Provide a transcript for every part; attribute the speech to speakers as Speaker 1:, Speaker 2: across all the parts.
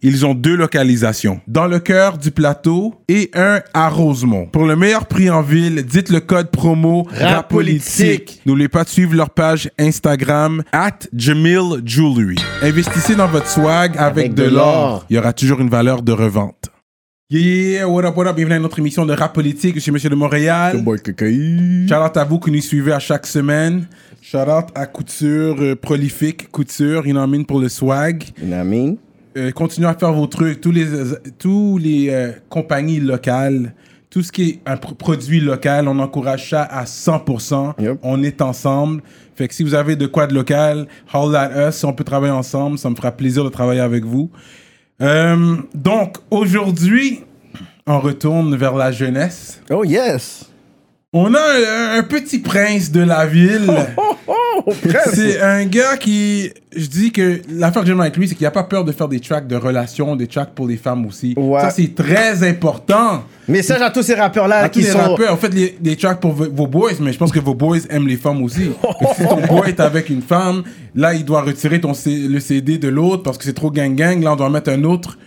Speaker 1: ils ont deux localisations, dans le cœur du plateau et un à Rosemont. Pour le meilleur prix en ville, dites le code promo RAPOLITIQUE. N'oubliez pas de suivre leur page Instagram at Jamil Jewelry. Investissez dans votre swag avec,
Speaker 2: Avec
Speaker 1: de
Speaker 2: de
Speaker 1: l'or.
Speaker 2: l'or.
Speaker 1: Il y aura toujours une valeur de revente. Yeah, yeah, yeah, what up, what up, bienvenue à notre émission de rap politique. Je suis Monsieur de Montréal. Shout out à vous qui nous suivez à chaque semaine. Shout out à Couture, euh, prolifique, Couture, une en mine pour le swag.
Speaker 2: You know what I mean?
Speaker 1: Euh, continuez à faire vos trucs. Tous les, tous les euh, compagnies locales, tout ce qui est un pro- produit local, on encourage ça à 100%.
Speaker 2: Yep.
Speaker 1: On est ensemble. Fait que si vous avez de quoi de local, holla at us. On peut travailler ensemble. Ça me fera plaisir de travailler avec vous. Euh, donc, aujourd'hui, on retourne vers la jeunesse.
Speaker 2: Oh yes.
Speaker 1: On a un, un petit prince de la ville. C'est un gars qui. Je dis que l'affaire que j'aime avec lui, c'est qu'il n'a pas peur de faire des tracks de relations, des tracks pour les femmes aussi.
Speaker 2: Ouais.
Speaker 1: Ça, c'est très important.
Speaker 2: Message à tous ces rappeurs là
Speaker 1: À tous
Speaker 2: Ah, qui
Speaker 1: les
Speaker 2: sont
Speaker 1: rappeurs, en fait, les, les tracks pour vo- vos boys, mais je pense que vos boys aiment les femmes aussi. Fait que si ton boy est avec une femme, là, il doit retirer ton C- le CD de l'autre parce que c'est trop gang-gang. Là, on doit mettre un autre.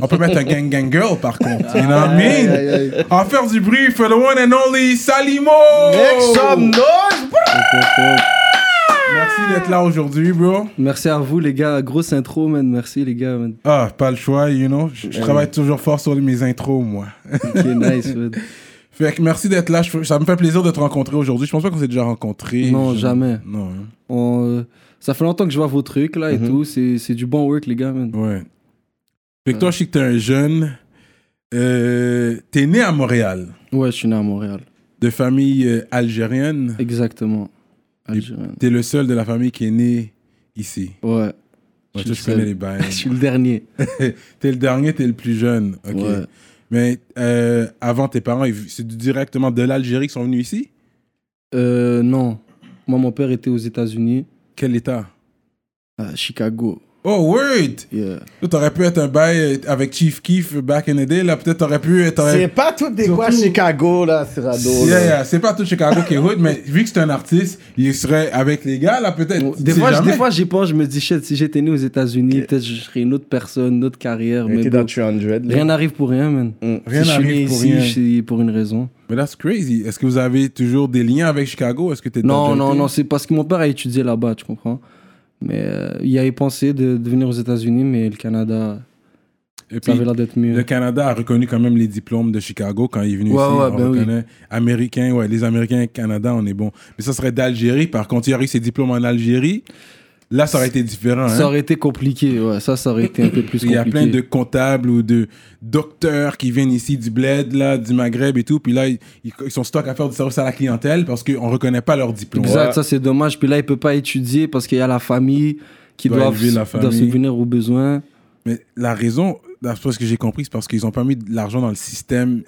Speaker 1: On peut mettre un gang-gang girl, par contre. You know what I mean?
Speaker 2: Aïe, aïe,
Speaker 1: En faire du bruit for the one and only Salimo!
Speaker 2: Make some noise. bro.
Speaker 1: Merci d'être là aujourd'hui, bro.
Speaker 3: Merci à vous, les gars. Grosse intro, man. Merci, les gars. Man.
Speaker 1: Ah, pas le choix, you know. Je
Speaker 2: Eh
Speaker 1: je travaille toujours fort sur mes intros, moi.
Speaker 3: Ok, nice, man.
Speaker 1: Fait que merci d'être là. Je- Ça me fait plaisir de te rencontrer aujourd'hui. Je pense pas qu'on s'est déjà rencontrés.
Speaker 3: Non,
Speaker 1: Je-
Speaker 3: jamais.
Speaker 1: Non, hein.
Speaker 3: On, euh, ça fait longtemps que je vois vos trucs, là, et tout. C'est c'est du bon work, les gars, man.
Speaker 1: Ouais. Fait que
Speaker 3: Euh.
Speaker 1: toi, je sais que t'es un jeune. Euh, t'es né à Montréal,
Speaker 3: Ouais, je suis né à Montréal.
Speaker 1: de famille euh, algérienne.
Speaker 3: Exactement. Algérien.
Speaker 1: T'es le seul de la famille qui est né ici.
Speaker 3: Ouais.
Speaker 1: Ouais,
Speaker 3: Je suis le
Speaker 1: toi, je
Speaker 3: seul.
Speaker 1: connais les bails.
Speaker 3: Je suis le dernier.
Speaker 1: t'es le dernier, t'es le plus jeune. Ok.
Speaker 3: Ouais.
Speaker 1: Mais euh, avant, tes parents, ils- c'est directement de l'Algérie qui sont venus ici
Speaker 3: Euh, non. Moi, mon père était aux États-Unis,
Speaker 1: Quel état
Speaker 3: à Chicago.
Speaker 1: Oh, word!
Speaker 3: Yeah.
Speaker 1: Toi, T'aurais pu être un bail euh, avec Chief Keef back in the day, là. Peut-être t'aurais pu être.
Speaker 2: C'est pas tout des quoi
Speaker 1: Surtout-
Speaker 2: Chicago là,
Speaker 3: Oh,
Speaker 2: Cyrano.
Speaker 1: Yeah,
Speaker 2: là.
Speaker 1: yeah, C'est pas tout Chicago qui est hood, mais vu que c'est un artiste, il serait avec les gars, là, peut-être.
Speaker 3: Des
Speaker 1: Tu sais
Speaker 3: fois, je-
Speaker 1: jamais.
Speaker 3: des fois, j'y pense, je me dis, shit, si j'étais né aux États-Unis, peut-être je serais une autre personne, une autre carrière.
Speaker 2: On
Speaker 3: Mais
Speaker 2: était
Speaker 3: bon,
Speaker 2: dans 300. là.
Speaker 3: rien n'arrive pour rien, man.
Speaker 1: Mm. Rien
Speaker 3: si je suis
Speaker 1: n'arrive
Speaker 3: né
Speaker 1: pour
Speaker 3: ici,
Speaker 1: rien.
Speaker 3: c'est pour une raison.
Speaker 1: Mais that's crazy. Est-ce que vous avez toujours des liens avec Chicago? Est-ce que t'es
Speaker 3: Non,
Speaker 1: déjà
Speaker 3: non,
Speaker 1: été?
Speaker 3: non, c'est parce que mon père a étudié là-bas, tu comprends. Mais euh, il avait pensé de, de venir aux États-Unis, mais le Canada,
Speaker 1: Et
Speaker 3: ça
Speaker 1: puis,
Speaker 3: avait l'air d'être mieux.
Speaker 1: le Canada a reconnu quand même les diplômes de Chicago quand il est venu
Speaker 3: Ouais,
Speaker 1: ici.
Speaker 3: ouais,
Speaker 1: on
Speaker 3: ben oui.
Speaker 1: reconnaît. Américains, ouais, les Américains, Canada, on est bon. Mais ça serait d'Algérie, par contre. Il y aurait eu ses diplômes en Algérie. Là, ça aurait été différent. hein.
Speaker 3: Ça aurait été compliqué, ouais, ça, ça aurait été un peu plus
Speaker 1: Il y
Speaker 3: compliqué.
Speaker 1: a plein de comptables ou de docteurs qui viennent ici du bled, là, du Maghreb et tout. Puis là, ils, ils sont stock à faire du service à la clientèle parce qu'on ne reconnaît pas leur diplôme.
Speaker 3: Exact,
Speaker 2: Ouais.
Speaker 3: ça c'est dommage. Puis là, il peut pas étudier parce qu'il y a la famille qui
Speaker 1: Doit
Speaker 3: doit,
Speaker 1: élever
Speaker 3: doit
Speaker 1: la famille.
Speaker 3: subvenir aux besoins.
Speaker 1: Mais la raison, d'après ce que j'ai compris, c'est parce qu'ils n'ont pas mis de l'argent dans le système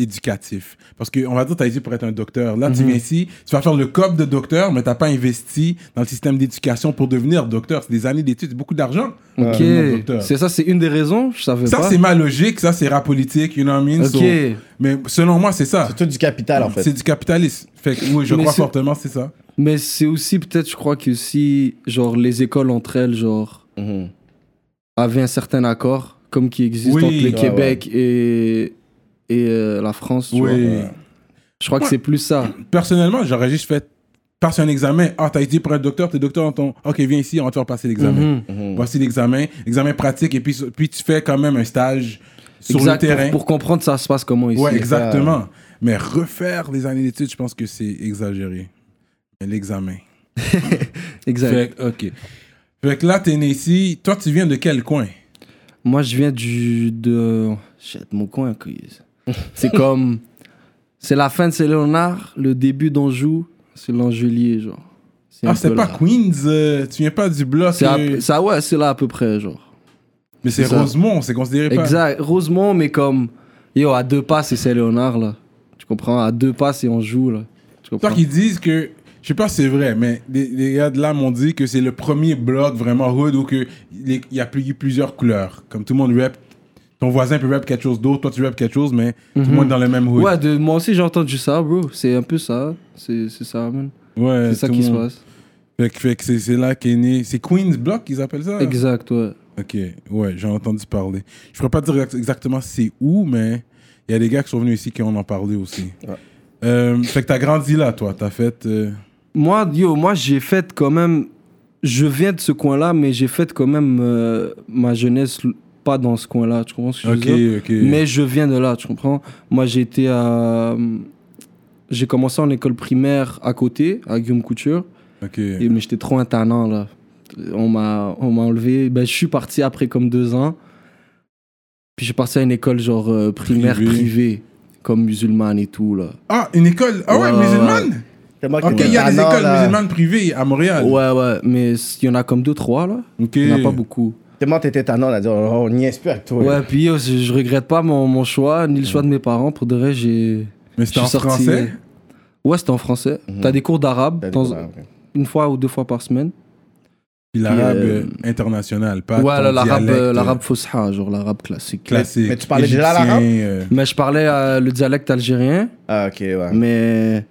Speaker 1: éducatif. Parce qu'on va dire, tu as étudié pour être un docteur. Là, tu
Speaker 3: Mhm.
Speaker 1: viens ici, tu vas faire le cop de docteur, mais tu n'as pas investi dans le système d'éducation pour devenir docteur. C'est des années d'études, c'est beaucoup d'argent.
Speaker 3: Ok,
Speaker 1: non, Ah, docteur.
Speaker 3: c'est ça, c'est une des raisons, je savais
Speaker 1: Ça,
Speaker 3: pas.
Speaker 1: c'est ma logique, ça, c'est rap politique, you know what I mean?
Speaker 3: Ok,
Speaker 1: So- mais selon moi, c'est ça.
Speaker 2: C'est tout du capital en fait.
Speaker 1: C'est du capitalisme. Fait que, oui, je
Speaker 3: Mais
Speaker 1: crois
Speaker 3: c'est-
Speaker 1: fortement, c'est ça.
Speaker 3: mais c'est aussi peut-être, je crois que si, genre, les écoles entre elles, genre,
Speaker 2: Mhm.
Speaker 3: avait un certain accord, comme qui existe
Speaker 1: Oui,
Speaker 3: entre le
Speaker 1: ouais,
Speaker 3: Québec et, et euh, la France. tu vois.
Speaker 1: Oui.
Speaker 3: Je crois que c'est plus ça.
Speaker 1: Personnellement, j'aurais juste fait passe un examen. Ah, t'as été pour un docteur, t'es docteur dans ton. Ok, viens ici, on va te faire passer l'examen.
Speaker 3: Mhm.
Speaker 1: Voici l'examen, examen pratique, et puis, puis tu fais quand même un stage sur
Speaker 3: Exact,
Speaker 1: le
Speaker 3: pour-
Speaker 1: terrain.
Speaker 3: Pour, comprendre ça se passe comment ici.
Speaker 1: ouais,
Speaker 2: c'est
Speaker 1: exactement. Mais refaire des années d'études, je pense que c'est exagéré. Mais L'examen.
Speaker 3: Exact.
Speaker 1: Fait que, ok. Fait que là, t'es né ici. Toi, tu viens de quel coin
Speaker 3: Moi, je viens du. De... Shit, mon coin, quiz. C'est comme. C'est la fin de Saint-Léonard, le début d'Anjou, c'est l'Angelier, genre. un
Speaker 1: Ah, c'est
Speaker 3: peu
Speaker 1: pas
Speaker 3: là.
Speaker 1: Queens. euh, tu viens pas du bloc.
Speaker 3: C'est à-
Speaker 1: euh,
Speaker 3: ça, ouais, c'est là à peu près, genre.
Speaker 1: mais c'est
Speaker 3: c'est ça.
Speaker 1: Rosemont, c'est considéré pas.
Speaker 3: Exact. Rosemont, mais comme. Yo, à deux pas, c'est Saint-Léonard, là. Tu comprends À deux passes et on joue, là. Tu comprends
Speaker 1: Toi qui disent que, je sais pas si c'est vrai, mais des, des gars de là m'ont dit que c'est le premier blog vraiment hood où que les- il y a plus- plusieurs couleurs. Comme tout le monde rap, ton voisin peut rap quelque chose d'autre, toi tu rap quelque chose, mais tout le monde dans le même hood.
Speaker 3: Mhm. Ouais, de, moi aussi j'ai entendu ça, bro. C'est un peu ça. C'est c'est ça, man.
Speaker 1: Ouais,
Speaker 3: C'est ça
Speaker 1: tout
Speaker 3: qui
Speaker 1: le
Speaker 3: se
Speaker 1: monde.
Speaker 3: passe.
Speaker 1: Fait que, fait que c'est, c'est là qu'est né. C'est Queen's Block qu'ils appellent ça
Speaker 3: Exact, ouais.
Speaker 1: Ok, ouais, j'ai entendu parler. Je pourrais pas dire ex- exactement c'est où, mais il y a des gars qui sont venus ici qui en ont parlé aussi. Euh, fait que t'as grandi là, toi. T'as fait. euh,
Speaker 3: Moi, yo, moi j'ai fait quand même. Je viens de ce coin-là, mais j'ai fait quand même euh, ma jeunesse l- pas dans ce coin-là. Tu comprends ce que je veux
Speaker 1: Ok,
Speaker 3: dire
Speaker 1: ok.
Speaker 3: Mais je viens de là, tu comprends Moi, j'ai été à. J'ai commencé en école primaire à côté, à Guillaume Couture.
Speaker 1: Ok.
Speaker 3: Et- mais j'étais trop internant, là. On m'a, on m'a enlevé. Ben, je suis parti après comme deux ans. Puis j'ai parti à une école, genre, euh, primaire
Speaker 1: Privé.
Speaker 3: privée, comme musulmane et tout, là.
Speaker 1: Ah, une école. Ah ouais,
Speaker 3: Ouais, ouais,
Speaker 1: musulmane
Speaker 2: Tellement que
Speaker 1: Ok,
Speaker 2: t'es
Speaker 1: il y a des
Speaker 2: tannant,
Speaker 1: écoles
Speaker 2: là.
Speaker 1: musulmanes privées à Montréal.
Speaker 3: Ouais, ouais, mais s- il y en a comme deux, trois, là.
Speaker 1: Ok.
Speaker 3: Il y en a pas beaucoup.
Speaker 2: Tellement t'étais tannant, on a dit, oh, on niaise plus avec toi.
Speaker 3: Ouais, puis yo, je je regrette pas mon, mon choix, ni le choix de mes parents. Pour de vrai, j'ai.
Speaker 1: Mais
Speaker 3: je
Speaker 1: c'était en
Speaker 3: suis sorti- euh,
Speaker 1: français.
Speaker 3: Ouais, c'était en français.
Speaker 2: Mhm.
Speaker 3: T'as des cours d'arabe,
Speaker 2: T'as ah, des
Speaker 3: dans-
Speaker 2: problèmes.
Speaker 3: une fois ou deux fois par semaine.
Speaker 1: Puis l'arabe
Speaker 3: euh,
Speaker 1: euh, international, pas.
Speaker 3: Ouais,
Speaker 1: ton
Speaker 3: là, l'arabe,
Speaker 1: dialecte,
Speaker 3: euh,
Speaker 1: euh,
Speaker 3: l'arabe fosha, genre l'arabe classique.
Speaker 1: classique.
Speaker 2: Mais tu parlais déjà
Speaker 1: égyptien,
Speaker 2: l'arabe
Speaker 1: euh,
Speaker 3: Mais je parlais euh, le dialecte algérien.
Speaker 2: Ah, ok, ouais.
Speaker 3: mais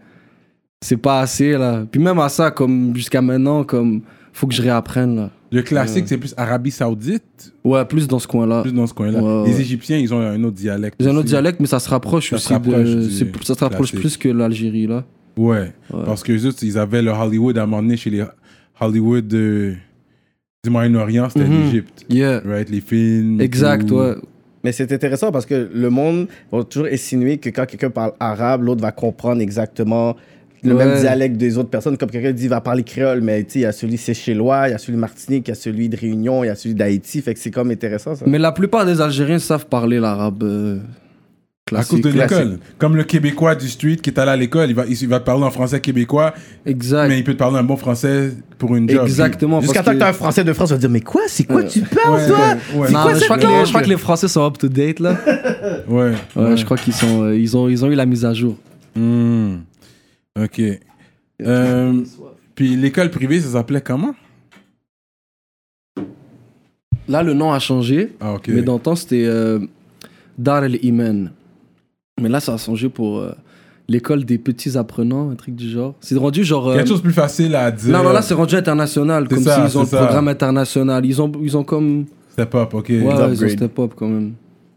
Speaker 3: c'est pas assez là. Puis même à ça, comme jusqu'à maintenant, comme faut que je réapprenne là.
Speaker 1: Le classique, c'est plus Arabie Saoudite,
Speaker 3: Ouais, plus dans ce coin-là.
Speaker 1: plus dans ce coin-là.
Speaker 3: Ouais, ouais.
Speaker 1: Les Égyptiens, ils ont un autre dialecte.
Speaker 3: J'ai un autre
Speaker 1: aussi.
Speaker 3: dialecte, mais ça se rapproche
Speaker 1: Ça se
Speaker 3: aussi. de-
Speaker 1: rapproche du
Speaker 3: c'est- ça se rapproche
Speaker 1: classique.
Speaker 3: plus que l'Algérie là.
Speaker 1: Ouais.
Speaker 3: Ouais.
Speaker 1: Parce que eux autres, ils avaient le Hollywood à un moment donné chez les Hollywood euh, du Moyen-Orient, c'était
Speaker 3: Mhm.
Speaker 1: l'Égypte.
Speaker 3: Yeah,
Speaker 1: Right, les films.
Speaker 3: exact,
Speaker 1: tout.
Speaker 3: ouais.
Speaker 2: Mais c'est intéressant parce que le monde va toujours insinuer que quand quelqu'un parle arabe, l'autre va comprendre exactement le
Speaker 3: Ouais.
Speaker 2: même dialecte des autres personnes. Comme quelqu'un dit, il va parler créole, mais tu sais, il y a celui séchélois, il y a celui de Martinique, il y a celui de Réunion, il y a celui d'Haïti. Fait que c'est comme intéressant, ça.
Speaker 3: Mais la plupart des Algériens savent parler l'arabe euh,
Speaker 1: À cause
Speaker 3: classique.
Speaker 1: de
Speaker 3: là.
Speaker 1: l'école. Comme le Québécois du street qui est allé à l'école, il va, il, il va te parler en français québécois,
Speaker 3: Exact.
Speaker 1: mais il peut te parler un bon français pour une job.
Speaker 3: Exactement.
Speaker 2: Jusqu'à temps
Speaker 3: parce
Speaker 2: que t'as un Français de France, on va dire, mais quoi, c'est quoi
Speaker 3: Ouais.
Speaker 2: tu parles,
Speaker 1: Ouais,
Speaker 2: toi?
Speaker 1: ouais, ouais.
Speaker 2: C'est
Speaker 3: Non,
Speaker 2: quoi
Speaker 3: mais je
Speaker 2: cette
Speaker 3: crois, que les,
Speaker 2: langue?
Speaker 3: je crois que les Français sont up to date là.
Speaker 1: Ouais.
Speaker 3: Ouais,
Speaker 1: ouais.
Speaker 3: je crois qu'ils sont, euh, ils ont, ils ont eu la mise à jour.
Speaker 1: Hmm. Ok. Euh, puis l'école privée, ça s'appelait comment
Speaker 3: Là, le nom a changé.
Speaker 1: Ah, ok.
Speaker 3: Mais dans le temps, c'était euh, Dar el-Iman. Mais là, ça a changé pour euh, l'école des petits apprenants, un truc du genre. C'est rendu genre. euh,
Speaker 1: Quelque chose de plus facile à dire.
Speaker 3: non, non, là, c'est rendu international.
Speaker 1: C'est
Speaker 3: Comme
Speaker 1: ça,
Speaker 3: s'ils ont le
Speaker 1: c'est ça.
Speaker 3: programme international. Ils ont, ils ont comme.
Speaker 1: Step up, ok.
Speaker 3: Ouais, ouais, ils ont
Speaker 2: upgrade.
Speaker 3: step-up quand même.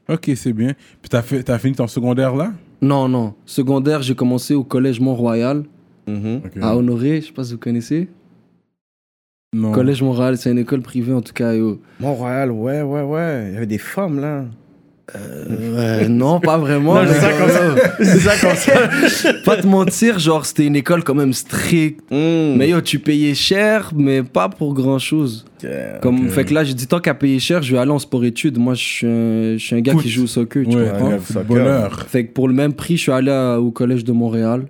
Speaker 1: Ok, c'est bien. Puis t'as fait- t'as fini ton secondaire là
Speaker 3: Non, non. Secondaire, j'ai commencé au collège Mont-Royal,
Speaker 2: Mhm.
Speaker 1: Ok.
Speaker 3: à Honoré. Je sais pas si vous connaissez.
Speaker 1: Non.
Speaker 3: Collège Mont-Royal, c'est une école privée, en tout cas. et, oh.
Speaker 2: Mont-Royal, ouais, ouais, ouais. Il y avait des femmes, là.
Speaker 3: Euh, non, pas vraiment.
Speaker 2: Non, je
Speaker 3: mais
Speaker 2: dis ça
Speaker 3: quand
Speaker 2: comme ça.
Speaker 3: même.
Speaker 2: C'est ça comme ça.
Speaker 3: Pas te mentir, genre, c'était une école quand même stricte. Hmm. Mais yo, tu payais cher, mais pas pour grand chose.
Speaker 2: euh,
Speaker 3: Comme,
Speaker 1: Ok.
Speaker 3: Fait que là, j'ai dit tant qu'à payer cher, je vais aller en sport-études. Moi, je suis un, je suis un gars
Speaker 1: Foot.
Speaker 3: qui joue au soccer, tu
Speaker 1: Ouais,
Speaker 3: comprends
Speaker 1: ouais, footballeur.
Speaker 3: Fait que pour le même prix, je suis allé à- au collège de Montréal.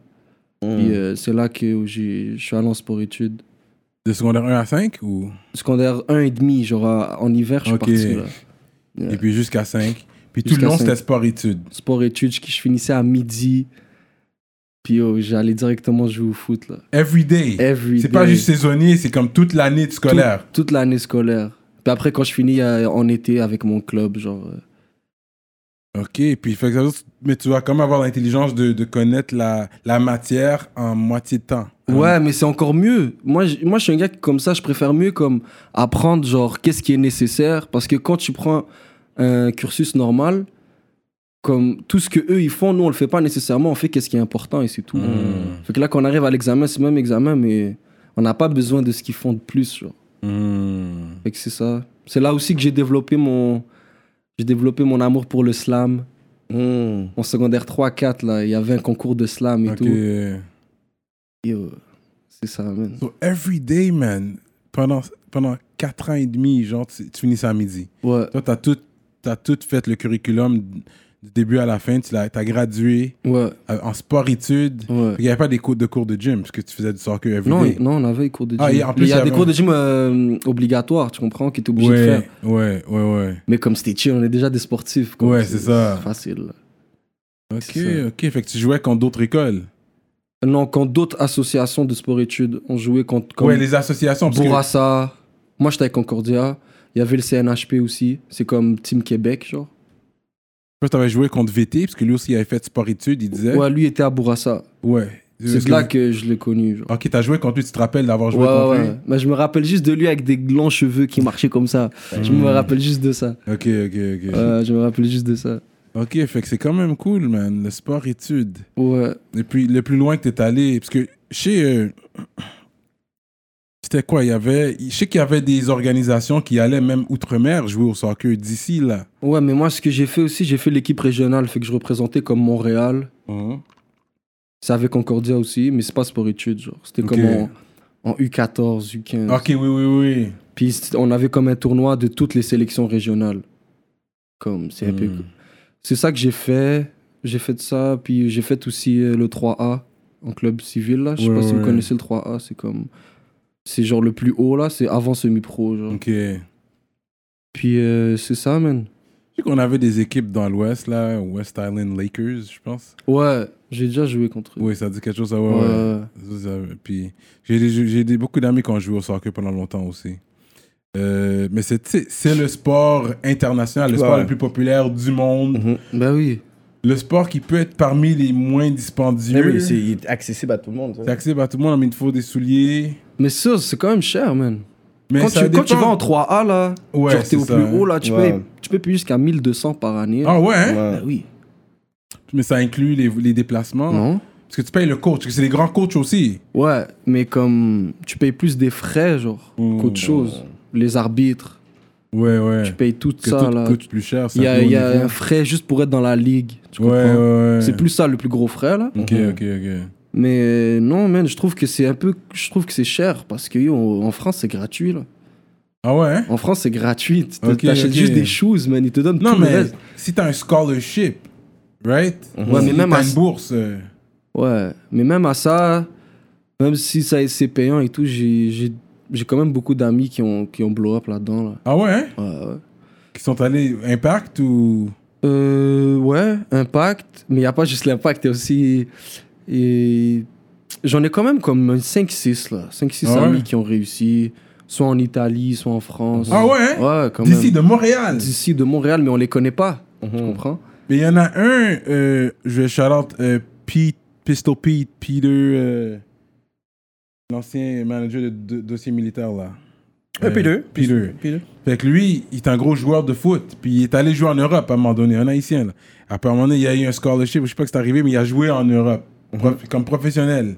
Speaker 3: Puis euh, c'est là que où j'ai- je suis allé en sport-études.
Speaker 1: De secondaire 1 à 5 ou
Speaker 3: Secondaire 1,5, genre à- en hiver, je suis
Speaker 1: Ok.
Speaker 3: parti là. Ouais.
Speaker 1: Et puis jusqu'à 5. Puis tout le
Speaker 3: Jusqu'à
Speaker 1: long,
Speaker 3: cinq.
Speaker 1: c'était sport-études.
Speaker 3: Sport-études, je, je finissais à midi. Puis yo, j'allais directement jouer au foot là.
Speaker 1: Every day.
Speaker 3: Every
Speaker 1: C'est pas
Speaker 3: day.
Speaker 1: juste saisonnier, c'est comme toute l'année de
Speaker 3: Tout-
Speaker 1: scolaire.
Speaker 3: toute l'année scolaire. Puis après, quand je finis euh, en été avec mon club, genre. euh,
Speaker 1: Ok, puis fait que ça veut dire- mais tu vas quand même avoir l'intelligence de, de connaître la, la matière en moitié de temps.
Speaker 3: Ouais, mais c'est encore mieux. Moi, j- moi, je suis un gars qui, comme ça, je préfère mieux comme apprendre, genre, qu'est-ce qui est nécessaire. Parce que quand tu prends un cursus normal, comme tout ce que eux ils font, nous, on le fait pas nécessairement, on fait qu'est-ce qui est important et c'est tout.
Speaker 1: Mm.
Speaker 3: Fait que là, quand on arrive à l'examen, c'est le même examen, mais on n'a pas besoin de ce qu'ils font de plus, genre.
Speaker 1: Hmm.
Speaker 3: Fait que c'est ça. C'est là aussi que j'ai développé mon. J'ai développé mon amour pour le slam.
Speaker 2: Mm.
Speaker 3: En secondaire 3-4, là, il y avait un concours de slam et
Speaker 1: Ok.
Speaker 3: tout. Et, euh, c'est ça, man.
Speaker 1: So every day, man, pendant, pendant 4 ans et demi, genre, tu, tu finis ça à midi.
Speaker 3: Ouais.
Speaker 1: Toi, t'as tout, t'as tout fait le curriculum du début à la fin. Tu l'as- t'as gradué
Speaker 3: Ouais.
Speaker 1: euh, en sport-études.
Speaker 3: Ouais.
Speaker 1: Il n'y avait pas des cours de, cours de gym, parce que tu faisais du soccer every
Speaker 3: Non,
Speaker 1: day.
Speaker 3: non, on avait des cours de gym.
Speaker 1: Ah, et en plus,
Speaker 3: il y
Speaker 1: il y
Speaker 3: a des
Speaker 1: avait-
Speaker 3: cours de gym euh, obligatoires, tu comprends, qui étaient obligé de
Speaker 1: ouais,
Speaker 3: faire.
Speaker 1: ouais, ouais, ouais.
Speaker 3: Mais comme c'était chill, on est déjà des sportifs. quoi.
Speaker 1: Ouais, c'est ça.
Speaker 3: Facile.
Speaker 1: Ok,
Speaker 3: C'est ça.
Speaker 1: ok. Fait que tu jouais contre d'autres écoles.
Speaker 3: Non, quand d'autres associations de sport-études ont joué contre comme
Speaker 1: ouais, les associations. parce que-
Speaker 3: Bourassa, moi j'étais avec Concordia, il y avait le CNHP aussi, c'est comme Team Québec, genre.
Speaker 1: Toi, t'avais joué contre VT, parce que lui aussi, il avait fait sport-études, il disait.
Speaker 3: Ouais, lui était à Bourassa.
Speaker 1: Ouais. Parce
Speaker 3: C'est
Speaker 1: que-
Speaker 3: là que je l'ai connu, genre.
Speaker 1: Ok, t'as joué contre lui, tu te rappelles d'avoir joué
Speaker 3: Ouais,
Speaker 1: contre
Speaker 3: ouais, ouais. Mais je me rappelle juste de lui avec des longs cheveux qui marchaient comme ça. Je
Speaker 1: Mmh.
Speaker 3: me rappelle juste de ça.
Speaker 1: lui. Ok, ok, ok.
Speaker 3: Ouais, je me rappelle juste de ça.
Speaker 1: Ok, fait que c'est quand même cool, man, le sport-études.
Speaker 3: Ouais.
Speaker 1: Et puis, le plus loin que t'es allé, parce que chez. euh, C'était quoi Il y avait. Je sais qu'il y avait des organisations qui allaient même outre-mer jouer au soccer d'ici, là.
Speaker 3: Ouais, mais moi, ce que j'ai fait aussi, j'ai fait l'équipe régionale, fait que je représentais comme Montréal. C'est avec Concordia aussi, mais c'est pas sport études, genre. C'était
Speaker 1: Ok.
Speaker 3: comme en, en U14, U15.
Speaker 1: Ok, oui, oui, oui.
Speaker 3: Puis c- on avait comme un tournoi de toutes les sélections régionales. Comme, c'est un peu-
Speaker 1: Hmm.
Speaker 3: C'est ça que j'ai fait. J'ai fait ça, puis j'ai fait aussi euh, le 3A en club civil, là. Je sais
Speaker 1: Ouais,
Speaker 3: pas si
Speaker 1: ouais.
Speaker 3: vous connaissez le 3A, c'est comme. C'est genre le plus haut, là, c'est avant semi-pro, genre.
Speaker 1: Ok. Je
Speaker 3: Puis euh, c'est ça, man.
Speaker 1: sais qu'on avait des équipes dans l'Ouest, là, West Island Lakers, je pense.
Speaker 3: Ouais, j'ai déjà joué contre eux.
Speaker 1: Oui, ça dit quelque chose, ça, ouais, ouais.
Speaker 3: Ouais.
Speaker 1: Ça, ça, Puis j'ai des- j'ai des- beaucoup d'amis qui ont joué au soccer pendant longtemps aussi. Euh, mais c'est tu sais, c'est le sport international, le
Speaker 2: Ouais,
Speaker 1: sport
Speaker 2: ouais.
Speaker 1: le plus populaire du monde,
Speaker 3: Ben oui.
Speaker 1: le sport qui peut être parmi les moins
Speaker 2: Mais
Speaker 1: dispendieux.
Speaker 3: Eh
Speaker 2: oui, c'est il est accessible à tout le monde. ça.
Speaker 1: c'est accessible à tout le monde, mais il te faut des souliers.
Speaker 3: Mais ça, c'est quand même cher, man.
Speaker 1: Mais
Speaker 3: quand,
Speaker 1: ça
Speaker 3: tu, quand tu vas
Speaker 1: dépend-
Speaker 3: en 3A, là,
Speaker 1: Ouais,
Speaker 3: genre t'es
Speaker 1: c'est
Speaker 3: au
Speaker 1: ça,
Speaker 3: plus
Speaker 1: hein.
Speaker 3: haut, là, tu,
Speaker 2: Ouais.
Speaker 3: payes, tu payes plus jusqu'à 1200 par année.
Speaker 1: Ah ouais, hein?
Speaker 2: Ouais.
Speaker 3: Ben oui.
Speaker 1: Mais ça inclut les, les déplacements.
Speaker 3: Non
Speaker 1: Parce que tu payes le coach, parce que c'est des grands coachs aussi.
Speaker 3: Ouais, mais comme tu payes plus des frais, genre,
Speaker 1: Mmh.
Speaker 3: qu'autre chose. Les arbitres,
Speaker 1: Ouais, ouais.
Speaker 3: tu payes tout
Speaker 1: que
Speaker 3: ça,
Speaker 1: tout
Speaker 3: là.
Speaker 1: coûte plus cher. ça
Speaker 3: Il y a,
Speaker 1: fait au
Speaker 3: il y a
Speaker 1: niveau.
Speaker 3: un frais juste pour être dans la ligue. Tu
Speaker 1: Ouais,
Speaker 3: comprends
Speaker 1: ouais, ouais.
Speaker 3: C'est plus Mm-hmm. ça le plus gros frais, là.
Speaker 1: Ok, ok, ok.
Speaker 3: Mais non, man, je trouve que c'est un peu. Je trouve que c'est cher parce que yo, en France, c'est gratuit, là.
Speaker 1: Ah ouais, hein?
Speaker 3: En France, c'est gratuit. Tu te-
Speaker 1: Ok,
Speaker 3: T'achètes
Speaker 1: ok.
Speaker 3: juste des shoes, man. Ils te donnent
Speaker 1: Non,
Speaker 3: tout le
Speaker 1: mais
Speaker 3: reste.
Speaker 1: si t'as un scholarship, right?
Speaker 3: Ouais,
Speaker 1: Si
Speaker 3: mais même
Speaker 1: t'as
Speaker 3: à-
Speaker 1: une bourse. euh,
Speaker 3: Ouais, mais même à ça, même si ça c'est payant et tout, j'ai j'ai- j'ai quand même beaucoup d'amis qui ont, qui ont blow up là-dedans. Là.
Speaker 1: Ah ouais, hein?
Speaker 3: Ouais, ouais.
Speaker 1: Qui sont allés Impact ou.
Speaker 3: Euh, ouais, impact, mais il n'y a pas juste l'impact, il y a aussi. et- J'en ai quand même comme 5-6 là, 5-6
Speaker 1: Ah ouais?
Speaker 3: amis qui ont réussi, soit en Italie, soit en France.
Speaker 1: Ah ouais,
Speaker 3: Ouais, quand
Speaker 1: D'ici,
Speaker 3: même.
Speaker 1: de Mhm. Montréal.
Speaker 3: D'ici de Montréal, mais on les connaît pas. Tu comprends
Speaker 1: Mais il y en a un, euh, je vais shout out euh, Pete, Pistol Pete, Peter, euh, l'ancien manager de, de- dossier militaire là.
Speaker 2: Euh, Peter.
Speaker 1: Peter. Fait que lui, il est un gros joueur de foot. Puis il est allé jouer en Europe à un moment donné, un haïtien. Là. Après, à un moment donné, il y a eu un scholarship, je sais pas que c'est arrivé, mais il a joué en Europe,
Speaker 3: Mhm.
Speaker 1: prof- comme professionnel.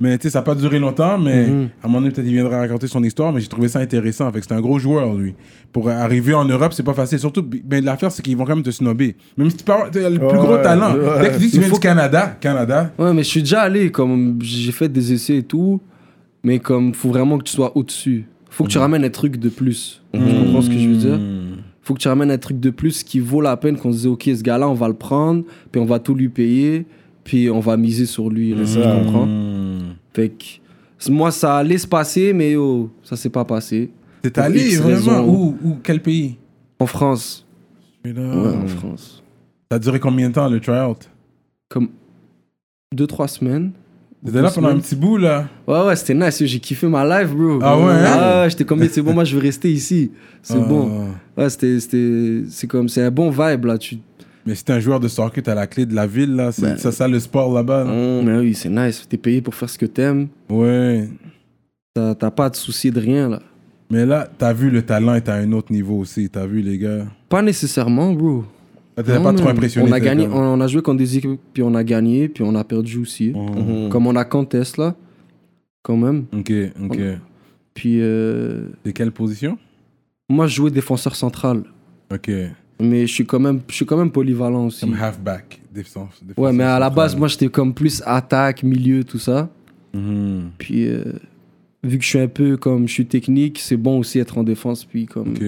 Speaker 1: Mais tu sais, ça n'a pas duré longtemps, mais
Speaker 3: Mhm.
Speaker 1: à un moment donné, peut-être il viendra raconter son histoire, mais j'ai trouvé ça intéressant. Fait que c'est un gros joueur, lui. Pour arriver en Europe, c'est pas facile. Surtout, ben, l'affaire, c'est qu'ils vont quand même te snobber. Même si tu parles, t'as le plus
Speaker 2: Ouais,
Speaker 1: gros
Speaker 2: ouais,
Speaker 1: talent.
Speaker 2: ouais.
Speaker 1: Dès que tu dis que tu
Speaker 3: Il
Speaker 1: viens
Speaker 3: faut
Speaker 1: du Canada, Canada,
Speaker 3: Ouais, mais je suis déjà allé, comme j'ai fait des essais et tout, mais comme faut vraiment que tu sois au-dessus. Faut que tu
Speaker 1: Mhm.
Speaker 3: ramènes un truc de plus. Tu comprends ce que je veux dire Faut que tu ramènes un truc de plus qui vaut la peine qu'on se dise, ok, ce gars-là, on va le prendre, puis on va tout lui payer, puis on va miser sur lui. là,
Speaker 2: ça.
Speaker 3: Tu comprends
Speaker 1: Hmm.
Speaker 3: Fait que c- moi, ça allait se passer, mais yo, ça s'est pas passé.
Speaker 1: t'es
Speaker 3: Pour
Speaker 1: allé
Speaker 3: X
Speaker 1: vraiment
Speaker 3: raisons.
Speaker 1: où, où Quel pays
Speaker 3: En France.
Speaker 1: Mais là,
Speaker 3: Ouais, en France.
Speaker 1: Ça a duré combien de temps, le tryout
Speaker 3: Comme deux, trois semaines.
Speaker 1: T'étais là pendant un petit bout, là.
Speaker 3: Ouais, ouais, c'était nice. J'ai kiffé ma life, bro.
Speaker 1: Ah ouais, hein?
Speaker 3: Ah ouais, j'étais comme, c'est bon, moi, je veux rester ici. C'est
Speaker 1: Ah.
Speaker 3: bon. Ouais, c'était, c'était, c'est comme, c'est un bon vibe, là. Tu...
Speaker 1: Mais si t'es un joueur de soccer, t'as la clé de la ville, là. C'est
Speaker 3: Ben. hein.
Speaker 1: ça, ça, le sport là-bas. là.
Speaker 3: Mmh, Mais oui, c'est nice. T'es payé pour faire ce que t'aimes.
Speaker 1: Ouais.
Speaker 3: T'as, t'as pas de souci de rien, là.
Speaker 1: Mais là, t'as vu le talent est à un autre niveau aussi. T'as vu, les gars.
Speaker 3: Pas nécessairement, bro.
Speaker 1: Là, T'étais
Speaker 3: Non,
Speaker 1: pas
Speaker 3: man.
Speaker 1: trop impressionné.
Speaker 3: On a
Speaker 1: t'es
Speaker 3: gagné,
Speaker 1: comme-
Speaker 3: on, on a joué contre des équipes, puis on a gagné, puis on a perdu aussi.
Speaker 1: Mhm.
Speaker 3: Comme on a contest, là. Quand même.
Speaker 1: Ok, ok.
Speaker 3: Puis, euh,
Speaker 1: De quelle position
Speaker 3: moi, je jouais défenseur central.
Speaker 1: Ok.
Speaker 3: Mais je suis quand même, je suis quand même polyvalent aussi.
Speaker 1: Comme halfback, défense.
Speaker 3: Ouais, mais à la base, moi, j'étais comme plus attaque, milieu, tout ça.
Speaker 1: Mhm.
Speaker 3: Puis, euh, vu que je suis un peu comme je suis technique, c'est bon aussi être en défense. Puis, comme.
Speaker 1: Ok.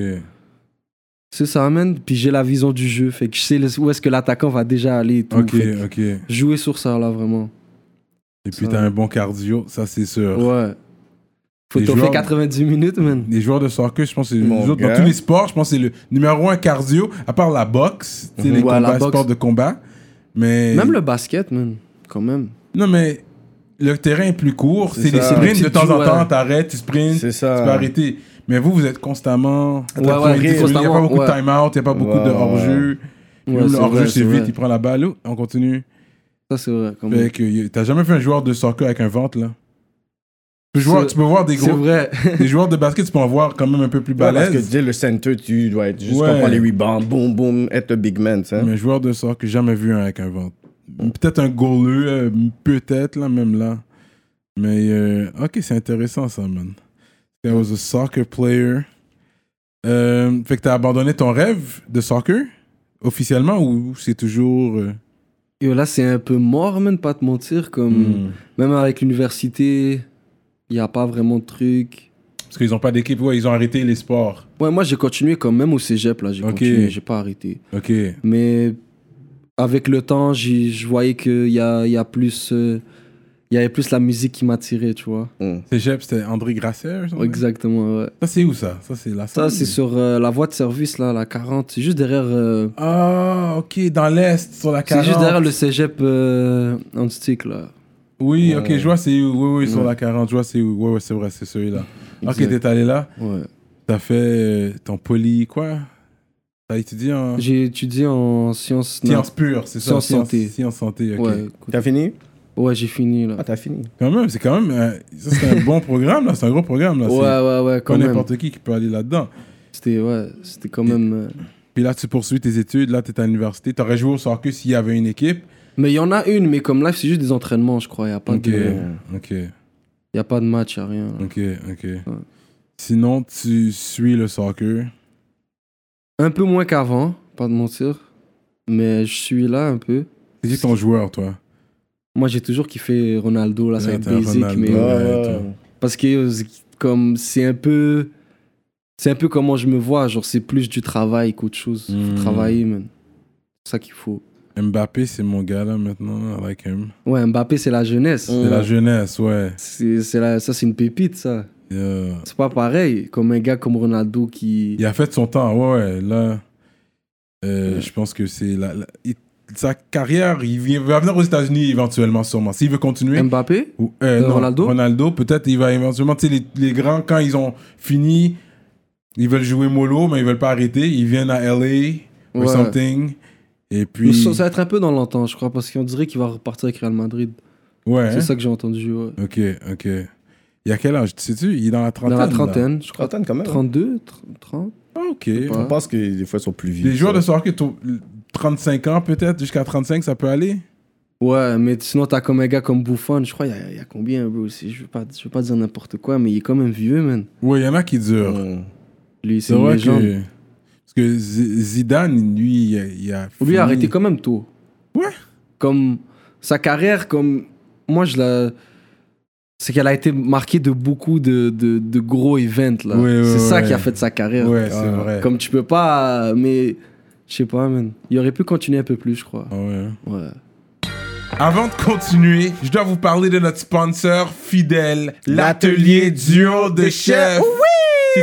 Speaker 3: C'est ça, man. Puis, j'ai la vision du jeu. Fait que je sais le- où est-ce que l'attaquant va déjà aller. et tout.
Speaker 1: Ok, euh.
Speaker 3: Fait que
Speaker 1: ok. Et
Speaker 3: Jouer sur ça, là, vraiment.
Speaker 1: puis
Speaker 3: Ça-
Speaker 1: t'as un bon cardio, ça c'est sûr.
Speaker 3: Ouais. Faut
Speaker 1: Les
Speaker 3: t'en
Speaker 1: joueurs-
Speaker 3: faire 90 minutes, man.
Speaker 1: Les joueurs de soccer, je pense, que c'est-
Speaker 2: Mon
Speaker 1: les autres, dans
Speaker 2: gars.
Speaker 1: tous les sports, je pense que c'est le numéro un cardio, à part la boxe, tu sais, les
Speaker 3: Mhm. Ouais, la
Speaker 1: combats,
Speaker 3: boxe.
Speaker 1: sports de combat. Mais
Speaker 3: Même le basket, man, quand même.
Speaker 1: non, mais le terrain est plus court.
Speaker 2: C'est
Speaker 1: C'est des
Speaker 2: ça.
Speaker 1: sprints
Speaker 3: Petit
Speaker 1: de temps en
Speaker 3: duel.
Speaker 1: temps. T'arrêtes, tu sprints,
Speaker 2: C'est ça.
Speaker 1: tu peux arrêter. Mais vous, vous êtes constamment.
Speaker 3: Ouais, ouais,
Speaker 1: Il n'y a pas
Speaker 3: constamment,
Speaker 1: beaucoup de
Speaker 3: ouais.
Speaker 1: time-out, il n'y a pas beaucoup
Speaker 2: Ouais,
Speaker 1: de
Speaker 2: ouais.
Speaker 1: hors-jeu.
Speaker 3: Ouais,
Speaker 1: Même le
Speaker 3: c'est
Speaker 1: hors-jeu,
Speaker 3: vrai,
Speaker 1: c'est
Speaker 3: c'est
Speaker 1: vite,
Speaker 3: vrai. Mm.
Speaker 1: il prend la balle. Oh, On continue.
Speaker 3: Ça, c'est vrai. quand
Speaker 1: Fait
Speaker 3: même.
Speaker 1: que y- t'as jamais vu un joueur de soccer avec un ventre, là. Tu peux, jouer-
Speaker 3: C'est-
Speaker 1: tu peux voir des
Speaker 3: C'est
Speaker 1: gros.
Speaker 3: vrai.
Speaker 1: Des joueurs de basket, tu peux en voir quand même un peu plus
Speaker 2: Ouais, parce que
Speaker 1: balèze.
Speaker 2: dès le center, tu dois être juste
Speaker 1: Ouais.
Speaker 2: comprendre les rebounds, boum, boum, être le big man, tu sais.
Speaker 1: Mais un joueur de soccer, j'ai jamais vu un avec un ventre. Peut-être un goaler, euh, peut-être, là, même là. Mais, euh, ok, c'est intéressant, ça, man. I was a soccer player. Euh, fait que t'as abandonné ton rêve de soccer, officiellement, ou c'est toujours... euh,
Speaker 3: Yo, là, c'est un peu mort, man, pas te mentir. Comme...
Speaker 1: hmm.
Speaker 3: Même avec l'université, il n'y a pas vraiment de truc.
Speaker 1: Parce qu'ils ont pas d'équipe, ouais, ils ont arrêté les sports.
Speaker 3: Ouais, moi, j'ai continué quand même au cégep, là. J'ai
Speaker 1: Ok.
Speaker 3: continué, j'ai pas arrêté.
Speaker 1: Ok.
Speaker 3: Mais avec le temps, j'y- je voyais qu'il y a, y a plus... euh, Il y avait plus la musique qui m'attirait, tu vois.
Speaker 2: Mm.
Speaker 1: Cégep, c'était André Grasset, ou something?
Speaker 3: Exactement, ouais.
Speaker 1: Ça, c'est où, ça? Ça, c'est la
Speaker 3: Ça,
Speaker 1: salle?
Speaker 3: c'est sur euh, la voie de service, là, la 40. C'est juste derrière... euh,
Speaker 1: Ah, ok, dans l'Est, sur la
Speaker 3: C'est
Speaker 1: 40.
Speaker 3: juste derrière le cégep euh, antique, là.
Speaker 1: Oui, ok,
Speaker 2: Ouais.
Speaker 1: je vois c'est où. Oui, oui, sur
Speaker 3: Euh, Ouais.
Speaker 1: la 40, je vois c'est où. Oui, oui, c'est vrai, c'est celui-là. Ah, Ok,
Speaker 3: Exact.
Speaker 1: t'es Ah. allé là,
Speaker 3: Ouais.
Speaker 1: t'as fait euh, ton poly, quoi T'as étudié en
Speaker 3: J'ai étudié en sciences... nat-
Speaker 1: sciences pures, c'est ça
Speaker 3: Sciences santé.
Speaker 1: Sciences santé, ok.
Speaker 3: Ouais, écoute.
Speaker 2: T'as fini?
Speaker 3: ouais j'ai fini, là.
Speaker 2: Ah, t'as fini.
Speaker 1: Quand même, c'est quand même. euh, ça, c'est un bon programme, là, c'est un gros programme, là.
Speaker 3: Ouais,
Speaker 1: c'est
Speaker 3: ouais, ouais,
Speaker 1: pas
Speaker 3: quand même.
Speaker 1: n'importe qui qui peut aller là-dedans.
Speaker 3: C'était ouais, c'était quand même. euh,
Speaker 1: Puis là, tu poursuis tes études, là, t'es à l'université. T'aurais joué au soccer s'il y avait une équipe.
Speaker 3: Mais il y en a une, mais comme live, c'est juste des entraînements, je crois. Il n'y a, pas
Speaker 1: Ok,
Speaker 3: de-
Speaker 1: ok,
Speaker 3: y a pas de match, il a rien. là.
Speaker 1: ok, ok. Sinon, tu suis le soccer.
Speaker 3: Un peu moins qu'avant, pas de mentir. Mais je suis là un peu.
Speaker 1: C'est qui ton joueur, toi
Speaker 3: Moi, j'ai toujours kiffé Ronaldo, là, c'est
Speaker 1: Ouais, t'as
Speaker 3: basic,
Speaker 1: Ronaldo.
Speaker 3: mais.
Speaker 1: Ouais,
Speaker 2: Ouais,
Speaker 3: Parce que euh, c'est- comme c'est un peu. C'est un peu comment je me vois, genre c'est plus du travail qu'autre chose.
Speaker 1: Mm.
Speaker 3: Faut travailler, man. C'est ça qu'il faut.
Speaker 1: Mbappé, c'est mon gars, là, maintenant. là, I like him.
Speaker 3: Ouais, Mbappé, c'est la jeunesse.
Speaker 1: C'est la jeunesse, ouais.
Speaker 3: C'est, c'est la- ça, c'est une pépite, ça.
Speaker 1: Yeah.
Speaker 3: C'est pas pareil, comme un gars comme Ronaldo qui.
Speaker 1: Il a fait son temps, ouais, ouais. Là, euh, je pense que c'est la, la- il- sa carrière. Il vient- va venir aux États-Unis éventuellement, sûrement. S'il veut continuer.
Speaker 3: Mbappé
Speaker 1: ou- euh,
Speaker 3: Euh,
Speaker 1: non,
Speaker 3: Ronaldo?
Speaker 1: Ronaldo, peut-être il va éventuellement. Tu sais, les, les grands, quand ils ont fini, ils veulent jouer mollo, mais ils veulent pas arrêter. Ils viennent à LA ou
Speaker 3: Ouais.
Speaker 1: something. Et
Speaker 3: Mais
Speaker 1: puis.
Speaker 3: Ça, ça va être un peu dans l'entente, je crois, parce qu'on dirait qu'il va repartir avec Real Madrid.
Speaker 1: Ouais.
Speaker 3: C'est
Speaker 1: hein?
Speaker 3: ça que j'ai entendu. ouais.
Speaker 1: Ok, ok. Il a quel âge Tu sais-tu Il est dans la trentaine.
Speaker 3: Dans la
Speaker 1: là.
Speaker 3: trentaine, je crois.
Speaker 2: Trentaine quand même.
Speaker 3: 32, 30.
Speaker 1: Ah, ok.
Speaker 3: pas.
Speaker 2: Je pense que des fois, ils sont plus vieux.
Speaker 1: Les joueurs de soccer, tôt- 35 ans peut-être, jusqu'à 35, ça peut aller
Speaker 3: Ouais, mais sinon, t'as comme un gars comme Buffon, je crois, il y a- il y, a combien, bro aussi Je veux pas, je veux pas dire n'importe quoi, mais il est quand même vieux, man.
Speaker 1: Ouais, il y en a qui durent.
Speaker 2: Mm.
Speaker 3: Lui,
Speaker 1: Euh, C'est
Speaker 3: c'est une
Speaker 1: vrai
Speaker 3: légende.
Speaker 1: que. Parce que Z- Zidane, lui, il a. Il a
Speaker 3: Lui, il
Speaker 1: fini-
Speaker 3: a arrêté quand même tôt.
Speaker 1: Ouais.
Speaker 3: Comme sa carrière, comme. Moi, je la. C'est qu'elle a été marquée de beaucoup de, de, de gros events, là.
Speaker 1: Ouais, ouais,
Speaker 3: c'est ça
Speaker 1: ouais.
Speaker 3: qui a fait de sa carrière.
Speaker 1: Ouais, c'est
Speaker 3: Ah.
Speaker 1: vrai.
Speaker 3: Comme tu peux pas. Mais. Je sais pas, man. Il aurait pu continuer un peu plus, je crois.
Speaker 1: Ah ouais, hein.
Speaker 3: Ouais.
Speaker 1: Avant de continuer, je dois vous parler de notre sponsor fidèle, l'atelier duo de chef. Oui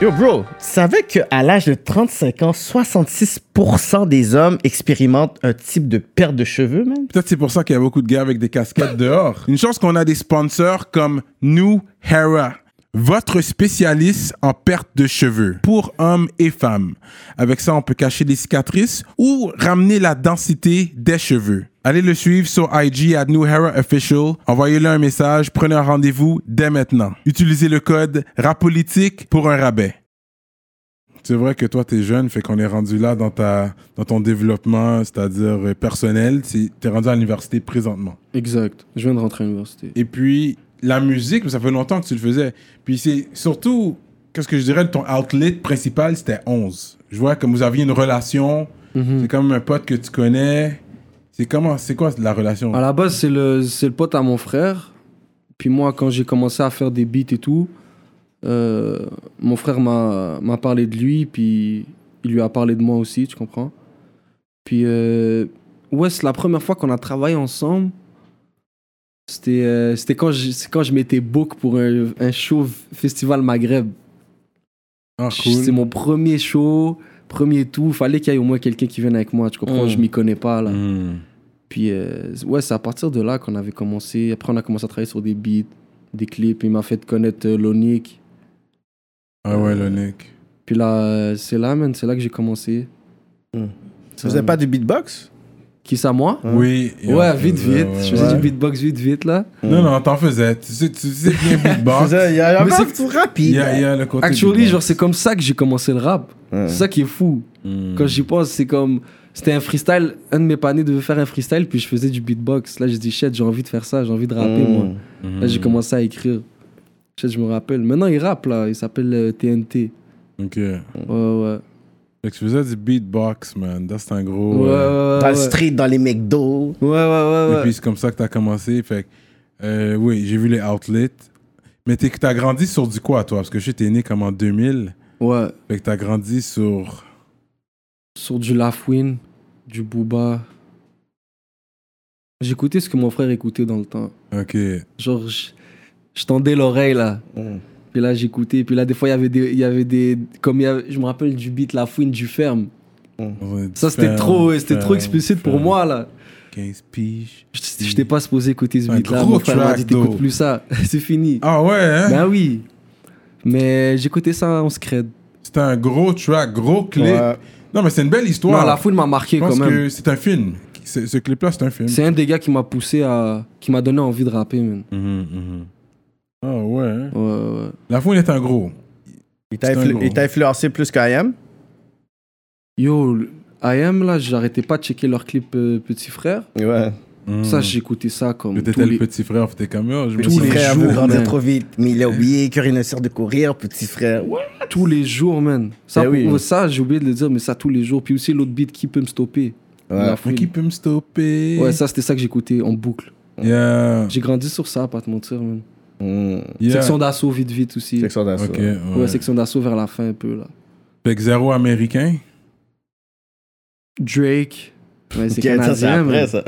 Speaker 2: Yo, bro, tu savais qu'à l'âge de 35 ans, 66% des hommes expérimentent un type de perte de cheveux, même?
Speaker 1: Peut-être c'est pour ça qu'il y a beaucoup de gars avec des casquettes dehors. Une chance qu'on a des sponsors comme New Hera. Votre spécialiste en perte de cheveux pour hommes et femmes. Avec ça, on peut cacher les cicatrices ou ramener la densité des cheveux. Allez le suivre sur IG à New Hera Official. Envoyez-le un message. Prenez un rendez-vous dès maintenant. Utilisez le code RAPOLITIQUE pour un rabais. C'est vrai que toi, t'es jeune, fait qu'on est rendu là dans, ta, dans ton développement, c'est-à-dire euh, personnel. Tu es rendu à l'université présentement.
Speaker 3: Exact. Je viens de rentrer à l'université.
Speaker 1: Et puis, la musique, ça fait longtemps que tu le faisais. Puis, c'est surtout, qu'est-ce que je dirais, ton outlet principal, c'était 11. Je vois comme vous aviez une relation.
Speaker 3: Hmm.
Speaker 1: C'est comme un pote que tu connais. C'est comment, c'est quoi la relation?
Speaker 3: À la base, c'est le, c'est le pote à mon frère. Puis moi, quand j'ai commencé à faire des beats et tout, euh, mon frère m'a m'a parlé de lui, puis il lui a parlé de moi aussi, tu comprends Puis, euh, ouais, c'est la première fois qu'on a travaillé ensemble. C'était euh, c'était quand je, c'est quand je m'étais book pour un, un show Festival Maghreb.
Speaker 1: Ah,
Speaker 3: C'est
Speaker 1: cool.
Speaker 3: mon premier show, premier tout. Fallait qu'il y ait au moins quelqu'un qui vienne avec moi, tu comprends
Speaker 1: Mm.
Speaker 3: Je m'y connais pas, là.
Speaker 1: Hmm.
Speaker 3: Puis, euh, ouais, c'est à partir de là qu'on avait commencé. Après, on a commencé à travailler sur des beats, des clips. Il m'a fait connaître euh, Lonique.
Speaker 1: Ah ouais,
Speaker 3: Euh,
Speaker 1: Lonic.
Speaker 3: Puis là, euh, c'est là, man, c'est là que j'ai commencé.
Speaker 2: Hmm. Vous n'avez pas du beatbox
Speaker 3: Qui ça, moi
Speaker 1: Oui. il y en
Speaker 3: Ouais,
Speaker 1: faisait,
Speaker 3: vite, vite.
Speaker 1: ouais,
Speaker 3: je faisais
Speaker 1: ouais.
Speaker 3: du beatbox vite, vite, là.
Speaker 1: Non, non, t'en faisais. Tu sais, tu sais bien beatbox.
Speaker 2: Il y a
Speaker 3: Mais
Speaker 2: un
Speaker 3: c'est-
Speaker 2: tout
Speaker 1: Il
Speaker 2: rapide.
Speaker 1: y a, il y a le côté.
Speaker 3: Actually,
Speaker 1: beatbox.
Speaker 3: genre, c'est comme ça que j'ai commencé le rap.
Speaker 2: Ouais.
Speaker 3: C'est ça qui est fou.
Speaker 1: Hmm.
Speaker 3: Quand j'y pense, c'est comme. C'était un freestyle. Un de mes panés devait faire un freestyle, puis je faisais du beatbox. Là, j'ai dit, shit, j'ai envie de faire ça, j'ai envie de rapper, moi.
Speaker 2: Mm.
Speaker 3: Là,
Speaker 1: Hmm. Mhm.
Speaker 3: j'ai commencé à écrire. Shit, je me rappelle. Maintenant, il rappe, là. Il s'appelle euh, TNT.
Speaker 1: Ok. Fait
Speaker 3: Ouais, ouais.
Speaker 1: que tu faisais du beatbox, man. Ça, c'est un
Speaker 3: Ouais,
Speaker 1: gros.
Speaker 3: ouais,
Speaker 1: euh,
Speaker 3: ouais.
Speaker 2: Dans le
Speaker 3: ouais.
Speaker 2: street, dans les McDo.
Speaker 3: Ouais, ouais, ouais,
Speaker 1: Et
Speaker 3: ouais.
Speaker 1: puis, c'est comme ça que t'as commencé. Fait que, euh, oui, j'ai vu les outlets. Mais t'es- t'as grandi sur du quoi, toi Parce que je sais, t'es né comme en 2000.
Speaker 3: Ouais.
Speaker 1: Fait que t'as grandi sur.
Speaker 3: Sur du Lafouine, du Booba. J'écoutais ce que mon frère écoutait dans le temps.
Speaker 1: Ok.
Speaker 3: Genre, je, je tendais l'oreille, là.
Speaker 1: Hmm.
Speaker 2: Mm.
Speaker 3: Puis là, j'écoutais. Puis là, des fois, il y avait des. Il y avait des comme il y avait- je me rappelle du beat Lafouine du Ferme. Ça, c'était
Speaker 1: Ferme,
Speaker 3: trop, ouais, c'était trop
Speaker 1: ferme,
Speaker 3: explicite pour
Speaker 1: ferme.
Speaker 3: moi, là.
Speaker 1: 15 piges.
Speaker 3: Je je t'ai pas supposé écouter ce
Speaker 1: Un
Speaker 3: beat-là.
Speaker 1: gros
Speaker 3: Mon frère m'a dit,
Speaker 1: track,
Speaker 3: t'écoutes
Speaker 1: though.
Speaker 3: plus ça. C'est fini.
Speaker 1: Ah ouais, hein
Speaker 3: Ben oui. Mais j'écoutais ça en scred.
Speaker 1: C'était un gros track, gros clip.
Speaker 2: Ouais.
Speaker 1: Non, mais c'est une belle histoire.
Speaker 3: Non, la foule m'a marqué
Speaker 1: Je
Speaker 3: quand
Speaker 1: pense
Speaker 3: même.
Speaker 1: que c'est un film. Ce, ce clip-là, c'est un film.
Speaker 3: C'est un des gars qui m'a poussé à. qui m'a donné envie de rapper, man.
Speaker 1: Mhm, mhm. Ah ouais. hein.
Speaker 3: Ouais, ouais.
Speaker 1: La Fouine est un gros.
Speaker 2: Il t'a
Speaker 1: C'est un
Speaker 2: influ-
Speaker 1: gros.
Speaker 2: il t'a influencé plus qu'IM
Speaker 3: Yo, le- IM, là, j'arrêtais pas de checker leur clip euh, Petit Frère.
Speaker 2: Ouais.
Speaker 1: Mhm.
Speaker 3: Ça, j'écoutais ça comme.
Speaker 1: T'étais
Speaker 3: tous
Speaker 1: le
Speaker 3: les-
Speaker 1: petit frère, t'es comme oh, je me
Speaker 2: Petit
Speaker 1: sens-
Speaker 2: frère veut
Speaker 3: jours,
Speaker 2: grandir
Speaker 3: man.
Speaker 2: trop vite, mais il a oublié que rien ne sert de courir, petit frère. Ouais.
Speaker 3: tous les jours, man. Ça,
Speaker 2: Eh oui.
Speaker 3: pour- ça j'ai oublié de le dire, mais ça tous les jours. Puis aussi l'autre beat, qui peut me stopper La
Speaker 1: Mais
Speaker 3: fouine.
Speaker 1: qui peut me stopper
Speaker 3: Ouais, ça, c'était ça que j'écoutais en boucle.
Speaker 1: Yeah.
Speaker 3: J'ai grandi sur ça, pas te mentir, man.
Speaker 2: Mm.
Speaker 1: Yeah.
Speaker 3: Section d'assaut, vite, vite aussi.
Speaker 2: Section d'assaut.
Speaker 1: Ok,
Speaker 3: Ouais,
Speaker 1: ouais.
Speaker 3: section d'assaut vers la fin, un peu, là.
Speaker 1: Fait que zéro américain.
Speaker 3: Drake. Ouais, c'est
Speaker 2: Ok, ça, c'est
Speaker 3: canadien,
Speaker 2: après,
Speaker 3: man.
Speaker 2: ça.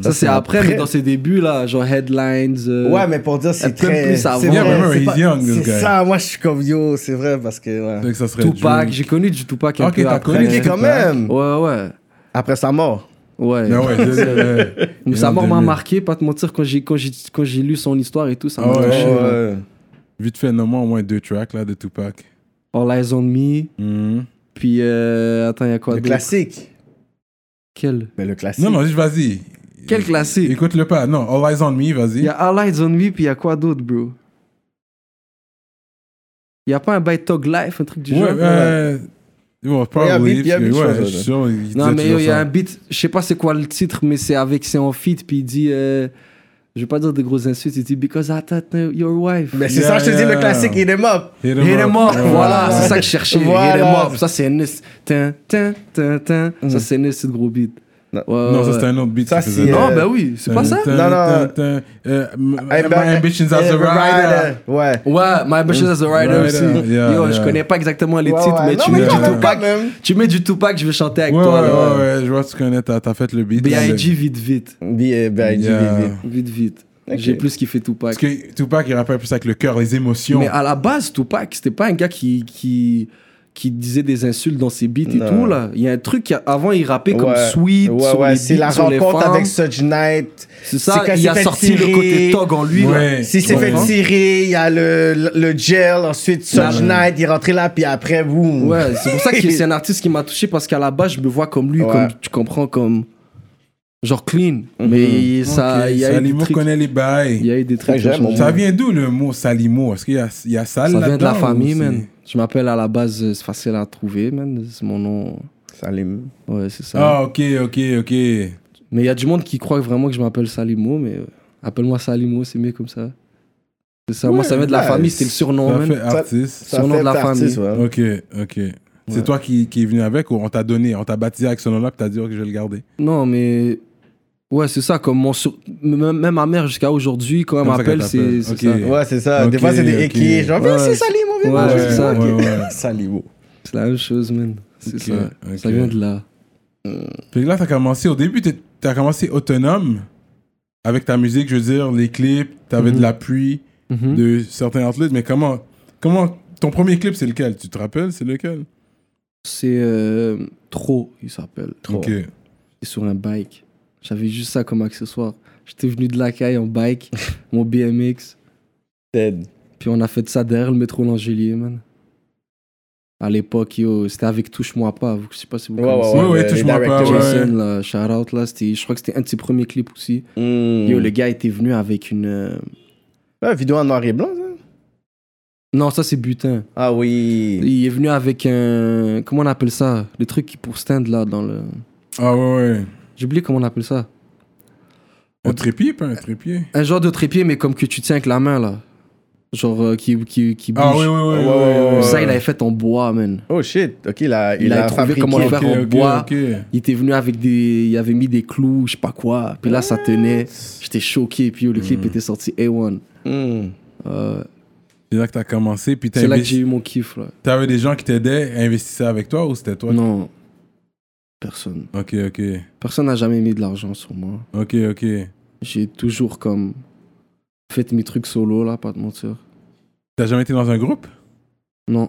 Speaker 3: Ça, c'est après, mais dans ses débuts, là, genre headlines. euh,
Speaker 2: Ouais, mais pour dire, c'est
Speaker 3: Elle peut
Speaker 2: très.
Speaker 3: plus
Speaker 2: c'est
Speaker 3: savoir.
Speaker 2: vrai,
Speaker 3: Yeah,
Speaker 1: remember,
Speaker 2: c'est
Speaker 1: he's young, this
Speaker 2: C'est
Speaker 1: guy.
Speaker 2: ça, moi, je suis comme yo, c'est vrai, parce que. Ouais.
Speaker 1: Fait que ça serait
Speaker 3: Tupac.
Speaker 1: Drake.
Speaker 3: J'ai connu du Tupac un
Speaker 1: Ok,
Speaker 3: peu
Speaker 1: t'as
Speaker 3: après.
Speaker 1: connu
Speaker 2: Ok, quand
Speaker 1: Tupac.
Speaker 2: même.
Speaker 3: Ouais, ouais.
Speaker 2: Après sa mort.
Speaker 3: Ouais.
Speaker 1: Ben ouais, désolé.
Speaker 3: Mais ça
Speaker 1: Et
Speaker 3: m'a
Speaker 1: en 2000.
Speaker 3: marqué, pas te mentir, quand j'ai, quand j'ai, quand j'ai lu son histoire et tout, ça m'a
Speaker 1: Ah ouais.
Speaker 3: marqué.
Speaker 1: Ouais.
Speaker 3: là.
Speaker 1: Vite fait, nomme-moi au moins deux tracks là, de Tupac.
Speaker 3: All Eyes on Me,
Speaker 1: Mhm.
Speaker 3: puis euh, attends, il y a quoi
Speaker 2: Le
Speaker 3: d'autre
Speaker 2: classique.
Speaker 3: Quel
Speaker 2: Mais le classique.
Speaker 1: Non, non, juste vas-y.
Speaker 3: Quel classique
Speaker 1: Écoute-le pas. Non, All Eyes on Me, vas-y.
Speaker 3: Il y a All Eyes on Me, puis il y a quoi d'autre, bro Il y a pas un By Tog Life, un truc du
Speaker 1: Ouais,
Speaker 3: genre
Speaker 1: euh, Well, probably.
Speaker 2: il y a
Speaker 1: parce
Speaker 2: mille
Speaker 1: que, ouais,
Speaker 2: choses,
Speaker 1: je suis sûr, il
Speaker 3: Non,
Speaker 1: disait
Speaker 3: mais yo,
Speaker 1: toujours
Speaker 3: il y a
Speaker 1: ça.
Speaker 3: un beat, je sais pas c'est quoi le titre, mais c'est avec, c'est en feat, puis il dit, euh, je vais pas dire des grosses insultes, il dit Because I thought your wife.
Speaker 2: Mais c'est
Speaker 1: Yeah,
Speaker 2: ça, je te dis,
Speaker 1: yeah.
Speaker 2: le classique, il est mort.
Speaker 1: Hit 'em
Speaker 3: Hit
Speaker 1: up.
Speaker 3: em up,
Speaker 1: Ouais.
Speaker 3: voilà, c'est ça que je cherchais. Hit
Speaker 2: Voilà. Mm.
Speaker 3: em up, ça c'est un tin, tin, tin, tin. Ça c'est un c'est de gros beat.
Speaker 2: Non.
Speaker 3: Ouais, ouais,
Speaker 1: Non, ça
Speaker 3: ouais.
Speaker 1: c'est un autre beat.
Speaker 2: Ça,
Speaker 1: qu'il
Speaker 2: c'est-
Speaker 1: faisait.
Speaker 3: Non,
Speaker 2: Euh,
Speaker 3: ben oui, c'est pas ça.
Speaker 1: Tin,
Speaker 2: Non, non.
Speaker 1: tin, tin. Euh, m-
Speaker 2: Hey,
Speaker 3: ben,
Speaker 1: My
Speaker 2: back-
Speaker 1: ambitions as
Speaker 2: Eh,
Speaker 1: a
Speaker 3: euh,
Speaker 1: rider.
Speaker 2: Ouais.
Speaker 3: Ouais, My Ambitions as a Rider
Speaker 1: Rider,
Speaker 3: aussi.
Speaker 1: yeah,
Speaker 3: Yo, je
Speaker 1: yeah.
Speaker 3: connais pas exactement les
Speaker 2: Ouais,
Speaker 3: titres,
Speaker 2: ouais.
Speaker 3: mais
Speaker 2: Non,
Speaker 3: tu
Speaker 2: mais
Speaker 3: mets
Speaker 1: quand
Speaker 3: du
Speaker 1: même,
Speaker 3: Tupac.
Speaker 2: quand même.
Speaker 3: Tu mets du Tupac, je vais chanter avec
Speaker 1: Ouais, ouais,
Speaker 3: toi. là.
Speaker 1: ouais, ouais, je vois, tu connais, t'as t'as fait le beat.
Speaker 3: B.I.G. vite, vite.
Speaker 2: B- B.I.G.
Speaker 1: Yeah.
Speaker 2: B- B.
Speaker 3: Vite, vite.
Speaker 2: Ok.
Speaker 3: J'ai plus kiffé Tupac.
Speaker 1: Parce que Tupac, il rappelle plus avec le cœur, les émotions.
Speaker 3: Mais ah, à la base, Tupac, c'était pas un gars qui, qui, qui disait des insultes dans ses beats et
Speaker 2: Non.
Speaker 3: tout, là. Il y a un truc, qui a- avant, il rappait comme
Speaker 2: Ouais.
Speaker 3: sweet,
Speaker 2: Ouais,
Speaker 3: sur
Speaker 2: ouais,
Speaker 3: les
Speaker 2: c'est
Speaker 3: beats,
Speaker 2: la
Speaker 3: sur les
Speaker 2: rencontre
Speaker 3: femmes.
Speaker 2: avec Suge Knight.
Speaker 3: C'est ça,
Speaker 2: C'est quand
Speaker 3: il
Speaker 2: il
Speaker 3: a
Speaker 2: s'est
Speaker 3: sorti
Speaker 2: fait
Speaker 3: le côté
Speaker 2: tirer.
Speaker 3: tog en lui, là.
Speaker 1: Ouais.
Speaker 2: S'il s'est
Speaker 1: Ouais.
Speaker 2: fait
Speaker 3: comprends?
Speaker 2: tirer, il y a le, le, le gel, ensuite Suge Knight, il est rentré là, puis après, boum.
Speaker 3: Ouais, c'est pour ça que c'est un artiste qui m'a touché parce qu'à la base, je me vois comme lui,
Speaker 2: Ouais.
Speaker 3: comme tu comprends, comme genre clean. Mais
Speaker 1: Ok,
Speaker 3: ça, il y a eu des
Speaker 1: Salimo
Speaker 3: trucs.
Speaker 1: connaît les
Speaker 3: Il y
Speaker 1: bails.
Speaker 3: a eu des
Speaker 2: Ouais,
Speaker 3: trucs.
Speaker 2: j'aime,
Speaker 3: genre,
Speaker 1: Ça vient d'où le mot Salimo Est-ce qu'il y a, il y a
Speaker 3: ça
Speaker 1: Sal
Speaker 3: vient de la
Speaker 1: là-dedans,
Speaker 3: famille,
Speaker 1: ou
Speaker 3: man.
Speaker 1: c'est-
Speaker 3: Je m'appelle à la base, euh, c'est facile à trouver, man. C'est mon nom.
Speaker 2: Salim.
Speaker 3: Ouais, c'est ça.
Speaker 1: Ah, ok, ok, ok.
Speaker 3: Mais il y a du monde qui croit vraiment que je m'appelle Salimo, mais euh, appelle-moi Salimo, c'est mieux comme ça. C'est ça, moi
Speaker 2: Ouais,
Speaker 3: ça vient de la
Speaker 2: ouais,
Speaker 3: famille, c'était le surnom,
Speaker 1: Ça fait
Speaker 3: man.
Speaker 1: artiste.
Speaker 3: Son nom de la
Speaker 2: artiste, ouais.
Speaker 1: Ok, ok. C'est toi qui, qui est venu avec ou on t'a donné, on t'a baptisé avec ce nom-là puis t'as dit ok, je vais le garder.
Speaker 3: Non, mais Ouais, c'est ça, comme mon sur- même même ma mère jusqu'à aujourd'hui, quand elle
Speaker 1: Comme ça qu'elle
Speaker 3: m'appelle, c'est
Speaker 1: t'appelle.
Speaker 3: c'est ça.
Speaker 1: Ok.
Speaker 2: Ouais, c'est ça. Des
Speaker 1: Ok,
Speaker 2: fois, c'est des
Speaker 1: ok.
Speaker 2: équipes. Genre, viens
Speaker 3: Ouais,
Speaker 2: ici,
Speaker 3: c'est-
Speaker 2: Salimo, viens
Speaker 3: Ouais,
Speaker 2: manger.
Speaker 3: ouais,
Speaker 2: ça,
Speaker 1: ouais,
Speaker 2: ok.
Speaker 1: ouais.
Speaker 2: Salimo.
Speaker 3: C'est la même chose, man. C'est
Speaker 1: Ok,
Speaker 3: ça. Ça
Speaker 1: ok.
Speaker 3: vient de là.
Speaker 1: Fait que là, t'as commencé, au début, t'es- t'as commencé autonome avec ta musique, je veux dire, les clips, t'avais
Speaker 3: Mhm.
Speaker 1: de l'appui
Speaker 2: Mhm.
Speaker 1: de certains athlètes, mais comment, comment, ton premier clip, c'est lequel Tu te rappelles, c'est lequel
Speaker 3: C'est euh, Trop, il s'appelle. Trop.
Speaker 1: Ok.
Speaker 3: Et sur un bike. J'avais juste ça comme accessoire. J'étais venu de la caille en bike, mon BMX.
Speaker 2: Ted.
Speaker 3: Puis on a fait ça derrière le métro Langelier, man. À l'époque, yo, c'était avec Touche-moi pas. vous- Je sais pas si vous
Speaker 2: Ouais,
Speaker 3: connaissez.
Speaker 2: ouais,
Speaker 1: Ouais,
Speaker 2: ouais.
Speaker 1: ouais,
Speaker 2: les
Speaker 1: touche-moi pas,
Speaker 2: directors.
Speaker 1: ouais.
Speaker 3: Jason, là, shout out, là, c'était- je crois que c'était un de ses premiers clips aussi.
Speaker 2: Mm.
Speaker 3: Yo, le gars était venu avec une. euh,
Speaker 2: Ouais, vidéo en noir et blanc, ça.
Speaker 3: Non, ça c'est butin.
Speaker 2: Ah oui.
Speaker 3: Il est venu avec un. Comment on appelle ça Le truc qui pour stand là dans le.
Speaker 1: Ah ouais, ouais.
Speaker 3: J'ai oublié comment on appelle ça.
Speaker 1: Un trépied, pas un trépied
Speaker 3: Un genre de trépied, mais comme que tu tiens avec la main là. Genre euh, qui, qui, qui bouge.
Speaker 1: Ah ouais, ouais, ouais.
Speaker 2: Ouais, ouais, ouais.
Speaker 3: Ça, il avait fait en bois, man.
Speaker 2: Oh shit. Ok, il a, il
Speaker 3: Il a
Speaker 2: a
Speaker 3: trouvé
Speaker 2: fabriqué.
Speaker 3: comment le faire.
Speaker 1: Ok,
Speaker 3: en
Speaker 1: ok,
Speaker 3: bois.
Speaker 1: ok.
Speaker 3: Il était venu avec des. Il avait mis des clous, je sais pas quoi. Puis là, ça tenait. J'étais choqué. Puis yo, le clip était sorti A1.
Speaker 2: Mm.
Speaker 3: Euh,
Speaker 1: C'est là que t'as commencé, puis t'as
Speaker 3: c'est là que
Speaker 1: investi-
Speaker 3: j'ai eu mon kiff là.
Speaker 1: T'avais des gens qui t'aidaient, investissaient avec toi ou c'était toi qui-
Speaker 3: Non. Personne.
Speaker 1: Ok, ok,
Speaker 3: Personne n'a jamais mis de l'argent sur moi.
Speaker 1: ok, ok.
Speaker 3: J'ai toujours comme. Fait mes trucs solo là, pas de mentir.
Speaker 1: T'as jamais été dans un groupe
Speaker 3: Non.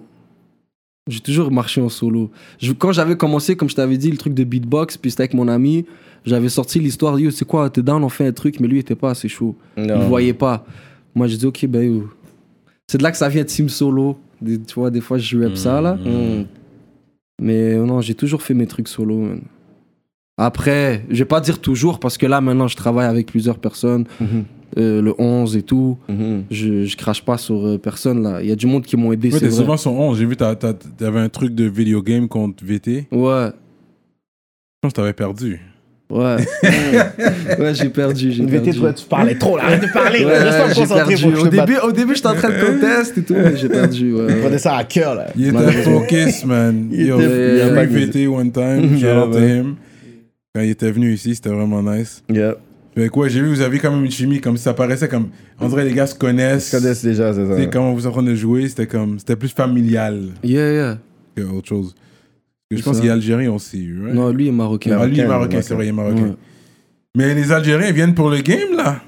Speaker 3: J'ai toujours marché en solo. Je- quand j'avais commencé, comme je t'avais dit, le truc de beatbox, puis c'était avec mon ami, j'avais sorti l'histoire, yo, c'est quoi, t'es down, on fait un truc, mais lui, il était pas assez chaud. Il
Speaker 2: Non.
Speaker 3: voyait pas. Moi, j'ai dit, ok, ben, yo. c'est de là que ça vient team solo. Des- tu vois, des fois, je rap ça, là.
Speaker 1: Hmm.
Speaker 2: Mm.
Speaker 3: Mais non, j'ai toujours fait mes trucs solo, man. Après, je vais pas dire toujours, parce que là, maintenant, je travaille avec plusieurs personnes,
Speaker 2: Mhm.
Speaker 3: euh, le 11 et tout.
Speaker 2: Mhm.
Speaker 3: Je, je crache pas sur euh, personne, là. Il y a du monde qui m'ont aidé,
Speaker 1: Ouais,
Speaker 3: c'est
Speaker 1: t'es
Speaker 3: vrai.
Speaker 1: souvent sur 11. J'ai vu, t'as- t'as- t'avais un truc de video game contre VT. Je
Speaker 3: Ouais.
Speaker 1: pense que t'avais perdu.
Speaker 3: Ouais. ouais, j'ai perdu, j'ai perdu.
Speaker 2: VT, toi, tu parlais trop, là. Arrête de parler.
Speaker 3: Ouais,
Speaker 2: là. Laisse-moi me
Speaker 3: j'ai
Speaker 2: concentrer
Speaker 3: perdu.
Speaker 2: pour que
Speaker 3: Au
Speaker 2: je te batte.
Speaker 3: début, au début, j'étais en train de contester et tout, mais j'ai perdu. ouais,
Speaker 2: Il
Speaker 3: ouais.
Speaker 2: prenait ça à cœur, là.
Speaker 1: Il était
Speaker 3: Malheureusement.
Speaker 1: focus, man.
Speaker 2: Il
Speaker 1: Yo,
Speaker 2: était-
Speaker 3: il a
Speaker 1: j'ai
Speaker 3: pas
Speaker 1: vu VT one time. Shout
Speaker 2: Yeah,
Speaker 1: out to
Speaker 2: man.
Speaker 1: him. Quand il était venu ici, c'était vraiment nice.
Speaker 2: Yeah.
Speaker 1: Fait que ouais, j'ai vu, vous avez quand même une chimie comme ça paraissait comme. On dirait les gars se connaissent.
Speaker 2: Je connais déjà, c'est
Speaker 1: Tu sais,
Speaker 2: ça.
Speaker 1: quand vous êtes en train de jouer, c'était comme. C'était plus familial
Speaker 3: Yeah, yeah.
Speaker 1: que autre chose. Parce que je
Speaker 3: C'est
Speaker 1: pense
Speaker 3: ça.
Speaker 1: qu'il est algérien aussi. Right?
Speaker 3: Non, lui est marocain.
Speaker 1: Ah, lui, il est
Speaker 2: Marocain,
Speaker 1: marocain,
Speaker 2: marocain.
Speaker 1: c'est vrai, il est marocain.
Speaker 3: Ouais.
Speaker 1: Mais les Algériens ils viennent pour le game, là.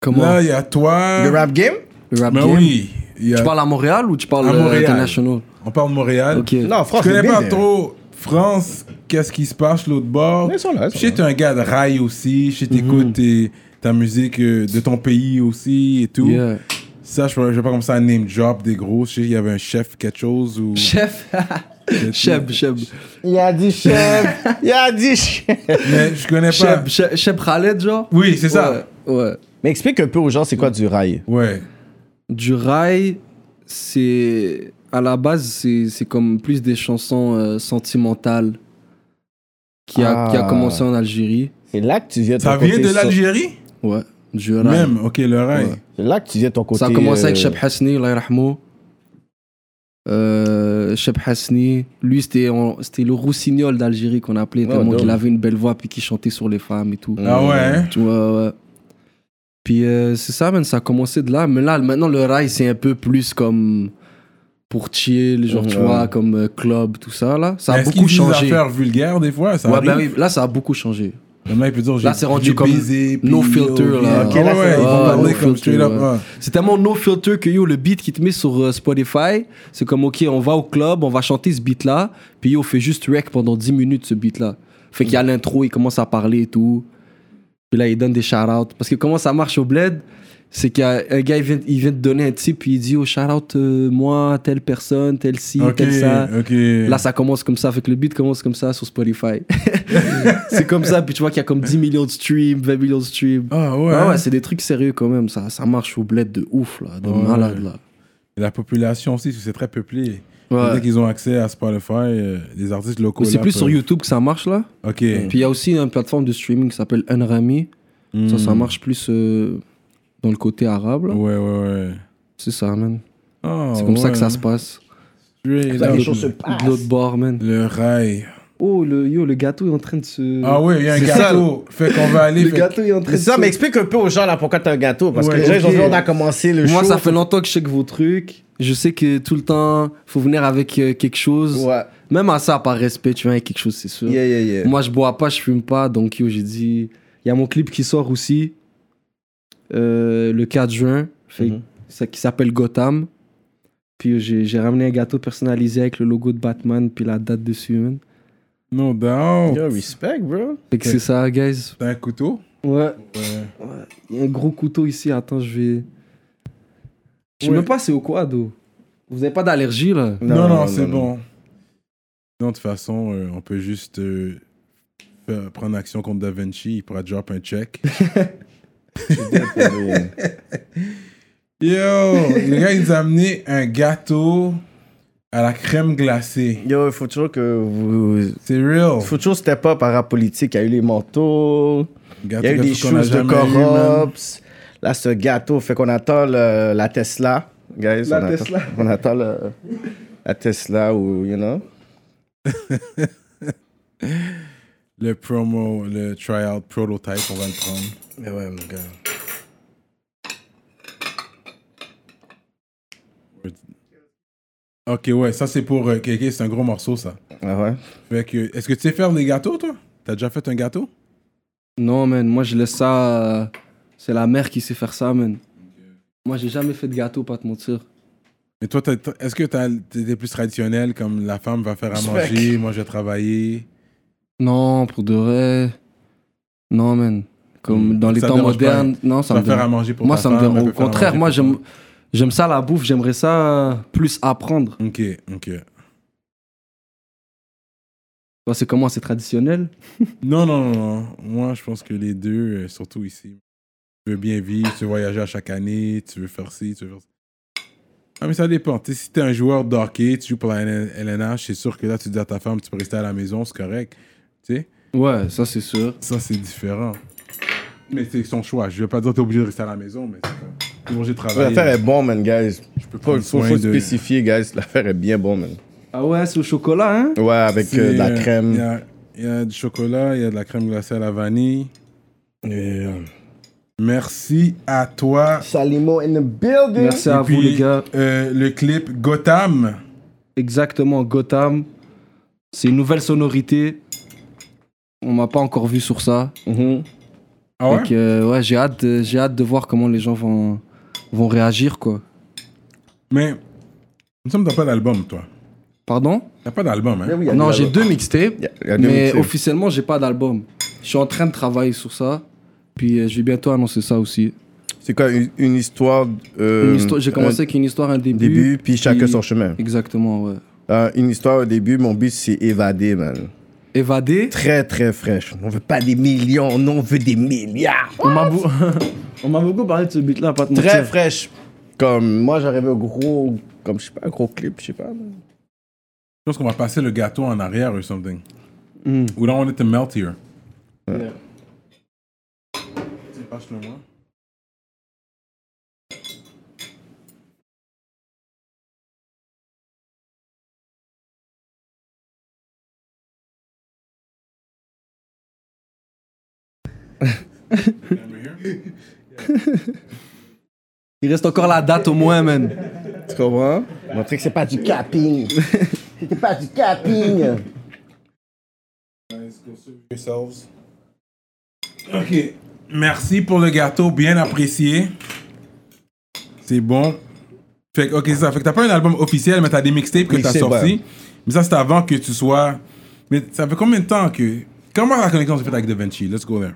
Speaker 3: Comment
Speaker 1: Là, il y a toi.
Speaker 2: Le rap game?
Speaker 3: Le rap
Speaker 1: Mais
Speaker 3: game
Speaker 1: oui. il y a-
Speaker 3: Tu parles à Montréal ou tu parles
Speaker 1: À
Speaker 3: à
Speaker 1: Montréal.
Speaker 3: international
Speaker 1: On parle de Montréal.
Speaker 3: Ok.
Speaker 2: Non,
Speaker 1: Je
Speaker 2: France,
Speaker 1: connais
Speaker 2: c'est
Speaker 1: pas
Speaker 2: bien,
Speaker 1: trop
Speaker 3: hein.
Speaker 1: France, qu'est-ce qui se passe l'autre bord.
Speaker 2: Mais ils sont là, ils
Speaker 1: Je
Speaker 2: sont
Speaker 1: sais que t'es un gars de rail aussi, je sais
Speaker 3: Mhm.
Speaker 1: que t'écoutes tes- ta musique euh, de ton pays aussi et tout.
Speaker 3: Yeah.
Speaker 1: Ça, je ne vais pas comme ça name drop des gros. Je sais qu'il y avait un chef quelque chose ou...
Speaker 3: Chef. Cheb, Cheb.
Speaker 2: Il a dit chef. Il a dit chef.
Speaker 1: Mais je connais pas.
Speaker 3: Cheb, Cheb, Cheb Khaled, genre
Speaker 1: Oui, c'est ça.
Speaker 3: Ouais, ouais.
Speaker 2: Mais explique un peu aux gens, c'est quoi du rail?
Speaker 1: Ouais.
Speaker 3: Du rail, c'est. À la base, c'est c'est comme plus des chansons euh, sentimentales qui a,
Speaker 2: Ah.
Speaker 3: qui a commencé en Algérie.
Speaker 2: C'est là que tu viens ton
Speaker 1: Ça
Speaker 2: côté
Speaker 1: vient de
Speaker 2: so-
Speaker 1: l'Algérie
Speaker 3: Ouais, du rail.
Speaker 1: Même, ok, le rail.
Speaker 3: Ouais.
Speaker 2: C'est là que tu viens ton côté.
Speaker 3: Ça a commencé avec
Speaker 2: euh,
Speaker 3: Cheb Hasni, Allah yarhamo. euh, Cheb Hasni, lui c'était en- c'était le roussignol d'Algérie qu'on appelait,
Speaker 2: Oh,
Speaker 3: tellement
Speaker 2: dope.
Speaker 3: qu'il avait une belle voix puis qu'il chantait sur les femmes et tout.
Speaker 2: Mm.
Speaker 1: Ah ouais hein?
Speaker 3: Tu vois, ouais. Puis euh, c'est ça, man, ça a commencé de là. Mais là, maintenant, le rail, c'est un peu plus comme pour chill, genre, tu
Speaker 2: Ouais.
Speaker 3: vois, comme euh, club, tout ça, là. Ça a
Speaker 1: Est-ce
Speaker 3: beaucoup
Speaker 1: qu'ils disent
Speaker 3: changé.
Speaker 1: affaires vulgaires des fois ça
Speaker 3: Ouais,
Speaker 1: arrive.
Speaker 3: ben oui, là, ça a beaucoup changé.
Speaker 1: Le mec peut dire, j'ai-
Speaker 3: c'est rendu
Speaker 1: j'ai
Speaker 3: comme
Speaker 1: baisé, puis
Speaker 3: no
Speaker 1: yo,
Speaker 3: filter,
Speaker 1: yeah.
Speaker 3: là.
Speaker 1: Ok,
Speaker 2: Ouais,
Speaker 1: là,
Speaker 2: ouais,
Speaker 1: ils vont
Speaker 2: ah,
Speaker 1: parler
Speaker 3: no
Speaker 1: comme
Speaker 3: filter,
Speaker 1: straight up.
Speaker 3: ouais.
Speaker 1: ah.
Speaker 3: C'est tellement no filter que yo, le beat qu'il te met sur euh, Spotify, c'est comme ok, on va au club, on va chanter ce beat là, puis yo, on fait juste rec pendant 10 minutes ce beat là. Fait
Speaker 1: Mm.
Speaker 3: qu'il y a l'intro, il commence à parler et tout. Puis là, il donne des shout-outs. Parce que comment ça marche au bled, c'est qu'un gars, il vient, il vient te donner un type, puis il dit oh, shout-out euh, moi, telle personne, telle ci,
Speaker 1: Ok,
Speaker 3: telle ça.
Speaker 1: ok.
Speaker 3: Là, ça commence comme ça, fait que le beat commence comme ça sur Spotify. c'est comme ça, puis tu vois qu'il y a comme 10 millions de streams, 20 millions de streams.
Speaker 1: Ah ouais.
Speaker 3: Ouais, ouais, c'est des trucs sérieux quand même. Ça, ça marche au bled de ouf, là, de
Speaker 1: Ouais.
Speaker 3: malade, là.
Speaker 1: La population aussi, parce que c'est très peuplé.
Speaker 3: Ouais.
Speaker 1: Dès qu'ils ont accès à Spotify, euh, les artistes locaux.
Speaker 3: Mais c'est
Speaker 1: là,
Speaker 3: plus
Speaker 1: peuvent-
Speaker 3: sur YouTube que ça marche, là.
Speaker 1: Ok.
Speaker 3: Puis il y a aussi une plateforme de streaming qui s'appelle Enrami.
Speaker 1: Hmm.
Speaker 3: Ça, ça marche plus euh, dans le côté arabe, là.
Speaker 1: Ouais, ouais, ouais.
Speaker 3: C'est ça, man.
Speaker 1: Ah,
Speaker 3: C'est comme ça
Speaker 1: ouais.
Speaker 3: que ça se passe.
Speaker 1: Straight
Speaker 2: Ça, les
Speaker 1: up.
Speaker 2: choses se
Speaker 3: De l'autre
Speaker 2: passent.
Speaker 3: bord, man.
Speaker 1: Le rail.
Speaker 3: Oh, le, yo, le gâteau est en train de se.
Speaker 1: Ah ouais, il y a un
Speaker 2: C'est ça.
Speaker 1: gâteau. Fait qu'on va aller.
Speaker 3: Le
Speaker 1: fait-
Speaker 3: gâteau est en train
Speaker 2: C'est
Speaker 3: de
Speaker 2: ça,
Speaker 3: se-
Speaker 2: mais explique un peu aux gens là pourquoi t'as un gâteau. Parce
Speaker 1: Ouais,
Speaker 2: que les gens, ils ont
Speaker 3: ok.
Speaker 2: dit, on a commencé le
Speaker 3: Moi,
Speaker 2: show.
Speaker 3: ça fait longtemps que je sais que vos trucs. Je sais que tout le temps, faut venir avec euh, quelque chose.
Speaker 2: Ouais.
Speaker 3: Même à ça, par respect, tu viens avec quelque chose, c'est sûr.
Speaker 2: Yeah, yeah, yeah.
Speaker 3: Moi, je bois pas, je fume pas. Donc, yo, j'ai dit. Il y a mon clip qui sort aussi euh, le 4 juin, fait-
Speaker 2: Mhm.
Speaker 3: ça, qui s'appelle Gotham. Puis euh, j'ai j'ai ramené un gâteau personnalisé avec le logo de Batman, puis la date dessus, man.
Speaker 1: No doubt.
Speaker 2: Yo, respect, bro.
Speaker 3: Fait que c'est ça, guys.
Speaker 1: T'as un couteau
Speaker 3: Ouais.
Speaker 1: Ouais.
Speaker 3: Il y a un gros couteau ici. Attends, je vais. Je sais
Speaker 1: Ouais.
Speaker 3: même pas c'est au quoi, d'eau. Vous avez pas d'allergie, là
Speaker 1: Non, non, c'est bon. Non, de toute façon, euh, on peut juste euh, faire- prendre action contre Da Vinci. Il pourra drop un check. Yo, le gars, il nous a amené un gâteau à la crème glacée.
Speaker 2: Yo, il faut toujours que vous.
Speaker 1: C'est real.
Speaker 2: Faut toujours step up à rap politique. Il y a eu les manteaux, il y
Speaker 1: Gâteau,
Speaker 2: a eu des
Speaker 1: gâteau qu'on a
Speaker 2: choses de
Speaker 1: jamais eu, man.
Speaker 2: corrupts. Là, ce gâteau, fait qu'on attend le- la Tesla. Guys,
Speaker 3: La
Speaker 2: on,
Speaker 3: Tesla.
Speaker 2: Attend, on attend le- la Tesla ou, you know.
Speaker 1: Le promo, le tryout prototype, on va le prendre.
Speaker 2: Mais ouais, mon gars.
Speaker 1: Ok, ouais, ça c'est pour euh, Kéké, c'est un gros morceau ça.
Speaker 2: Ah ouais.
Speaker 1: Fait que, est-ce que tu sais faire des gâteaux toi T'as déjà fait un gâteau
Speaker 3: Non, man. Moi, je laisse ça. euh, C'est la mère qui sait faire ça, man. Moi, j'ai jamais fait de gâteau, pas te mentir.
Speaker 1: Mais toi, t'as- t'as- est-ce que t'as- t'étais plus traditionnel comme la femme va faire à
Speaker 2: Respect.
Speaker 1: manger, moi je vais travailler
Speaker 3: Non, pour de vrai. Non, man. Comme
Speaker 1: Mm.
Speaker 3: dans les
Speaker 1: Ça
Speaker 3: temps
Speaker 1: dérange pas,
Speaker 3: modernes. Non, ça
Speaker 1: va
Speaker 3: me
Speaker 1: faire
Speaker 3: dérange-
Speaker 1: à manger pour
Speaker 3: Moi,
Speaker 1: ta
Speaker 3: ça me
Speaker 1: femme,
Speaker 3: dérange.
Speaker 1: elle
Speaker 3: Au
Speaker 1: peut faire à
Speaker 3: contraire,
Speaker 1: manger
Speaker 3: moi,
Speaker 1: pour
Speaker 3: j'aime. J'aime ça la bouffe, j'aimerais ça plus apprendre.
Speaker 1: toi. Ok, ok.
Speaker 3: Toi, c'est comment C'est traditionnel
Speaker 1: Non, non, non, non. Moi, je pense que les deux, euh, surtout ici, tu veux bien vivre, tu veux voyager à chaque année, tu veux faire ci, tu veux faire ça. Ah, mais ça dépend. Tu sais, si t'es un joueur de hockey, tu joues pour la LN- LNH, c'est sûr que là, tu dis à ta femme, tu peux rester à la maison, c'est correct. Tu sais,
Speaker 3: Ouais, ça c'est sûr.
Speaker 1: ça, c'est différent. Mais c'est son choix. Je vais pas dire que t'es obligé de rester à la maison, mais c'est comme, t'es obligé de travailler.
Speaker 2: L'affaire est bon, man, guys.
Speaker 1: Je peux
Speaker 2: Faut,
Speaker 1: prendre
Speaker 2: faut,
Speaker 1: soin
Speaker 2: faut
Speaker 1: de...
Speaker 2: spécifier, guys. L'affaire est bien bon, man.
Speaker 3: Ah ouais, c'est au chocolat, hein
Speaker 2: Ouais, avec
Speaker 1: C'est,
Speaker 2: euh, de la
Speaker 1: euh,
Speaker 2: crème.
Speaker 1: Il y a- il y, a du chocolat, il y a de la crème glacée à la vanille.
Speaker 2: Yeah.
Speaker 1: Merci à toi.
Speaker 2: Salimo in the building.
Speaker 3: Merci à
Speaker 1: Et puis,
Speaker 3: vous les gars.
Speaker 1: euh, le clip Gotham.
Speaker 3: Exactement, Gotham. C'est une nouvelle sonorité. On m'a pas encore vu sur ça.
Speaker 2: Mhm.
Speaker 1: Ah
Speaker 3: Fait que, euh, ouais, j'ai hâte, de- j'ai hâte de voir comment les gens vont, vont réagir, quoi.
Speaker 1: Mais, il me semble que t'as pas d'album, toi.
Speaker 3: Pardon
Speaker 1: T'as pas d'album, hein?
Speaker 2: oui, il y a
Speaker 3: Non,
Speaker 2: de la-
Speaker 3: j'ai deux mixtapes,
Speaker 2: Il y a- il y a Euh, deux
Speaker 3: mais
Speaker 2: mixtapes.
Speaker 3: officiellement, j'ai pas d'album. Je suis en train de travailler sur ça. Puis euh, je vais bientôt annoncer ça aussi.
Speaker 2: C'est quoi une, une histoire. euh,
Speaker 3: Une histoire- j'ai commencé
Speaker 2: un
Speaker 3: avec une histoire, un début.
Speaker 2: début, puis chacun son chemin.
Speaker 3: Exactement, ouais.
Speaker 2: Euh, une histoire au début, mon but c'est évader, man.
Speaker 3: Évadé.
Speaker 2: Très très fraîche. On veut pas des millions, non, on veut des milliards.
Speaker 3: On m'a bou- on m'a beaucoup parlé de ce beat-là, pas de
Speaker 2: Très
Speaker 3: mentir.
Speaker 2: fraîche. Comme moi j'arrive au gros, comme je sais pas, un gros clip, je sais pas. man.
Speaker 1: Je pense qu'on va passer le gâteau en arrière ou something.
Speaker 3: Mm.
Speaker 1: We don't want it to melt here.
Speaker 3: Yeah.
Speaker 1: Passe-le moi.
Speaker 3: Il reste encore la date au moins, man.
Speaker 2: Tu comprends? Montrer que c'est pas du capping. C'était pas du capping.
Speaker 1: Ok. Merci pour le gâteau, bien apprécié. C'est bon. Fait que, ok, c'est ça. Fait que t'as pas un album officiel, mais t'as des mixtapes que t'as
Speaker 2: Mixtape,
Speaker 1: sortis.
Speaker 2: ouais.
Speaker 1: Mais ça, c'est avant que tu sois. Mais ça fait combien de temps que. Comment la connexion s'est faite avec Da Vinci? Let's go there.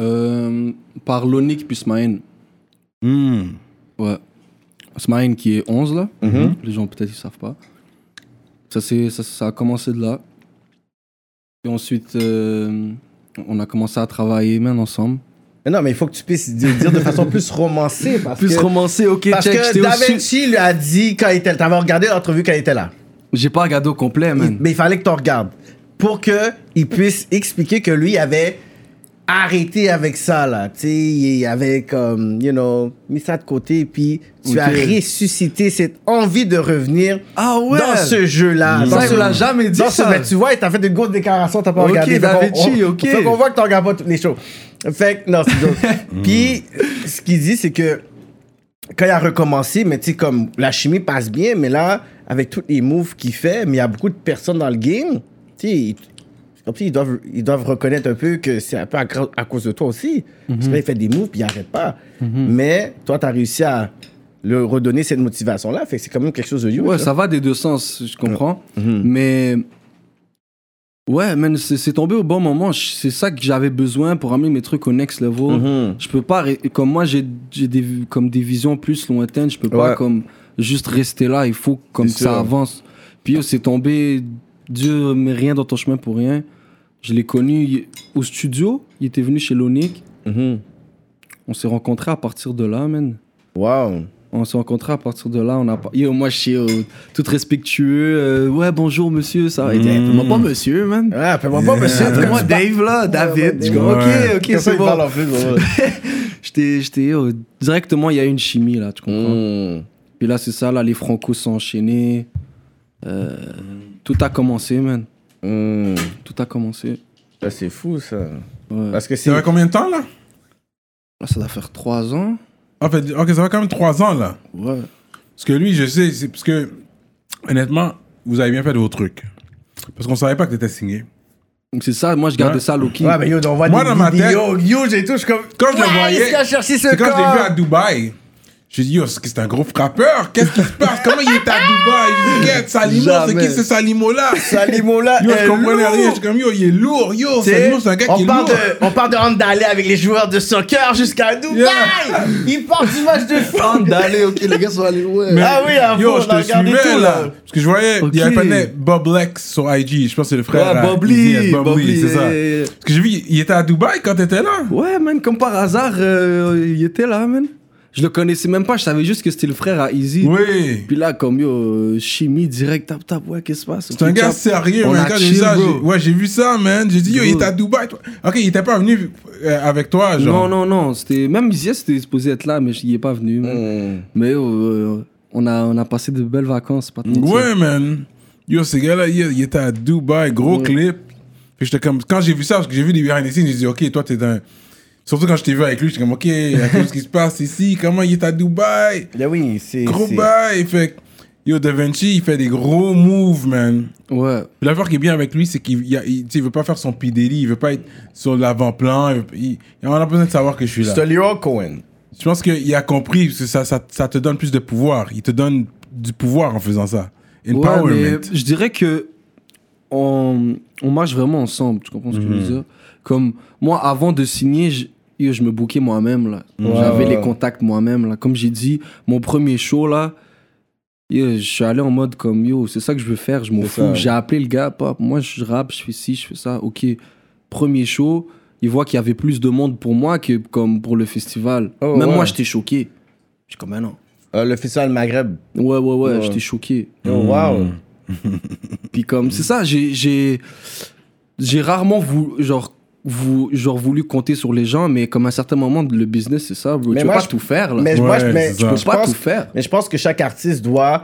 Speaker 3: Euh, par Lonik puis Smaïn.
Speaker 1: Hmm.
Speaker 3: Ouais. Smaïn qui est 11 là.
Speaker 2: Mhm.
Speaker 3: Les gens peut-être ils savent pas. Ça, c'est, ça, ça a commencé de là. Et ensuite, euh, on a commencé à travailler même ensemble.
Speaker 2: Mais non, mais il faut que tu puisses dire dire de façon plus romancée. Parce que,
Speaker 3: romancé, ok,
Speaker 2: parce que Da Vinci lui a dit quand il était là. T'avais regardé l'entrevue quand il était là.
Speaker 3: J'ai pas regardé au complet,
Speaker 2: Il-
Speaker 3: man.
Speaker 2: mais il fallait que tu regardes pour que il puisse expliquer que lui avait arrêtez avec ça, là. Tu sais, il avait comme, you know, mis ça de côté, puis tu
Speaker 3: Ok.
Speaker 2: as ressuscité cette envie de revenir
Speaker 3: Ah ouais.
Speaker 2: dans ce jeu-là.
Speaker 3: Ça,
Speaker 2: Dans
Speaker 3: il
Speaker 2: ce-
Speaker 3: me l'a jamais dit,
Speaker 2: dans ce-
Speaker 3: ça.
Speaker 2: mais tu vois, t'as fait une grosse déclaration, t'as pas
Speaker 3: Ok,
Speaker 2: regardé. Fait
Speaker 3: Da
Speaker 2: qu'on-
Speaker 3: Vinci,
Speaker 2: on-
Speaker 3: ok.
Speaker 2: Fait qu'on voit que t'en regardes pas toutes les shows. Fait que, non, c'est une joke. Puis, ce qu'il dit, c'est que quand il a recommencé, mais tu sais, comme la chimie passe bien, mais là, avec tous les moves qu'il fait, mais il y a beaucoup de personnes dans le game, tu sais, ils- c'est comme si ils doivent, ils doivent reconnaître un peu que c'est un peu à, gra- à cause de toi aussi.
Speaker 3: Mhm.
Speaker 2: Parce que là, il fait des moves, puis il arrête pas. Mais toi, tu as réussi à le redonner cette motivation-là, fait que c'est quand même quelque chose de huge.
Speaker 3: Ouais,
Speaker 2: là.
Speaker 3: ça va des deux sens, je comprends.
Speaker 2: Mhm.
Speaker 3: Mais. Ouais, man, c'est c'est tombé au bon moment. Je- C'est ça que j'avais besoin pour amener mes trucs au next level.
Speaker 2: Mhm.
Speaker 3: Je peux pas. ré- Comme moi, j'ai j'ai des, comme des visions plus lointaines. Je peux pas
Speaker 2: Ouais.
Speaker 3: comme juste rester là. Il faut comme
Speaker 2: C'est
Speaker 3: que ça
Speaker 2: sûr.
Speaker 3: avance. Puis yo, c'est tombé. Dieu met rien dans ton chemin pour rien. Je l'ai connu il- au studio. Il était venu chez Lonic.
Speaker 2: Mhm.
Speaker 3: On s'est rencontrés à partir de là, man.
Speaker 2: Wow.
Speaker 3: On s'est rencontrés à partir de là. On a... par- Yo, moi, je suis euh, tout respectueux. euh, ouais, bonjour, monsieur. Ça va. Il dit, Hey, appelle-moi pas monsieur, man.
Speaker 2: Ah, fais-moi pas, monsieur.
Speaker 3: Appelle-moi
Speaker 2: Comme tu
Speaker 3: Euh, Ah, Dave, là, David. Je suis comme,
Speaker 1: Ouais.
Speaker 3: Ok, ok,
Speaker 2: parles-
Speaker 3: c'est
Speaker 2: comme ça,
Speaker 3: bon.
Speaker 2: il parle en plus, ouais.
Speaker 3: J'étais, j'étais, yo, directement, il y a une chimie, là, tu comprends.
Speaker 2: Mhm.
Speaker 3: Puis là, c'est ça, là, les Franco sont enchaînés. Euh, Tout a commencé, man.
Speaker 2: Mhm.
Speaker 3: Tout a commencé.
Speaker 2: Ça, c'est fou, ça.
Speaker 3: Ouais.
Speaker 2: Parce que c'est...
Speaker 1: Ça fait combien de temps, là
Speaker 3: Là, ça doit faire trois ans.
Speaker 1: En fait, ok, ça fait quand même trois ans, là.
Speaker 3: Ouais.
Speaker 1: Parce que lui, je sais, c'est parce que, honnêtement, vous avez bien fait de vos trucs. Parce qu'on savait pas que t'étais signé.
Speaker 3: Donc, c'est ça, moi, je gardais
Speaker 1: Ouais.
Speaker 3: ça, Loki.
Speaker 2: Ouais, mais yo, on voit
Speaker 1: Moi,
Speaker 2: des
Speaker 1: dans ma tête-
Speaker 2: vidéos huge et tout, je suis comme...
Speaker 1: Quand je le
Speaker 2: Ouais,
Speaker 1: voyais-
Speaker 2: est-ce qu'il a cherché ce
Speaker 1: C'est quand je l'ai
Speaker 2: corps?
Speaker 1: vu à Dubaï. J'ai dit, yo, c'est c'est un gros frappeur. Qu'est-ce qui se passe Comment il est à Dubaï Je dis, Get, Salimo, c'est
Speaker 3: Jamais.
Speaker 1: qui ce Salimo-là
Speaker 2: Salimola
Speaker 1: Yo, je
Speaker 2: est
Speaker 1: comprenais
Speaker 2: lourd.
Speaker 1: rien. Je suis comme, yo, il est lourd. Yo,
Speaker 2: T'sais,
Speaker 1: Salimo, c'est un gars qui
Speaker 2: on,
Speaker 1: est
Speaker 2: part
Speaker 1: lourd.
Speaker 2: de, on part de Handalé avec les joueurs de soccer jusqu'à Dubaï.
Speaker 1: Yeah.
Speaker 2: Ils partent du match de foot.
Speaker 3: D'aller, ok, les gars sont allés, ouais.
Speaker 1: Mais-
Speaker 2: Ah oui, à
Speaker 1: Yo,
Speaker 2: fond,
Speaker 1: je
Speaker 2: on a
Speaker 1: te
Speaker 2: regardé
Speaker 1: suivais là.
Speaker 2: tout, là.
Speaker 1: Parce que je voyais,
Speaker 3: Ok.
Speaker 1: il y avait un mec, Bob Lex sur IG. Je pense que c'est le frère.
Speaker 3: Ouais, eh.
Speaker 1: là.
Speaker 3: Bob
Speaker 1: Easy,
Speaker 3: Lee,
Speaker 1: yes, Bob
Speaker 3: Bob
Speaker 1: Lee,
Speaker 3: Lee,
Speaker 1: c'est ça.
Speaker 3: yeah.
Speaker 1: Parce que j'ai vu, il était à Dubaï quand t'étais là.
Speaker 3: Ouais, man, comme par hasard, euh, il était là, man. Je le connaissais même pas, je savais juste que c'était le frère à Easy.
Speaker 1: Oui.
Speaker 3: Puis là, comme yo, euh, chimie direct, tap tap, ouais, qu'est-ce qui se passe?
Speaker 1: C'est un gars sérieux,
Speaker 3: On
Speaker 1: man.
Speaker 3: a
Speaker 1: Quand j'ai
Speaker 3: chill,
Speaker 1: vu ça,
Speaker 3: bro.
Speaker 1: j'ai- ouais, j'ai vu ça, man. J'ai dit, yo, il
Speaker 3: Bro.
Speaker 1: est à Dubaï. toi. Ok, il était pas venu euh, avec toi, genre.
Speaker 3: Non, non, non, c'était. Même Izzy c'était supposé être là, mais il est pas venu. man.
Speaker 1: Mm.
Speaker 2: Mmh.
Speaker 3: Mais yo, euh, on, a, on a passé de belles vacances, pas de mentir.
Speaker 1: Ouais, man. Yo, ce gars-là, il, il était à Dubaï, gros clip. Puis j'étais comme, quand j'ai vu ça, parce que j'ai vu des behind the scenes, j'ai dit, ok, toi, t'es un. Surtout quand je t'ai vu avec lui, j'étais comme, ok, il y a quelque chose qui se passe ici, comment il est à Dubaï?
Speaker 2: Là, Ben oui, c'est...
Speaker 1: Gros
Speaker 2: c'est-
Speaker 1: bail, fait que, Yo, Da Vinci, il fait des gros moves, man.
Speaker 3: Ouais.
Speaker 1: Puis L'affaire qui est bien avec lui, c'est qu'il y a- il, tu sais, il veut pas faire son pidéli, il veut pas être sur l'avant-plan. il veut- il- On a besoin de savoir que je suis là.
Speaker 2: C'est un Leroy Cohen.
Speaker 1: Je pense qu'il a compris, parce que ça, ça, ça te donne plus de pouvoir. Il te donne du pouvoir en faisant ça.
Speaker 3: Ouais,
Speaker 1: Empowerment.
Speaker 3: mais je dirais que on, on marche vraiment ensemble, tu comprends ce que je
Speaker 2: Mhm.
Speaker 3: veux dire Comme moi, avant de signer, je, yo, je me bookais moi-même, là. J'avais
Speaker 2: ouais,
Speaker 3: les
Speaker 2: ouais.
Speaker 3: contacts moi-même, là. Comme j'ai dit, mon premier show, là, yo, je suis allé en mode comme, yo, c'est ça que je veux faire, je m'en
Speaker 2: C'est
Speaker 3: fous.
Speaker 2: ça.
Speaker 3: J'ai appelé le gars, pop, moi, je rappe, je fais ci, je fais ça, ok. Premier show, il voit qu'il y avait plus de monde pour moi que comme pour le festival.
Speaker 2: Oh,
Speaker 3: Même
Speaker 2: ouais.
Speaker 3: moi, j'étais choqué. J'ai comme, ah non.
Speaker 2: Euh, le festival Maghreb.
Speaker 3: Ouais, ouais, ouais,
Speaker 2: Ouais.
Speaker 3: j'étais choqué.
Speaker 1: Mmh.
Speaker 2: Oh, wow.
Speaker 3: Puis comme c'est ça, j'ai j'ai j'ai rarement voulu genre vou- genre voulu compter sur les gens, mais comme à un certain moment le business c'est ça, bro. tu
Speaker 2: Mais
Speaker 3: peux
Speaker 2: moi,
Speaker 3: pas
Speaker 2: je-
Speaker 3: tout faire là.
Speaker 2: Mais,
Speaker 3: tu
Speaker 2: je- moi,
Speaker 1: Ouais,
Speaker 2: je, mais
Speaker 1: c'est
Speaker 2: je,
Speaker 1: ça.
Speaker 3: peux
Speaker 2: je
Speaker 3: pas
Speaker 2: pense,
Speaker 3: tout faire.
Speaker 2: mais je pense que chaque artiste doit,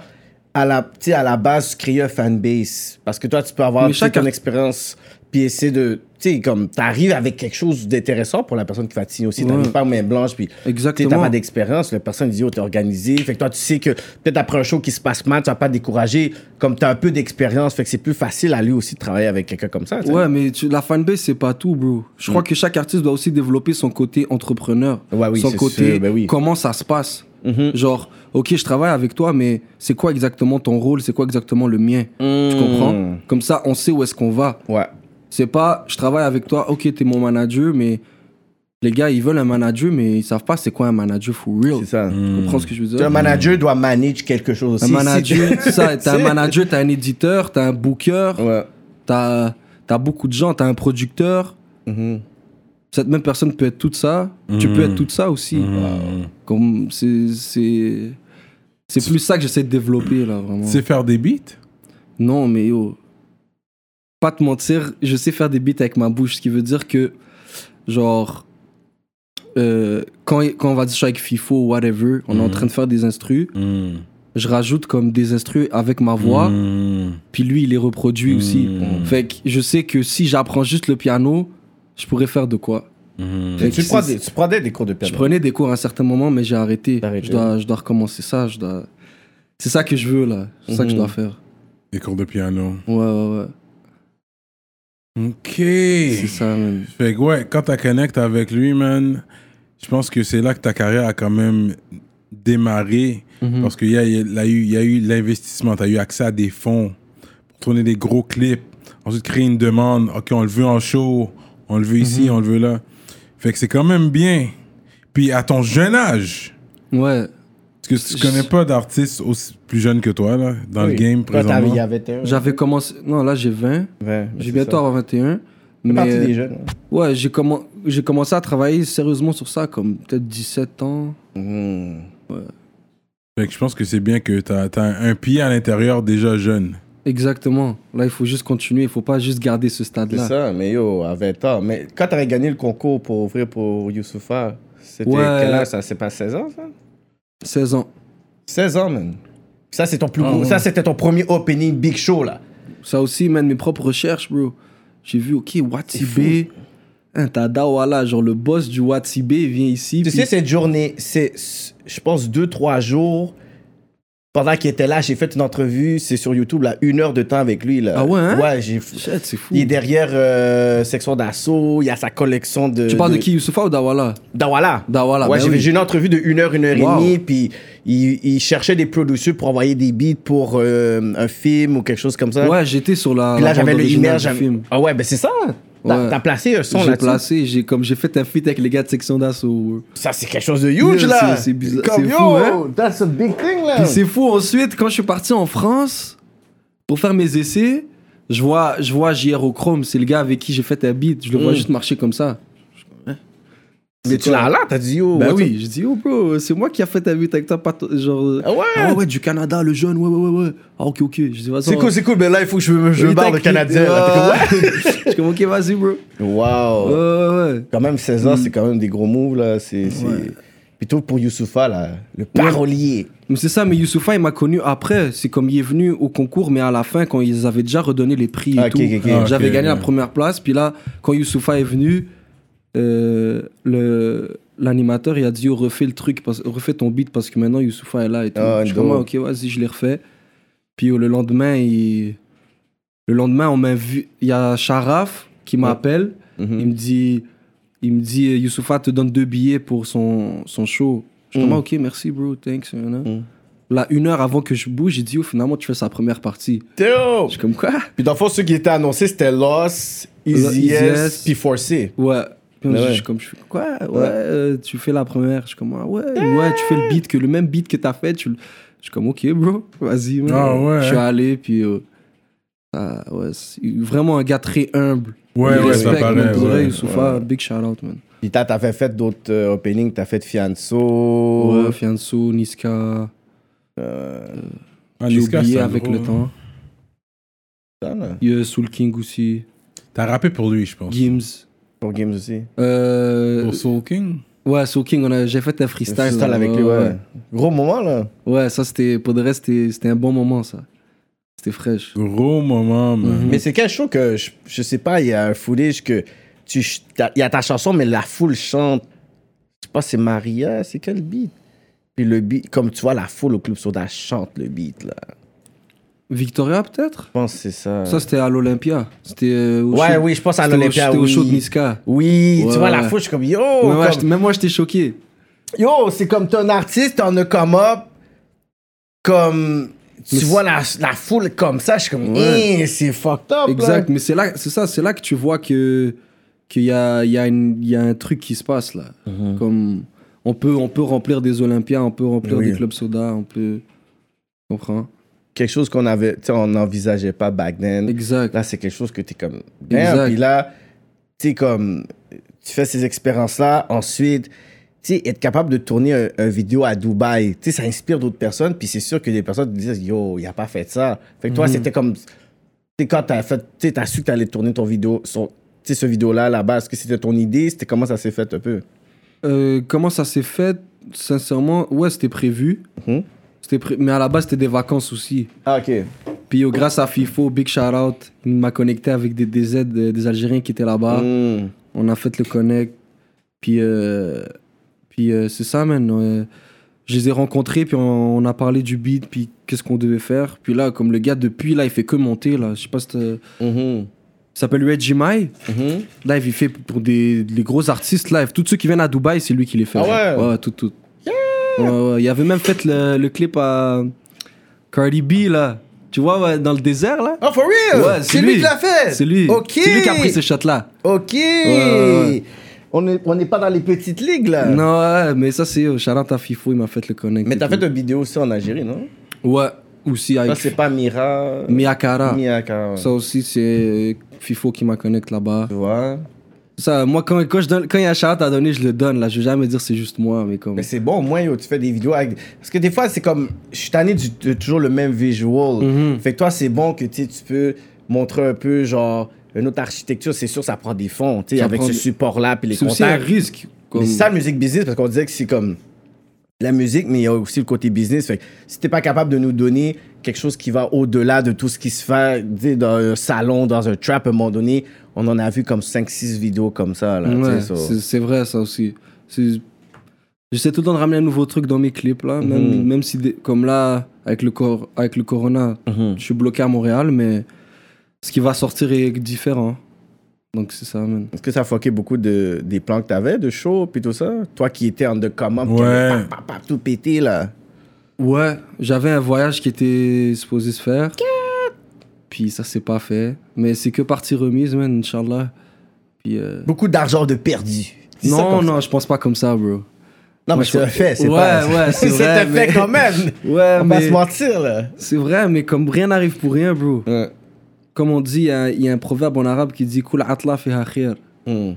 Speaker 2: à la, tu sais, à la base, créer un fanbase. Parce que toi, tu peux avoir
Speaker 3: Mais
Speaker 2: toute
Speaker 3: chaque
Speaker 2: ton
Speaker 3: art-
Speaker 2: expérience, puis essayer de... Tu sais, comme, t'arrives avec quelque chose d'intéressant pour la personne qui va te signer aussi. T'arrives
Speaker 3: Ouais.
Speaker 2: pas main blanche, puis... Tu sais, t'as
Speaker 3: Exactement.
Speaker 2: pas d'expérience, la personne dit, oh, t'es organisé. Fait que toi, tu sais que peut-être après un show qui se passe mal, tu vas pas te décourager. Comme t'as un peu d'expérience, fait que c'est plus facile à lui aussi de travailler avec quelqu'un comme ça. tu sais.
Speaker 3: Ouais, mais tu- la fanbase c'est pas tout, bro. Je crois que chaque artiste doit aussi développer son côté entrepreneur,
Speaker 2: Mm. Ouais, oui,
Speaker 3: son
Speaker 2: c'est
Speaker 3: côté
Speaker 2: sûr, ben oui.
Speaker 3: comment ça se passe.
Speaker 2: Mhm.
Speaker 3: Genre, ok, je travaille avec toi, mais c'est quoi exactement ton rôle, c'est quoi exactement le mien, tu
Speaker 2: Mhm.
Speaker 3: comprends Comme ça, on sait où est-ce qu'on va.
Speaker 2: Ouais.
Speaker 3: C'est pas, je travaille avec toi, ok, t'es mon manager, mais les gars, ils veulent un manager, mais ils savent pas c'est quoi un manager for real.
Speaker 2: C'est ça.
Speaker 3: Tu comprends ce que je veux
Speaker 2: Tu sais,
Speaker 3: dire?
Speaker 2: Un manager doit manager quelque chose aussi.
Speaker 3: Hmm. Un
Speaker 2: Si-
Speaker 3: manager,
Speaker 2: si-
Speaker 3: c'est ça, t'as un
Speaker 2: C'est-
Speaker 3: manager, t'as un éditeur, t'as un booker,
Speaker 2: Ouais.
Speaker 3: t'as as beaucoup de gens, t'as un producteur.
Speaker 2: Mhm.
Speaker 3: Cette même personne peut être tout ça, tu peux être tout ça aussi. Comme c'est- c'est c'est plus ça que j'essaie de développer là vraiment.
Speaker 1: C'est faire des beats.
Speaker 3: Non, mais yo, pas te mentir, je sais faire des beats avec ma bouche, ce qui veut dire que genre, euh, quand, quand on va dire je suis avec FIFO ou whatever, on
Speaker 2: Mhm.
Speaker 3: est en train de faire des instrus,
Speaker 1: Mm.
Speaker 3: je rajoute comme des instrus avec ma voix,
Speaker 2: Mhm.
Speaker 1: Mm.
Speaker 3: puis lui, il les reproduit aussi.
Speaker 1: Mm.
Speaker 3: Fait que je sais que si j'apprends juste le piano, je pourrais faire de quoi.
Speaker 1: Mm.
Speaker 3: Fait
Speaker 2: Tu
Speaker 3: que
Speaker 2: prends
Speaker 3: c'est-
Speaker 2: des, tu prenais des cours de
Speaker 3: je
Speaker 2: piano.
Speaker 3: prenais des cours à un certain moment, mais j'ai arrêté.
Speaker 2: T'as arrêté.
Speaker 3: Je dois, je dois recommencer ça. Je dois... C'est ça que je veux, là. C'est ça que je
Speaker 2: Mhm.
Speaker 3: dois faire.
Speaker 1: Des cours de piano.
Speaker 3: Ouais, ouais, ouais.
Speaker 1: Ok.
Speaker 3: C'est ça, man.
Speaker 1: Fait que ouais, quand t'as connecté avec lui, man, je pense que c'est là que ta carrière a quand même démarré. Parce qu'il y a, il y a eu il y a eu l'investissement, t'as eu accès à des fonds pour tourner des gros clips. Ensuite, créer une demande. Ok, on le veut en show, on le veut ici, on le veut là. Fait que c'est quand même bien. Puis à ton jeune âge,
Speaker 3: Ouais.
Speaker 1: parce que tu connais pas d'artiste aussi plus jeune que toi, là, dans le
Speaker 2: Oui.
Speaker 1: game
Speaker 2: Quand t'avais- il y
Speaker 1: présentement.
Speaker 2: avait un.
Speaker 3: J'avais commencé... Non, là, j'ai 20.
Speaker 2: Ouais,
Speaker 3: J'ai
Speaker 2: c'est
Speaker 3: bientôt
Speaker 2: ça.
Speaker 3: avoir 21.
Speaker 2: Fais
Speaker 3: Mais
Speaker 2: partie des
Speaker 3: euh,
Speaker 2: jeunes. ouais.
Speaker 3: ouais, j'ai commen- j'ai commencé à travailler sérieusement sur ça, comme peut-être 17 ans. Mhm.
Speaker 1: Fait que je pense que c'est bien que t'as as un pied à l'intérieur déjà jeune.
Speaker 3: Exactement. Là, il faut juste continuer. Il faut pas juste garder ce
Speaker 2: C'est
Speaker 3: stade-là.
Speaker 2: ça, mais yo, à 20 ans. Mais quand t'avais gagné le concours pour ouvrir pour Youssoufa, c'était
Speaker 3: Ouais.
Speaker 2: quel âge ça? C'est pas 16 ans, ça?
Speaker 3: 16 ans.
Speaker 2: 16 ans, man. Ça, c'est ton plus
Speaker 3: Ah,
Speaker 2: gros.
Speaker 3: ouais.
Speaker 2: Ça, c'était ton premier opening big show, là.
Speaker 3: Ça aussi, man, mes propres recherches, bro. J'ai vu, ok, Watibé. Hein, T'as Dawala, genre le boss du Watibé vient ici.
Speaker 2: Tu
Speaker 3: puis-
Speaker 2: sais, cette journée, c'est, c'est- je pense, deux, trois jours. Pendant qu'il était là, j'ai fait une entrevue, c'est sur YouTube, là, une heure de temps avec lui, là.
Speaker 3: Ah ouais, hein?
Speaker 2: Ouais, j'ai.
Speaker 3: Shit, c'est fou.
Speaker 2: Il est derrière euh, section d'assaut, il y a sa collection de.
Speaker 3: Tu parles de qui, Youssoufa ou Dawala
Speaker 2: Dawala.
Speaker 3: Dawala,
Speaker 2: Ouais,
Speaker 3: ben
Speaker 2: j'ai
Speaker 3: oui.
Speaker 2: j'ai une entrevue de 1 heure, 1 heure
Speaker 3: Wow.
Speaker 2: et demie, puis il, il cherchait des producers pour envoyer des beats pour euh, un film ou quelque chose comme ça.
Speaker 3: Ouais, j'étais sur la.
Speaker 2: Puis là,
Speaker 3: la
Speaker 2: j'avais
Speaker 3: bande
Speaker 2: le
Speaker 3: originale
Speaker 2: email,
Speaker 3: du
Speaker 2: j'avais-
Speaker 3: film.
Speaker 2: Ah ouais, ben c'est ça. T'as
Speaker 3: Ouais.
Speaker 2: t'as placé un son
Speaker 3: J'ai
Speaker 2: là-dessus. Ah
Speaker 3: placé, j'ai comme j'ai fait un feat avec les gars de section d'assaut.
Speaker 2: Ça, c'est quelque chose de huge
Speaker 3: Yeah,
Speaker 2: là.
Speaker 3: c'est- c'est bizarre-
Speaker 2: Comme
Speaker 3: c'est
Speaker 2: yo,
Speaker 3: fou, hein.
Speaker 2: that's a big thing là.
Speaker 3: Puis c'est fou ensuite quand je suis parti en France pour faire mes essais, je vois je vois JR au Chrome, c'est le gars avec qui j'ai fait un beat, je le vois
Speaker 2: Mm.
Speaker 3: juste marcher comme ça.
Speaker 2: Mais tu l'as là, t'as dit yo.
Speaker 3: Bah
Speaker 2: what's
Speaker 3: oui, je dis oh bro, c'est moi qui a fait un beat avec toi pas toi, genre
Speaker 2: Ah ouais.
Speaker 3: Ah ouais, ouais, du Canada le jeune. Ouais ouais ouais ouais. Ah OK OK, je dis vas-y.
Speaker 2: C'est
Speaker 3: on-
Speaker 2: cool, c'est cool, mais là, il faut que je me je me
Speaker 3: Il
Speaker 2: barre le
Speaker 3: t'inquiète.
Speaker 2: Canadien. là.
Speaker 3: Ouais. Je suis comme OK, vas-y bro.
Speaker 2: T'es comme, Wow.
Speaker 3: Ouais ouais ouais.
Speaker 2: Quand même, 16 ans, c'est quand même des gros moves, là. C'est. c'est- Plutôt pour Youssoufa, là, le parolier.
Speaker 3: Mais c'est ça, mais Youssoufa, il m'a connu après. C'est comme il est venu au concours, mais à la fin, quand ils avaient déjà redonné les prix et
Speaker 2: Ah, ok,
Speaker 3: tout,
Speaker 2: ok, ok.
Speaker 3: euh, j'avais
Speaker 1: Ok,
Speaker 3: gagné la
Speaker 1: ouais.
Speaker 3: première place. Puis là, quand Youssoufa est venu, euh, le- l'animateur, il a dit, oh, refais le truc, parce- refais ton beat parce que maintenant Youssoufa est là et tout.
Speaker 2: Ah,
Speaker 3: je suis comme,
Speaker 2: dope.
Speaker 3: Ah, ok, vas-y, je l'ai refait. Puis oh, le lendemain, il- le lendemain, on m'a vu. Il y a Sharaf qui m'appelle.
Speaker 2: Mhm.
Speaker 3: Il me dit, il me dit, euh, Youssoufa te donne deux billets pour son, son show. Je suis comme,
Speaker 2: Mm.
Speaker 3: Ah, ok, merci, bro, thanks. nanana.
Speaker 2: Mm.
Speaker 3: Là, une heure avant que je bouge, j'ai dit, oh, finalement, tu fais sa première partie.
Speaker 2: Théo!
Speaker 3: Je suis comme, quoi
Speaker 2: Puis dans le fond, ceux qui étaient annoncés, c'était Loss,
Speaker 3: Easy
Speaker 2: Easy
Speaker 3: S,
Speaker 2: S, puis 4C.
Speaker 3: Ouais. Puis
Speaker 2: Mais
Speaker 3: je-
Speaker 2: ouais.
Speaker 3: Je, suis comme, je fais quoi Ouais, euh, tu fais la première. Je suis comme, ah ouais, ouais, tu fais le beat, que le même beat que t'as fait. Tu... le- Je suis comme, ok, bro, vas-y. man.
Speaker 1: Ah ouais.
Speaker 3: Je suis allé, puis. euh, ah, ouais, c'est vraiment un gars très humble.
Speaker 1: Ouais,
Speaker 3: Il
Speaker 1: ouais, ça
Speaker 3: respecte, man,
Speaker 1: paraît.
Speaker 3: pour
Speaker 1: ouais.
Speaker 3: vrai, Youssoufa, big shout out, man.
Speaker 2: Puis t'as- t'avais fait d'autres euh, openings, t'as fait Fianso.
Speaker 3: Ouais, Fianso, Niska.
Speaker 1: Ah,
Speaker 3: J'ai
Speaker 1: Niska,
Speaker 3: oublié
Speaker 1: c'est un
Speaker 3: avec
Speaker 1: gros- hein.
Speaker 3: le temps.
Speaker 2: ça, là.
Speaker 3: Il y a Soul King aussi.
Speaker 1: T'as rappé pour lui, je pense.
Speaker 3: Gims.
Speaker 2: Pour Games aussi.
Speaker 3: Euh,
Speaker 1: Pour Soul King
Speaker 3: ouais, Soul King, on a- j'ai fait un freestyle.
Speaker 2: Freestyle
Speaker 3: là.
Speaker 2: avec lui, ouais. Gros moment, là.
Speaker 3: Ouais, ça, c'était, pour de reste, c'était c'était un bon moment, ça. C'était fraîche.
Speaker 1: Gros moment,
Speaker 3: Mm.
Speaker 1: man.
Speaker 2: Mais c'est quelque chose que, je, je sais pas, il y a un footage que tu... ch- t'as- Il y a ta chanson, mais la foule chante. Je sais pas, c'est Maria, c'est quel beat? Puis le beat, comme tu vois, la foule au Club Soda chante le beat, là.
Speaker 3: Victoria, peut-être
Speaker 2: Je pense que c'est ça.
Speaker 3: Ça, c'était à l'Olympia. C'était euh, au
Speaker 2: ouais,
Speaker 3: show-
Speaker 2: oui, je pense à
Speaker 3: c'était au-
Speaker 2: l'Olympia,
Speaker 3: C'était au show de
Speaker 2: oui.
Speaker 3: Niska.
Speaker 2: Oui,
Speaker 3: Ouais,
Speaker 2: tu vois,
Speaker 3: ouais.
Speaker 2: la foule, je suis comme, yo!
Speaker 3: Ouais, ouais,
Speaker 2: comme-
Speaker 3: j'étais- même moi, j'étais choqué.
Speaker 2: Yo, c'est comme t'es un artiste, t'en as comme up, comme tu
Speaker 3: Mais c'est-
Speaker 2: vois la, la foule comme ça, je suis comme,
Speaker 3: Ouais.
Speaker 2: Eh, c'est fucked up.
Speaker 3: Exact,
Speaker 2: là.
Speaker 3: mais c'est là, c'est ça, c'est là que tu vois que qu'il y a, il y, a une- il y a un truc qui se passe là.
Speaker 1: Mm-hmm.
Speaker 3: Comme on peut, on peut remplir des Olympias, on peut remplir
Speaker 2: Oui.
Speaker 3: des clubs soda, on peut, tu comprends
Speaker 2: Quelque chose qu'on avait, tu sais, on n'envisageait pas back then.
Speaker 3: Exact.
Speaker 2: Là, c'est quelque chose que t'es comme,
Speaker 3: Exact.
Speaker 2: bien. Puis là, tu sais, comme, tu fais ces expériences-là, ensuite. Tu sais, être capable de tourner un, un vidéo à Dubaï, tu sais, ça inspire d'autres personnes, puis c'est sûr que des personnes te disent Yo, il a
Speaker 3: Mhm.
Speaker 2: pas fait ça. Fait que toi, c'était comme. Tu sais, quand t'as fait. Tu sais, t'as su que t'allais tourner ton vidéo, son- tu sais, ce vidéo-là à la base? Est-ce que c'était ton idée? C'était comment ça s'est fait un peu?
Speaker 3: Euh, comment ça s'est fait Sincèrement, ouais, c'était prévu.
Speaker 2: Mhm.
Speaker 3: C'était pré- Mais à la base, c'était des vacances aussi.
Speaker 2: Ah, ok.
Speaker 3: Puis yo, grâce à FIFO, big shout out, il m'a connecté avec des, des aides euh, des Algériens qui étaient là-bas.
Speaker 2: Hmm.
Speaker 3: On a fait le connect. Puis, euh, puis euh, c'est ça, man. euh, je les ai rencontrés, puis on, on a parlé du beat, puis qu'est-ce qu'on devait faire. Puis là, comme le gars, depuis là, il fait que monter, là. Je sais pas si t'as- Il
Speaker 2: Mhm.
Speaker 3: s'appelle Reggie Mai.
Speaker 2: Mhm.
Speaker 3: Live, il fait pour des les gros artistes live. Tous ceux qui viennent à Dubaï, c'est lui qui les fait.
Speaker 2: Ah ouais
Speaker 3: Ouais, tout, tout. Ouais, ouais. Il avait même fait le, le clip à Cardi B, là. Tu vois, ouais, dans le désert, là.
Speaker 2: Oh, for real?
Speaker 3: Ouais,
Speaker 2: c'est lui, qui l'a fait?
Speaker 3: C'est lui.
Speaker 2: Ok.
Speaker 3: C'est lui qui a pris ce shot-là.
Speaker 2: Ok.
Speaker 3: ouais.
Speaker 2: On n'est on est pas dans les petites ligues, là.
Speaker 3: Non, ouais, mais ça, c'est. Charlotte à Fifo, il m'a fait le connect.
Speaker 2: Ah. Mais
Speaker 3: et
Speaker 2: t'as
Speaker 3: tout.
Speaker 2: fait une vidéo aussi en Algérie, non?
Speaker 3: Ouais, aussi
Speaker 2: Ça,
Speaker 3: avec
Speaker 2: c'est pas Mira.
Speaker 3: Miyakara.
Speaker 2: Miyaka, ouais.
Speaker 3: Euh, Ça aussi, c'est euh, Fifo qui m'a connect là-bas.
Speaker 2: Tu vois?
Speaker 3: Ça, moi, quand, quand, je donne, quand il y a un shout-out à donner, je le donne. Là, je vais jamais dire c'est juste moi, mais comme.
Speaker 2: Mais c'est bon, au moins, yo, tu fais des vidéos avec. Parce que des fois, c'est comme. Je suis tanné du- de toujours le même visual.
Speaker 3: Mhm.
Speaker 2: Fait que toi, c'est bon que tu sais, tu peux montrer un peu, genre, une autre architecture. C'est sûr, ça prend des fonds, tu sais,
Speaker 3: Ça
Speaker 2: avec
Speaker 3: prend
Speaker 2: ce
Speaker 3: des-
Speaker 2: support-là, puis les
Speaker 3: C'est aussi un
Speaker 2: contacts.
Speaker 3: risque. Comme...
Speaker 2: Mais C'est ça, la musique business, parce qu'on disait que c'est comme la musique, mais il y a aussi le côté business. Fait que si t'es pas capable de nous donner quelque chose qui va au-delà de tout ce qui se fait tu sais, dans un salon, dans un trap, à un moment donné, on en a vu comme 5-6 vidéos comme ça. Là, Bah, tu sais,
Speaker 3: Ouais,
Speaker 2: so-
Speaker 3: c'est c'est vrai ça aussi. C'est- J'essaie tout le temps de ramener un nouveau truc dans mes clips là, même,
Speaker 2: Mhm.
Speaker 3: même si des- comme là avec le cor avec le corona,
Speaker 2: Mhm.
Speaker 3: je suis bloqué à Montréal, mais ce qui va sortir est différent. Donc c'est ça, man.
Speaker 2: Est-ce que ça a fucké beaucoup de, des plans que t'avais de show, puis tout ça? Toi qui étais en de commande,
Speaker 1: Ouais.
Speaker 2: tout pété, là.
Speaker 3: Ouais, j'avais un voyage qui était supposé se faire, puis ça s'est pas fait. Mais c'est que partie remise, man, Inch'Allah. Puis euh,
Speaker 2: Beaucoup d'argent de perdu. Dis ça
Speaker 3: non,
Speaker 2: comme ça.
Speaker 3: non, je pense pas comme ça, bro.
Speaker 2: Non, mais
Speaker 3: Moi,
Speaker 2: c'est
Speaker 3: je-
Speaker 2: un fait, c'est
Speaker 3: Ouais,
Speaker 2: pas...
Speaker 3: ouais, c'est
Speaker 2: C'est
Speaker 3: vrai,
Speaker 2: un fait
Speaker 3: mais-
Speaker 2: quand même.
Speaker 3: Ouais,
Speaker 2: On va se mentir, là.
Speaker 3: c'est vrai, mais comme rien n'arrive pour rien, bro. comme on dit, il y, a- il y a un proverbe en arabe qui dit Kul atla fiha khir.
Speaker 2: Hmm.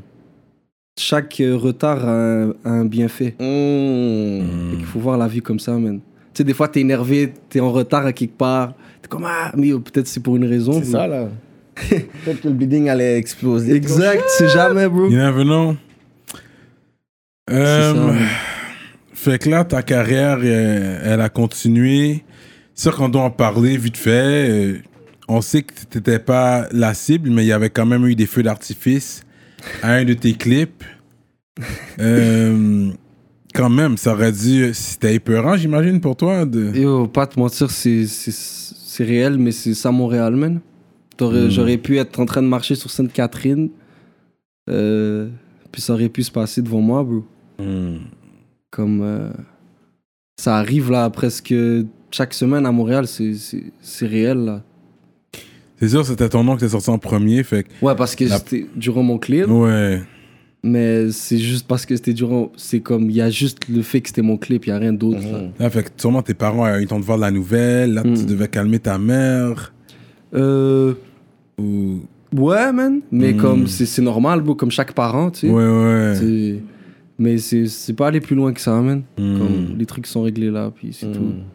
Speaker 3: Chaque euh, retard a un, a un bienfait.
Speaker 2: Hmm.
Speaker 3: Il faut voir la vie comme ça, man. Tu sais, des fois, t'es énervé, t'es en retard à quelque part. T'es comme Ah, mais euh, peut-être c'est pour une raison.
Speaker 2: C'est
Speaker 3: bro.
Speaker 2: ça, là. Mmh. Peut-être que le bidding allait exploser.
Speaker 3: Exact, c'est jamais, bro.
Speaker 1: You never know. Euh,
Speaker 3: ça,
Speaker 1: Um,
Speaker 3: ouais.
Speaker 1: fait que là, ta carrière, euh, elle a continué. C'est sûr qu'on doit en parler vite fait. Euh, on sait que t'étais pas la cible, mais il y avait quand même eu des feux d'artifice à un de tes clips. Euh, quand même, ça aurait dû. C'était épeurant, j'imagine, pour toi. De...
Speaker 3: Yo, pas te mentir, c'est- c'est c'est réel, mais c'est ça Montréal, man. T'aurais- J'aurais pu être en train de marcher sur Sainte-Catherine, euh, puis ça aurait pu se passer devant moi, bro. Hmm. Comme euh, ça arrive là presque chaque semaine à Montréal, c'est- c'est c'est réel là.
Speaker 1: C'est sûr, c'était ton nom qui était sorti en premier. Fait que.
Speaker 3: Ouais, parce que
Speaker 1: La-
Speaker 3: c'était durant mon clip,
Speaker 1: Ouais.
Speaker 3: mais c'est juste parce que c'était durant. C'est comme, il y a juste le fait que c'était mon clip, il y a rien d'autre. là.
Speaker 1: Là, fait que sûrement tes parents, euh, ils t'ont de voir de la nouvelle. Là, tu
Speaker 3: Mm.
Speaker 1: devais calmer ta mère.
Speaker 3: Euh,
Speaker 1: Ou.
Speaker 3: ouais, man, mais
Speaker 1: Mm.
Speaker 3: comme c'est c'est normal, bro, comme chaque parent, tu sais.
Speaker 1: Ouais, ouais.
Speaker 3: C'est- Mais c'est c'est pas aller plus loin que ça, man.
Speaker 1: Hmm.
Speaker 3: Comme les trucs sont réglés là, puis
Speaker 1: Mhm.
Speaker 3: c'est tout.
Speaker 2: Mmh.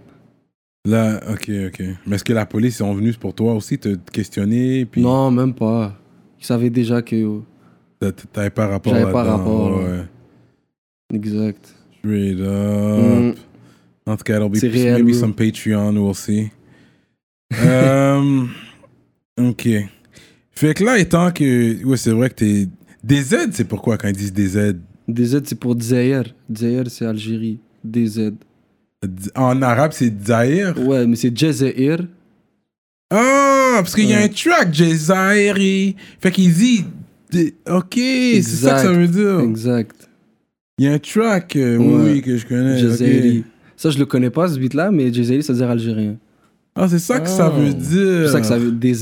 Speaker 1: Là, ok, ok. Mais est-ce que la police est venue pour toi aussi te questionner puis
Speaker 3: Non, même pas. Ils savaient déjà que. oh,
Speaker 1: t'a- T'avais pas rapport
Speaker 3: J'avais pas
Speaker 1: là-dedans,
Speaker 3: rapport, là.
Speaker 1: Ouais.
Speaker 3: Exact.
Speaker 1: Straight up.
Speaker 3: Hmm.
Speaker 1: En tout cas, it'll be
Speaker 3: C'est réel,
Speaker 1: maybe
Speaker 3: bro.
Speaker 1: some Patreon, we'll see. Euh, ok. Fait que là, étant que. Ouais, c'est vrai que t'es. DZ, c'est pourquoi quand ils disent DZ
Speaker 3: DZ, c'est pour Dzaïr. Dzaïr, c'est Algérie. DZ.
Speaker 1: En arabe, c'est Zahir.
Speaker 3: Ouais, mais c'est Jazair.
Speaker 1: Ah, parce qu'il y a
Speaker 3: Ouais.
Speaker 1: un track, Jazairi. Fait qu'il dit. D- Ok, c'est ça que ça
Speaker 3: Exact.
Speaker 1: veut dire.
Speaker 3: Exact.
Speaker 1: Il y a un track, euh,
Speaker 3: Ouais.
Speaker 1: oui, oui, que je connais.
Speaker 3: Jazairi.
Speaker 1: ok.
Speaker 3: Ça, je le connais pas, ce beat-là, mais Jazairi, ça veut dire algérien.
Speaker 1: Ah, c'est ça que ça
Speaker 2: Oh.
Speaker 1: veut dire.
Speaker 3: C'est pour ça que ça veut DZ.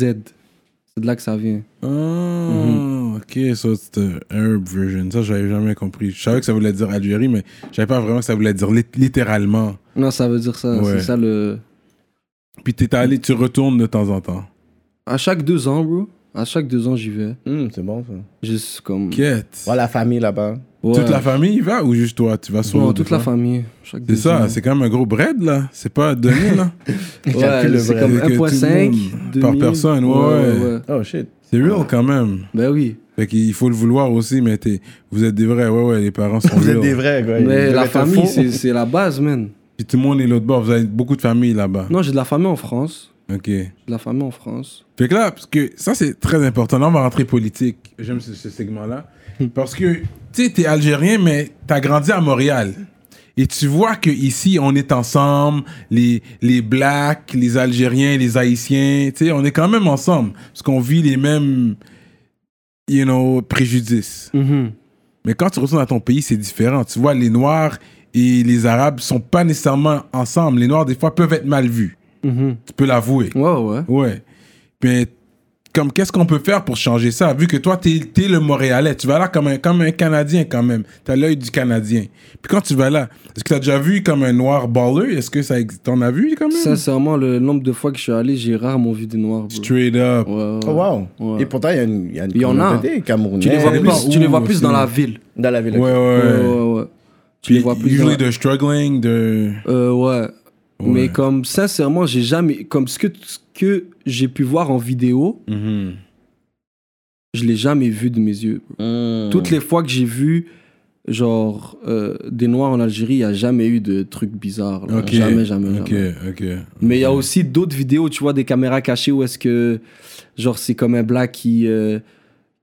Speaker 3: C'est de là que ça vient.
Speaker 1: Ah,
Speaker 3: Mhm.
Speaker 1: ok, ça c'était Arab version. Ça, j'avais jamais compris. Je savais que ça voulait dire Algérie, mais je savais pas vraiment que ça voulait dire lit- littéralement.
Speaker 3: Non, ça veut dire ça.
Speaker 1: Ouais.
Speaker 3: C'est ça le.
Speaker 1: Puis t'es allé, tu retournes de temps en temps.
Speaker 3: À chaque deux ans, bro. À chaque deux ans, j'y vais.
Speaker 2: Hmm, c'est bon, ça.
Speaker 3: Juste comme.
Speaker 1: Quête.
Speaker 2: Voilà, la famille là-bas.
Speaker 3: Ouais.
Speaker 1: Toute la famille y va ou juste toi Tu vas solo
Speaker 3: Non,
Speaker 1: des
Speaker 3: toute la
Speaker 1: fois?
Speaker 3: famille. Chaque
Speaker 1: C'est
Speaker 3: deux ans.
Speaker 1: ça, c'est quand même un gros bread là. C'est pas donné là.
Speaker 3: Ouais,
Speaker 2: Calcule
Speaker 3: c'est
Speaker 2: le
Speaker 3: comme
Speaker 1: vrai. Que tout le monde,
Speaker 3: 1.5
Speaker 1: par
Speaker 3: 2000.
Speaker 1: personne, ouais, ouais.
Speaker 2: Oh shit.
Speaker 1: C'est real quand même.
Speaker 3: Ben oui.
Speaker 1: Fait qu'il faut le vouloir aussi, mais t'es- vous êtes des vrais. Ouais, ouais, les parents sont
Speaker 2: Vous
Speaker 1: là.
Speaker 2: êtes des vrais, quoi. Ils
Speaker 3: Mais
Speaker 2: doivent
Speaker 3: la
Speaker 2: être à
Speaker 3: famille,
Speaker 2: fond.
Speaker 3: c'est c'est la base, man.
Speaker 1: Puis tout le monde est l'autre bord. Vous avez beaucoup de familles là-bas.
Speaker 3: Non, j'ai de la famille en France.
Speaker 1: OK.
Speaker 3: J'ai de la famille en France.
Speaker 1: Fait que là, parce que ça, c'est très important. Là, on va rentrer politique. J'aime ce, ce segment-là. Parce que, tu sais, t'es Algérien, mais t'as grandi à Montréal. Et tu vois que ici on est ensemble, les, les Blacks, les Algériens, les Haïtiens, tu sais, on est quand même ensemble. Parce qu'on vit les mêmes, you know, préjudices.
Speaker 3: Hmm. Mhm.
Speaker 1: Mais quand tu retournes dans ton pays, c'est différent. Tu vois, les Noirs et les Arabes sont pas nécessairement ensemble. Les Noirs, des fois, peuvent être mal vus. Tu peux l'avouer.
Speaker 3: Ouais, ouais.
Speaker 1: Ouais. Mais comme qu'est-ce qu'on peut faire pour changer ça Vu que toi, t'es es le Montréalais, tu vas là comme un, comme un Canadien quand même. T'as l'œil du Canadien. Puis quand tu vas là, est-ce que t'as déjà vu comme un noir balleux Est-ce que ça existe T'en as vu quand même
Speaker 3: Sincèrement, le nombre de fois que je suis allé, j'ai rarement vu des noirs. bro.
Speaker 1: Straight up.
Speaker 3: Ouais, ouais.
Speaker 2: Oh, wow.
Speaker 3: Ouais.
Speaker 2: Et pourtant, il y a une, il y a une
Speaker 3: Il y en a.
Speaker 2: communauté camerounaise.
Speaker 3: Tu les vois
Speaker 1: Mais
Speaker 3: plus,
Speaker 1: dépend
Speaker 3: tu les vois
Speaker 1: où
Speaker 3: plus
Speaker 1: aussi.
Speaker 3: dans la ville.
Speaker 2: dans la ville.
Speaker 1: Ouais, ouais.
Speaker 3: Ouais, ouais,
Speaker 1: ouais.
Speaker 3: ouais. Tu les
Speaker 1: Puis
Speaker 3: vois plus. dans
Speaker 1: usually
Speaker 3: la-
Speaker 1: de struggling, de.
Speaker 3: Euh, ouais.
Speaker 1: Ouais.
Speaker 3: Mais comme sincèrement, j'ai jamais. Comme ce que, ce que j'ai pu voir en vidéo, je l'ai jamais vu de mes yeux.
Speaker 2: Mmh.
Speaker 3: Toutes les fois que j'ai vu, genre, euh, des Noirs en Algérie, il n'y a jamais eu de trucs bizarres. là.
Speaker 1: Ok.
Speaker 3: Jamais, jamais,
Speaker 1: Ok,
Speaker 3: jamais.
Speaker 1: ok.
Speaker 3: Mais il y a aussi d'autres vidéos, tu vois, des caméras cachées où est-ce que, genre, c'est comme un black qui, euh,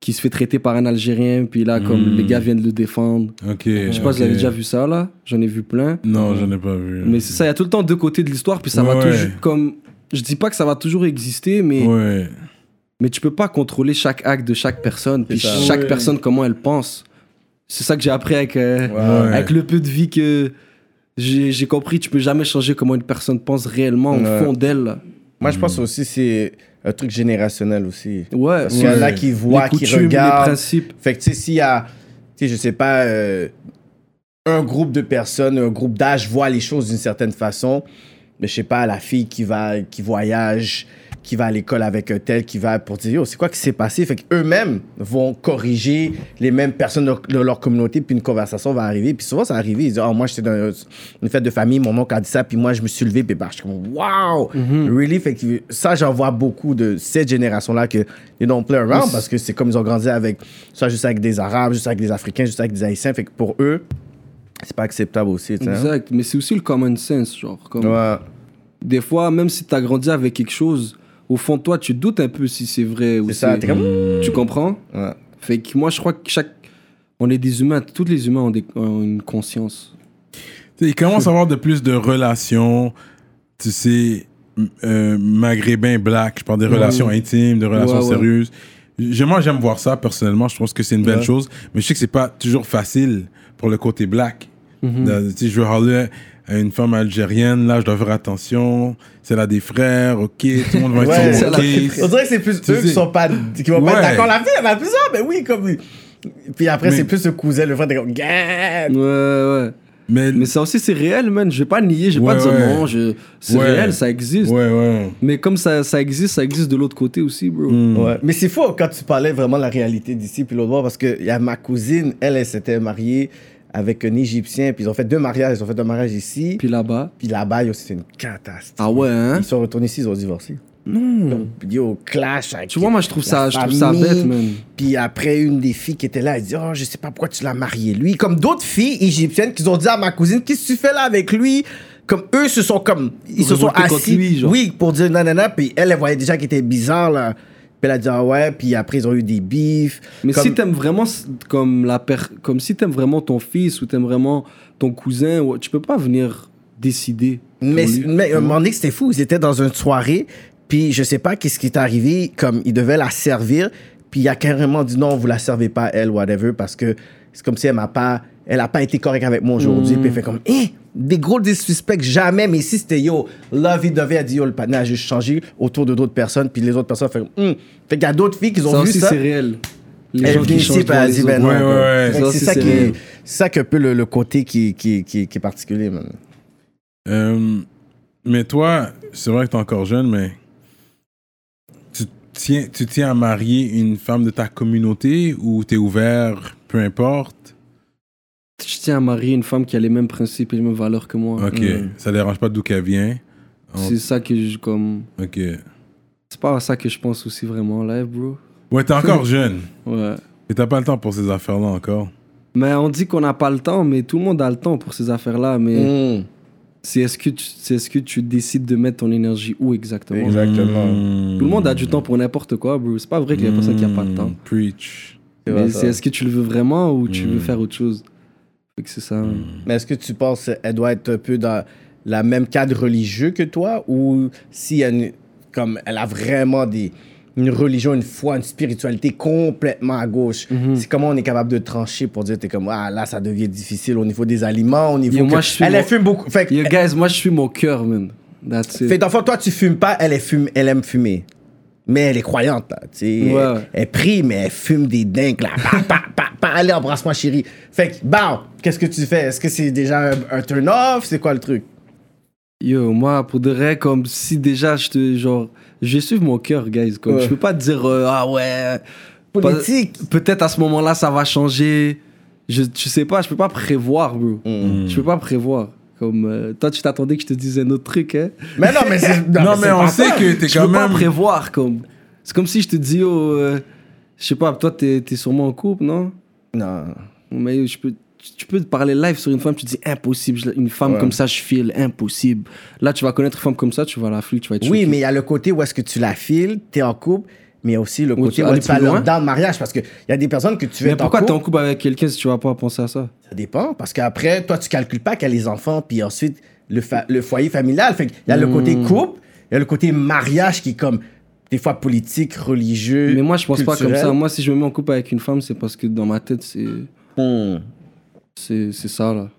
Speaker 3: qui se fait traiter par un Algérien, puis là, comme
Speaker 1: Mm.
Speaker 3: les gars viennent le défendre.
Speaker 1: Ok.
Speaker 3: Je sais pas si vous
Speaker 1: ok. Hmm.
Speaker 3: avez déjà vu ça, là. J'en ai vu plein.
Speaker 1: Non, j'en ai pas vu.
Speaker 3: Mais c'est ça, il y a tout le temps deux côtés de l'histoire, puis ça va
Speaker 1: Ouais.
Speaker 3: toujours comme. Je dis pas que ça va toujours exister, mais,
Speaker 1: Ouais.
Speaker 3: mais tu peux pas contrôler chaque acte de chaque personne, puis
Speaker 2: ça.
Speaker 3: chaque
Speaker 1: Ouais.
Speaker 3: personne comment elle pense. C'est ça que j'ai appris avec, euh,
Speaker 1: Ouais.
Speaker 3: avec le peu de vie que j'ai j'ai compris. Tu peux jamais changer comment une personne pense réellement
Speaker 2: Ouais.
Speaker 3: au fond d'elle.
Speaker 2: Moi, je pense aussi c'est un truc générationnel aussi.
Speaker 3: Ouais,
Speaker 2: Parce qu'il y en a
Speaker 1: Ouais.
Speaker 2: qui
Speaker 3: les
Speaker 2: voient, qui
Speaker 3: coutumes, les
Speaker 2: regardent.
Speaker 3: principes.
Speaker 2: Fait que, tu sais, s'il y a, tu sais, je sais pas, euh, un groupe de personnes, un groupe d'âge voit les choses d'une certaine façon, mais je sais pas, la fille qui va, qui voyage, qui va à l'école avec un tel, qui va pour dire, yo, c'est quoi qui s'est passé? Fait qu'eux-mêmes vont corriger les mêmes personnes de leur, de leur communauté, puis une conversation va arriver. Puis souvent, ça arrive, ils disent, oh, moi, j'étais dans une fête de famille, mon oncle a dit ça, puis moi, je me suis levé, puis bah, je suis comme, wow! Really? Fait que ça, j'en vois beaucoup de cette génération-là que ils don't play around, parce que c'est comme ils ont grandi avec, soit juste avec des Arabes, juste avec des Africains, juste avec des Haïtiens. Fait que pour eux, c'est pas acceptable aussi, tu sais.
Speaker 3: Exact, mais c'est aussi le common sense, genre. Comme
Speaker 2: Ouais.
Speaker 3: Des fois, même si t'as grandi avec quelque chose, au fond de toi, tu doutes un peu si c'est vrai ou
Speaker 2: C'est ça, t'es comme. hmm.
Speaker 3: Tu comprends
Speaker 2: Ouais.
Speaker 3: Fait que moi, je crois que chaque. On est des humains, tous les humains ont, des- ont une conscience.
Speaker 1: Tu sais, il commence à avoir de plus de relations, tu sais, m- euh, maghrébin, black. Je parle des relations intimes, de relations
Speaker 3: Ouais, ouais.
Speaker 1: sérieuses. J- Moi, j'aime voir ça personnellement. Je pense que c'est une belle chose, mais je sais que c'est pas toujours facile pour le côté black.
Speaker 3: Mm-hmm.
Speaker 1: Dans- Tu sais, je veux parler à une femme algérienne, là, je dois faire attention. C'est là des frères, ok, tout le monde va être
Speaker 2: Ouais,
Speaker 1: sur
Speaker 3: celle-là
Speaker 1: mon
Speaker 3: des
Speaker 1: case.
Speaker 2: On dirait que c'est plus
Speaker 1: Tu
Speaker 2: eux qui
Speaker 1: sais.
Speaker 2: sont pas, qui vont
Speaker 1: Ouais.
Speaker 2: pas être d'accord. La fille, elle a plusieurs, mais oui, comme. Puis après,
Speaker 1: Mais-
Speaker 2: c'est plus le cousin, le frère, t'es comme, Gah!
Speaker 3: Ouais, ouais.
Speaker 1: Mais,
Speaker 3: Mais ça aussi, c'est réel, man. Je vais pas nier, je vais
Speaker 1: Ouais,
Speaker 3: pas dire
Speaker 1: ouais.
Speaker 3: non, je- c'est
Speaker 1: Ouais.
Speaker 3: réel, ça existe.
Speaker 1: ouais, ouais.
Speaker 3: Mais comme ça, ça existe, ça existe de l'autre côté aussi, bro.
Speaker 2: Mm. Ouais. Mais c'est faux quand tu parlais vraiment de la réalité d'ici puis l'autre bord parce que y a ma cousine, elle, elle s'était mariée avec un Égyptien, puis ils ont fait deux mariages. Ils ont fait un mariage ici, puis,
Speaker 3: Puis là-bas.
Speaker 2: là-bas, yo, c'était une catastrophe.
Speaker 3: Ah ouais, hein
Speaker 2: Ils sont retournés ici, ils ont divorcé. Non. Yo, clash avec
Speaker 3: Tu vois, moi, je trouve ça,
Speaker 2: la
Speaker 3: je trouve ça
Speaker 2: famille.
Speaker 3: bête, man.
Speaker 2: Puis après, une des filles qui était là, elle dit Oh, je sais pas pourquoi tu l'as marié lui. Comme d'autres filles égyptiennes qui ont dit à ma cousine Qu'est-ce que tu fais là avec lui Comme eux se sont comme. Ils se sont
Speaker 3: Révoltés contre
Speaker 2: assis.
Speaker 3: lui, genre.
Speaker 2: Oui, pour dire nanana. Puis elle, elle voyait déjà qu'il était bizarre là. Puis elle a dit Ah ouais. Puis après, ils ont eu des bifs.
Speaker 3: Mais
Speaker 2: Comme-
Speaker 3: si t'aimes vraiment s- comme la per... comme si t'aimes vraiment ton fils ou t'aimes vraiment ton cousin, ou- tu peux pas venir décider. pour
Speaker 2: Mais,
Speaker 3: lui.
Speaker 2: mais à un moment donné, c'était fou. Ils étaient dans une soirée, puis je sais pas qu'est-ce qui est arrivé, comme ils devaient la servir, puis il a carrément dit non, vous la servez pas, elle, whatever, parce que c'est comme si elle m'a pas, elle a pas été correcte avec moi
Speaker 3: Mm.
Speaker 2: aujourd'hui, puis elle fait comme, eh, des gros disrespects, jamais, mais ici c'était yo, love, il devait, elle dit yo, le panneau a juste changé autour de d'autres personnes, puis les autres personnes fait comme, Hum. Fait qu'il y a d'autres filles qui ont
Speaker 3: Ça
Speaker 2: vu
Speaker 3: aussi,
Speaker 2: ça.
Speaker 3: c'est réel. Les
Speaker 2: Elle
Speaker 3: gens
Speaker 2: est
Speaker 3: qui
Speaker 2: venue ici,
Speaker 3: changent
Speaker 2: puis elle a
Speaker 3: devant
Speaker 2: dit
Speaker 3: les
Speaker 2: ben non.
Speaker 3: autres.
Speaker 1: Ouais,
Speaker 2: quoi.
Speaker 1: ouais, ouais.
Speaker 2: Fait
Speaker 3: Ça
Speaker 2: que
Speaker 3: aussi,
Speaker 2: C'est ça,
Speaker 3: c'est
Speaker 2: qui est-
Speaker 3: réel.
Speaker 2: c'est ça qui est un peu le, le côté qui, qui, qui, qui est particulier, man.
Speaker 1: Euh, mais toi, c'est vrai que t'es encore jeune, mais tu tiens, tu tiens à marier une femme de ta communauté ou t'es ouvert, peu importe.
Speaker 3: Je tiens à marier une femme qui a les mêmes principes et les mêmes valeurs que moi.
Speaker 1: Ok, ça dérange pas d'où qu'elle vient. On-
Speaker 3: C'est ça que je comme.
Speaker 1: Ok.
Speaker 3: C'est pas à ça que je pense aussi vraiment en live, bro.
Speaker 1: Ouais, t'es encore jeune.
Speaker 3: Ouais.
Speaker 1: Et t'as pas le temps pour ces affaires-là encore.
Speaker 3: Mais on dit qu'on n'a pas le temps, mais tout le monde a le temps pour ces affaires-là.
Speaker 2: Mm.
Speaker 3: Mais c'est est-ce que, tu- c'est est-ce que tu décides de mettre ton énergie où exactement
Speaker 2: Exactement.
Speaker 1: Mmh.
Speaker 3: Tout le monde a du temps pour n'importe quoi, bro. C'est pas vrai qu'il y a personne qui a pas de temps.
Speaker 1: Mmh. Preach.
Speaker 2: C'est vrai,
Speaker 3: Mais
Speaker 2: ça.
Speaker 3: c'est est-ce que tu le veux vraiment ou tu
Speaker 1: Mm.
Speaker 3: veux faire autre chose Fait que c'est ça. man.
Speaker 2: Mais est-ce que tu penses qu'elle doit être un peu dans la même cadre religieux que toi ou si elle, ne- comme elle a vraiment des, une religion, une foi, une spiritualité complètement à gauche,
Speaker 3: Mhm.
Speaker 2: c'est comment on est capable de trancher pour dire, t'es comme, ah là, ça devient difficile au niveau des aliments, au niveau.
Speaker 3: Yo, moi,
Speaker 2: que-
Speaker 3: je suis
Speaker 2: elle,
Speaker 3: mon-
Speaker 2: elle fume beaucoup. Fait, que-
Speaker 3: Yo, guys, moi je suis mon cœur, man. That's it.
Speaker 2: fait d'enfant, toi, tu fumes pas, elle, elle, fume, elle aime fumer. Mais elle est croyante, là, tu sais.
Speaker 3: Ouais.
Speaker 2: Elle, elle prie, mais elle fume des dingues, là. Pa, pa, pa, pa. Allez, embrasse-moi, chérie. Fait que, bam, qu'est-ce que tu fais? Est-ce que c'est déjà un, un turn-off? C'est quoi le truc?
Speaker 3: Yo, moi, pour de vrai, comme si déjà je te. Genre, je vais suivre mon cœur, guys. Comme
Speaker 2: Ouais.
Speaker 3: je peux pas te dire, euh, ah ouais.
Speaker 2: Politique.
Speaker 3: Pe- Peut-être à ce moment-là, ça va changer. Je, tu sais pas, je peux pas prévoir, bro. Je peux pas prévoir. Comme euh, toi, tu t'attendais que je te dise un autre truc, hein.
Speaker 2: Mais non, mais c'est.
Speaker 1: Non, mais
Speaker 2: c'est
Speaker 1: on
Speaker 2: pas
Speaker 1: sait
Speaker 2: ça.
Speaker 1: que t'es
Speaker 3: Je
Speaker 1: quand
Speaker 3: peux pas
Speaker 1: même.
Speaker 3: prévoir, comme. C'est comme si je te dis, oh, euh, je sais pas, toi, t'es es sûrement en couple, non
Speaker 2: Non.
Speaker 3: Mais je peux, tu- tu peux te parler live sur une femme, tu dis impossible, je- une femme
Speaker 2: Ouais.
Speaker 3: comme ça, je file, impossible. Là, tu vas connaître une femme comme ça, tu vas la filer, tu vas être
Speaker 2: Oui,
Speaker 3: choqué.
Speaker 2: mais il y a le côté où est-ce que tu la files, t'es en couple, mais il y a aussi le
Speaker 3: Où
Speaker 2: côté
Speaker 3: tu
Speaker 2: où
Speaker 3: vas aller
Speaker 2: tu vas
Speaker 3: plus loin.
Speaker 2: dans le mariage parce qu'il y a des personnes que tu veux
Speaker 3: Mais
Speaker 2: être en
Speaker 3: pourquoi t'es en
Speaker 2: couple.
Speaker 3: couple avec quelqu'un si tu vas pas penser à ça
Speaker 2: Ça dépend parce qu'après, toi, tu calcules pas qu'il y a les enfants, puis ensuite le, fa- le foyer familial. Fait qu'il y a le côté
Speaker 3: Hmm.
Speaker 2: couple, il y a le côté mariage qui est comme des fois politique, religieux.
Speaker 3: Mais moi, je pense pas comme
Speaker 2: culturel.
Speaker 3: ça. Moi, si je me mets en couple avec une femme, c'est parce que dans ma tête, c'est
Speaker 2: Hmm.
Speaker 3: c'est c'est ça, là.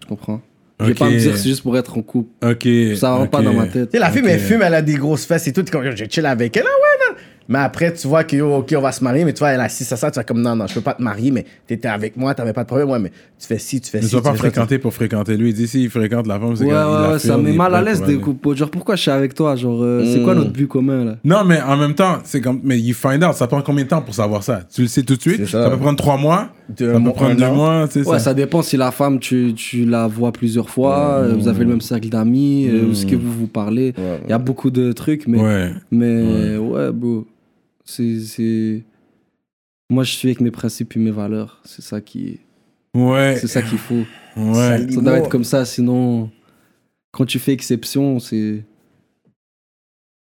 Speaker 3: Tu comprends Je
Speaker 1: Ok.
Speaker 3: vais pas me dire que c'est juste pour être en couple.
Speaker 1: Ok.
Speaker 3: Ça rentre pas
Speaker 1: ok.
Speaker 3: dans ma tête.
Speaker 2: Tu sais, la fille,
Speaker 1: Ok.
Speaker 2: mais elle fume, elle a des grosses fesses et tout. T'es comme, je chill avec elle. Ah ouais, non. Mais après, tu vois que, yo, ok, on va se marier, mais tu vois, elle assiste à ça. Tu vas comme, non, non, je peux pas te marier, mais t'étais avec moi, t'avais pas de problème. Ouais, mais tu fais ci, tu fais
Speaker 1: Ne
Speaker 2: ci.
Speaker 1: sois
Speaker 2: tu
Speaker 1: pas
Speaker 2: fais ça, tu-
Speaker 1: fréquenté pour fréquenter. Lui, il dit s'il fréquente la femme, c'est
Speaker 3: Ouais,
Speaker 1: qu'il a
Speaker 3: ouais, ouais,
Speaker 1: fait,
Speaker 3: ça
Speaker 1: il
Speaker 3: me met
Speaker 1: est
Speaker 3: mal à
Speaker 1: prêt
Speaker 3: l'aise
Speaker 1: pour
Speaker 3: des
Speaker 1: aller.
Speaker 3: couples. Genre, pourquoi je suis avec toi Genre, euh, c'est quoi notre but commun, là
Speaker 1: Non, mais en même temps, c'est comme. Mais you find out, ça prend combien de temps pour savoir ça Tu le sais tout de suite
Speaker 2: C'est ça.
Speaker 1: Ça peut prendre trois mois.
Speaker 2: De
Speaker 1: ça
Speaker 2: un
Speaker 1: peut
Speaker 2: mois,
Speaker 1: prendre
Speaker 2: un
Speaker 1: deux
Speaker 2: an.
Speaker 1: mois, c'est
Speaker 3: Ouais,
Speaker 1: ça.
Speaker 3: ça dépend si la femme, tu, tu la vois plusieurs fois, euh, vous avez le même cercle d'amis, euh, ce que vous vous parlez. Il y a beaucoup de trucs, mais,
Speaker 1: Hmm. Ouais.
Speaker 3: mais ouais, bro. C'est, c'est- Moi, je suis avec mes principes et mes valeurs. C'est ça, qui...
Speaker 1: Ouais.
Speaker 3: c'est ça qu'il faut.
Speaker 1: Ouais.
Speaker 3: Ça doit être comme ça, sinon, quand tu fais exception, c'est.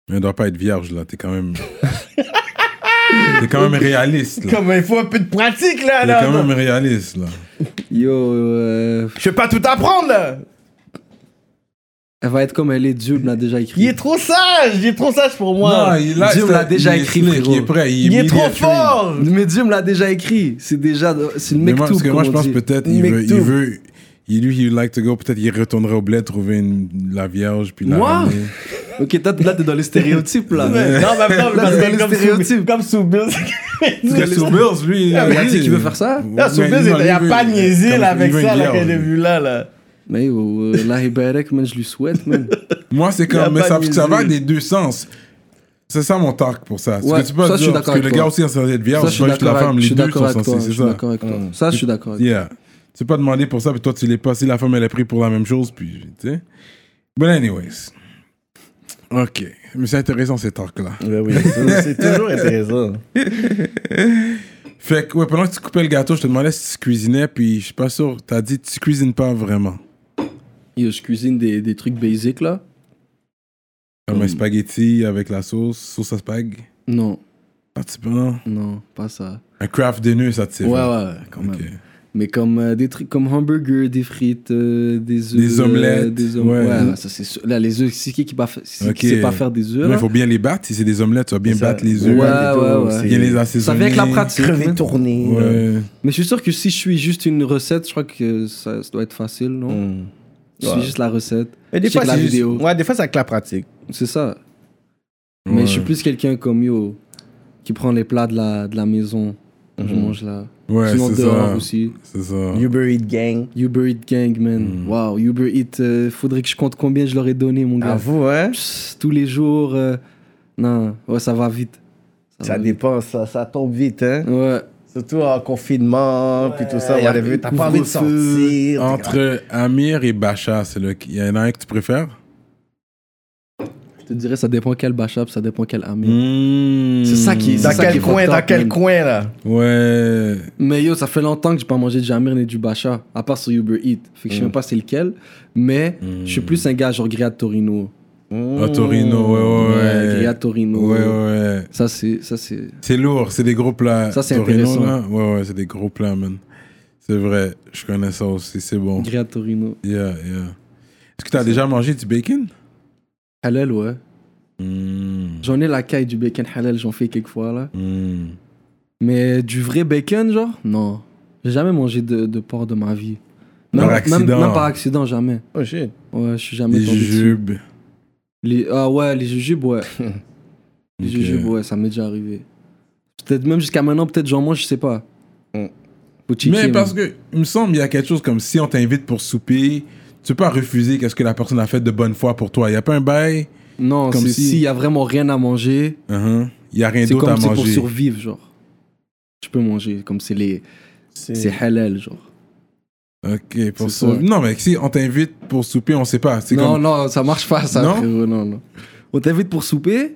Speaker 1: Mais on doit pas être vierge, là. T'es quand même. T'es quand même réaliste, là.
Speaker 2: Comme, il faut un peu de pratique, là.
Speaker 1: T'es
Speaker 2: là
Speaker 1: quand
Speaker 2: non.
Speaker 1: même réaliste, là.
Speaker 3: Yo, euh,
Speaker 2: Je peux pas tout apprendre, là.
Speaker 3: elle va être comme elle est, Dieu me l'a déjà écrit.
Speaker 2: Il est trop sage. Il est trop sage pour moi.
Speaker 1: il
Speaker 3: Dieu me l'a déjà
Speaker 1: il est
Speaker 3: écrit,
Speaker 1: slick,
Speaker 3: frérot.
Speaker 1: Il est prêt.
Speaker 2: il est trop
Speaker 1: media trained.
Speaker 2: fort.
Speaker 3: Mais Dieu me l'a déjà écrit. C'est déjà. C'est le
Speaker 1: Mais
Speaker 3: mec
Speaker 1: moi,
Speaker 3: tout.
Speaker 1: parce que moi, je pense peut-être il veut, il
Speaker 2: Mektoub.
Speaker 1: veut, il- lui, il like to go. Peut-être il retournerait au bled trouver une, la vierge puis la.
Speaker 3: Moi
Speaker 1: ramener.
Speaker 3: Ok, toi, là, t'es dans les stéréotypes, là.
Speaker 2: Ouais. Non, mais
Speaker 3: Là,
Speaker 2: non, parce
Speaker 3: c'est
Speaker 2: que
Speaker 3: le
Speaker 2: comme sous-
Speaker 3: stéréotype.
Speaker 2: comme sous Bill.
Speaker 1: Parce que sous Bills, lui, il
Speaker 2: Ah,
Speaker 3: il a dit qu'il veut faire ça.
Speaker 2: Là, sous
Speaker 1: Mais
Speaker 2: Bill,
Speaker 1: non,
Speaker 2: il a
Speaker 1: lui,
Speaker 2: pas
Speaker 1: il veut-
Speaker 2: niaisé,
Speaker 1: comme-
Speaker 2: là,
Speaker 1: il
Speaker 2: avec
Speaker 1: veut
Speaker 2: ça,
Speaker 1: une
Speaker 2: là, qu'elle
Speaker 1: vierge,
Speaker 2: a
Speaker 1: lui.
Speaker 2: vu, là, là.
Speaker 3: Mais yo, euh, la Ibarek, man, je lui souhaite, man.
Speaker 1: Moi, c'est
Speaker 2: Il a
Speaker 1: comme, mais
Speaker 2: pas
Speaker 1: ça,
Speaker 2: niaisé.
Speaker 1: ça va des deux sens. C'est ça mon talk pour ça. Parce
Speaker 3: Ouais,
Speaker 1: que tu peux
Speaker 3: ça, je suis
Speaker 1: dire,
Speaker 3: d'accord
Speaker 1: parce que le
Speaker 3: avec
Speaker 1: gars
Speaker 3: toi.
Speaker 1: aussi est censé être
Speaker 3: Ça,
Speaker 1: vierge,
Speaker 3: je suis
Speaker 1: pas juste
Speaker 3: d'accord
Speaker 1: la
Speaker 3: avec,
Speaker 1: femme,
Speaker 3: je
Speaker 1: les
Speaker 3: suis
Speaker 1: deux
Speaker 3: d'accord
Speaker 1: sont
Speaker 3: avec toi.
Speaker 1: censés,
Speaker 3: Je
Speaker 1: c'est
Speaker 3: suis
Speaker 1: ça.
Speaker 3: d'accord avec toi. Ça, je suis d'accord avec toi.
Speaker 1: Yeah. C'est pas demander pour ça, puis toi, tu l'es pas. Si la femme, elle est pris pour la même chose, puis, tu sais. But anyways. OK. Mais c'est intéressant, ces talks-là.
Speaker 2: Ben oui, c'est- c'est toujours intéressant.
Speaker 1: Fait que, ouais, pendant que tu coupais le gâteau, je te demandais si tu cuisinais, puis je suis pas sûr. T'as dit, tu cuisines pas vraiment.
Speaker 3: Yo, je cuisine des, des trucs basiques, là.
Speaker 1: Comme un
Speaker 3: Mm.
Speaker 1: spaghetti avec la sauce, sauce à spag.
Speaker 3: Non,
Speaker 1: Un petit peu, non?
Speaker 3: non, pas ça.
Speaker 1: Un craft dinner, ça te sert.
Speaker 3: Ouais, ouais, quand même. Mais comme euh, des trucs comme hamburger, des frites, euh, des œufs.
Speaker 1: Des omelettes,
Speaker 3: euh, des om-
Speaker 1: ouais.
Speaker 3: Ouais, ouais, ça, c'est sûr. Là, les œufs, c'est qui qui va fa- c'est qui
Speaker 1: Ok.
Speaker 3: sait pas faire des œufs
Speaker 1: Il
Speaker 3: là
Speaker 1: faut bien les battre. Si c'est des omelettes, tu vas bien
Speaker 2: C'est ça.
Speaker 1: battre les
Speaker 3: Ouais,
Speaker 1: œufs.
Speaker 3: ouais, ouais.
Speaker 1: Bien les
Speaker 3: Ça
Speaker 1: assaisonner.
Speaker 3: vient avec la pratique.
Speaker 2: Crever
Speaker 3: man.
Speaker 2: tourné.
Speaker 1: Ouais.
Speaker 3: Mais je suis sûr que si je suis juste une recette, je crois que ça, ça doit être facile, non Je suis
Speaker 2: Hmm. Ouais.
Speaker 3: juste la recette.
Speaker 2: Mais des
Speaker 3: Check
Speaker 2: fois,
Speaker 3: la
Speaker 2: c'est juste-
Speaker 3: vidéo.
Speaker 2: Ouais, des fois, c'est avec la pratique.
Speaker 3: C'est ça. Mais je suis plus quelqu'un comme yo qui prend les plats de la, de la maison. Je mange là.
Speaker 1: Mhm. Ouais,
Speaker 3: Sinon
Speaker 1: c'est
Speaker 3: dehors
Speaker 1: ça.
Speaker 3: aussi.
Speaker 1: C'est ça.
Speaker 2: Uber Eat Gang.
Speaker 3: Uber Eat Gang,
Speaker 1: Mhm.
Speaker 3: man. Wow, Uber Eat, euh, faudrait que je compte combien je leur ai donné, mon gars.
Speaker 2: Avoue, hein?
Speaker 3: Pss, tous les jours. euh, Non, ouais, ça va vite.
Speaker 2: Ça
Speaker 3: va
Speaker 2: dépend, ça, ça tombe vite, hein?
Speaker 3: vite. Ouais.
Speaker 2: Surtout en confinement, puis tout ça,
Speaker 3: y a
Speaker 2: whatever.
Speaker 3: le
Speaker 2: T'as pas envie de
Speaker 3: couvre-feu.
Speaker 2: sortir.
Speaker 1: Entre Amir et Bacha, c'est le... il y en a un que tu préfères
Speaker 3: te dirais, ça dépend quel Bachab, ça dépend quel ami.
Speaker 1: Mmh.
Speaker 3: Mm. C'est ça qui-
Speaker 2: Dans
Speaker 3: ça
Speaker 2: quel
Speaker 3: est
Speaker 2: coin,
Speaker 3: fucked
Speaker 2: dans
Speaker 3: up,
Speaker 2: quel
Speaker 3: man.
Speaker 2: coin, là
Speaker 1: Ouais.
Speaker 3: Mais yo, ça fait longtemps que j'ai pas mangé du Amir ni du Bacha, à part sur Uber Eats. Fait que
Speaker 1: Mhm.
Speaker 3: je sais même pas c'est lequel, mais je suis plus un gars genre Grilla Torino. Oh.
Speaker 1: Ah, Torino, ouais, ouais, ouais.
Speaker 3: Grilla Torino.
Speaker 1: Ouais, ouais.
Speaker 3: Ça, c'est. Ça, c'est.
Speaker 1: C'est lourd, c'est des gros plats.
Speaker 3: Ça, c'est
Speaker 1: Torino,
Speaker 3: intéressant.
Speaker 1: là. Ouais, ouais, c'est des gros plats, man. C'est vrai, je connais ça aussi, c'est bon.
Speaker 3: Grilla Torino.
Speaker 1: Yeah, yeah. Est-ce que t'as déjà mangé du bacon?
Speaker 3: Halal, ouais.
Speaker 1: Mmh.
Speaker 3: J'en ai la caille du bacon halal, j'en fais quelques fois, là.
Speaker 1: Mmh.
Speaker 3: Mais du vrai bacon, genre Non. J'ai jamais mangé de, de porc de ma vie.
Speaker 1: Par
Speaker 3: même,
Speaker 1: accident.
Speaker 3: Même, même par accident, jamais.
Speaker 2: Oh shit.
Speaker 3: Ouais, je suis jamais
Speaker 1: Des
Speaker 3: tombé dessus.
Speaker 1: jujubes.
Speaker 3: Les, ah ouais, les jujubes, ouais. les
Speaker 1: Ok.
Speaker 3: jujubes, ouais, ça m'est déjà arrivé. Peut-être même jusqu'à maintenant, peut-être j'en mange, je sais pas.
Speaker 2: Mm.
Speaker 3: Faut checker,
Speaker 1: Mais
Speaker 3: man.
Speaker 1: parce que, il me semble, il y a quelque chose comme si on t'invite pour souper, tu peux pas refuser qu'est-ce que la personne a fait de bonne foi pour toi. Il y a pas un bail,
Speaker 3: Non,
Speaker 1: comme
Speaker 3: c'est
Speaker 1: si-
Speaker 3: s'il y a vraiment rien à manger,
Speaker 1: Uh-huh. il y a rien
Speaker 3: c'est
Speaker 1: d'autre à
Speaker 3: comme c'est pour
Speaker 1: manger.
Speaker 3: survivre, genre. Tu peux manger, comme c'est les... C'est halal, genre.
Speaker 1: Ok, pour
Speaker 3: C'est
Speaker 1: sur-
Speaker 3: ça.
Speaker 1: Non, mais si on t'invite pour souper, on sait pas. C'est
Speaker 3: Non,
Speaker 1: comme...
Speaker 3: non, ça marche pas, ça,
Speaker 1: Non
Speaker 3: frérot, non, non. On t'invite pour souper,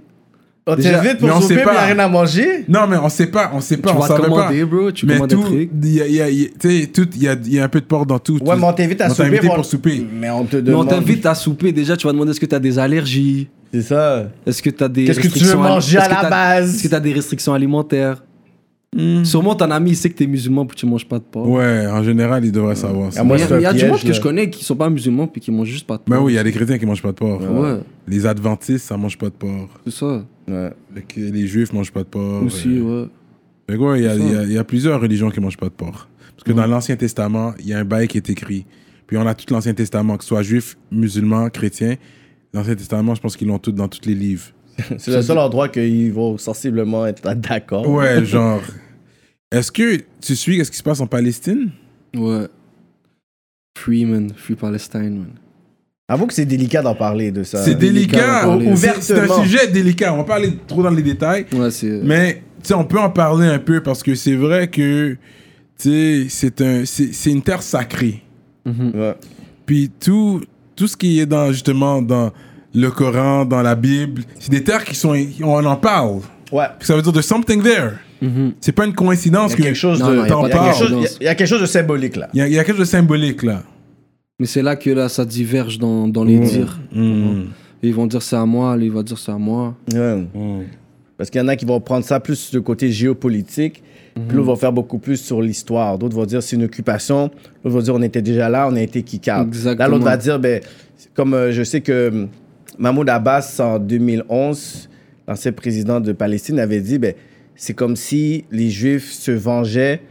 Speaker 2: On
Speaker 1: Déjà,
Speaker 2: t'invite
Speaker 1: mais on
Speaker 2: pour
Speaker 1: sait
Speaker 2: souper, mais il n'y
Speaker 1: pas.
Speaker 2: a rien à manger
Speaker 1: Non, mais on sait pas, on sait pas,
Speaker 3: tu
Speaker 1: on
Speaker 3: vas
Speaker 1: savait pas.
Speaker 3: commander, bro, tu
Speaker 1: Mais
Speaker 3: commandes des
Speaker 1: tout,
Speaker 3: trucs.
Speaker 1: il y a, il y a- il y a- tu sais, tout, il y a, il y a un peu de porc dans tout.
Speaker 2: Ouais,
Speaker 1: Tout-
Speaker 2: mais on t'invite à
Speaker 1: on t'a
Speaker 2: souper.
Speaker 1: invité
Speaker 2: mais on-
Speaker 1: pour souper.
Speaker 2: Mais on te
Speaker 3: Mais on
Speaker 2: demande.
Speaker 3: t'invite à souper, déjà, tu vas demander est-ce que t'as des allergies
Speaker 2: C'est ça.
Speaker 3: Est-ce que t'as des
Speaker 2: Qu'est-ce que tu
Speaker 3: restrictions
Speaker 2: veux
Speaker 3: al-
Speaker 2: manger à
Speaker 3: est-ce que
Speaker 2: la
Speaker 3: t'as-
Speaker 2: base
Speaker 3: Est-ce que t'as des restrictions alimentaires Sûrement ton ami il sait que t'es musulman puis tu manges pas de porc.
Speaker 1: Hmm. Ouais, en général, ils devraient savoir ça.
Speaker 2: Ah, moi,
Speaker 3: Il y
Speaker 2: je
Speaker 3: a,
Speaker 2: fais un
Speaker 3: il y a du
Speaker 2: piège,
Speaker 3: monde que
Speaker 2: là.
Speaker 3: je connais qui sont pas musulmans puis qui mangent juste pas de
Speaker 1: Ben
Speaker 3: porc.
Speaker 1: oui, il y a des chrétiens qui mangent pas de porc.
Speaker 3: Ouais,
Speaker 1: Les adventistes, ça mange pas de porc.
Speaker 3: c'est ça.
Speaker 2: Ouais.
Speaker 1: Fait que Les juifs mangent pas de porc. Euh,
Speaker 3: Aussi, ouais.
Speaker 1: Fait que ouais, il y a- il y, a- il y a plusieurs religions qui mangent pas de porc. Parce que dans l'Ancien Testament, il y a un bail qui est écrit. Puis on a tout l'Ancien Testament, que ce soit juif, musulman, chrétien. L'Ancien Testament, je pense qu'ils l'ont tout dans tous les livres.
Speaker 2: C'est le seul endroit qu'ils vont sensiblement être d'accord.
Speaker 1: Ouais, genre. Est-ce que tu suis quest ce qui se passe en Palestine
Speaker 3: Ouais. Free, man. Free Palestine, man.
Speaker 2: Avoue que c'est délicat d'en parler de ça.
Speaker 1: C'est
Speaker 3: délicat,
Speaker 1: délicat.
Speaker 3: on
Speaker 2: Euh, parle.
Speaker 1: C'est- C'est un
Speaker 2: Ouvertement.
Speaker 1: sujet délicat. On va pas aller trop dans les détails.
Speaker 3: Ouais, c'est.
Speaker 1: Mais, tu sais, on peut en parler un peu parce que c'est vrai que, tu sais, c'est un, c'est- c'est une terre sacrée.
Speaker 3: Mhm.
Speaker 2: Ouais.
Speaker 1: Puis tout, tout ce qui est dans, justement, dans le Coran, dans la Bible, c'est des terres qui sont. On en parle.
Speaker 2: Ouais.
Speaker 1: Ça veut dire de something there.
Speaker 3: Mhm.
Speaker 1: C'est pas une coïncidence.
Speaker 2: Il y a
Speaker 1: que-
Speaker 2: quelque chose
Speaker 3: Non, non,
Speaker 2: de.
Speaker 3: il y a
Speaker 2: il y a
Speaker 1: pas de
Speaker 2: quelque chose-
Speaker 3: coïncidence.
Speaker 2: il y a- Il y a quelque chose de symbolique là.
Speaker 1: Il y, a- il y a quelque chose de symbolique, là.
Speaker 3: Mais c'est là que là, ça diverge dans, dans les dires.
Speaker 1: Mhm.
Speaker 3: Ils vont dire c'est à moi, lui il va dire c'est à moi.
Speaker 2: Ouais.
Speaker 1: Mhm.
Speaker 2: Parce qu'il y en a qui vont prendre ça plus du côté géopolitique, puis l'autre vont faire beaucoup plus sur l'histoire. D'autres vont dire c'est une occupation, l'autre va dire on était déjà là, on a été qui Là,
Speaker 3: Exactement.
Speaker 2: l'autre va dire, ben, c'est comme euh, je sais que hum, Mahmoud Abbas, en 2011, l'ancien président de Palestine, avait dit, ben, c'est comme si les Juifs se vengeaient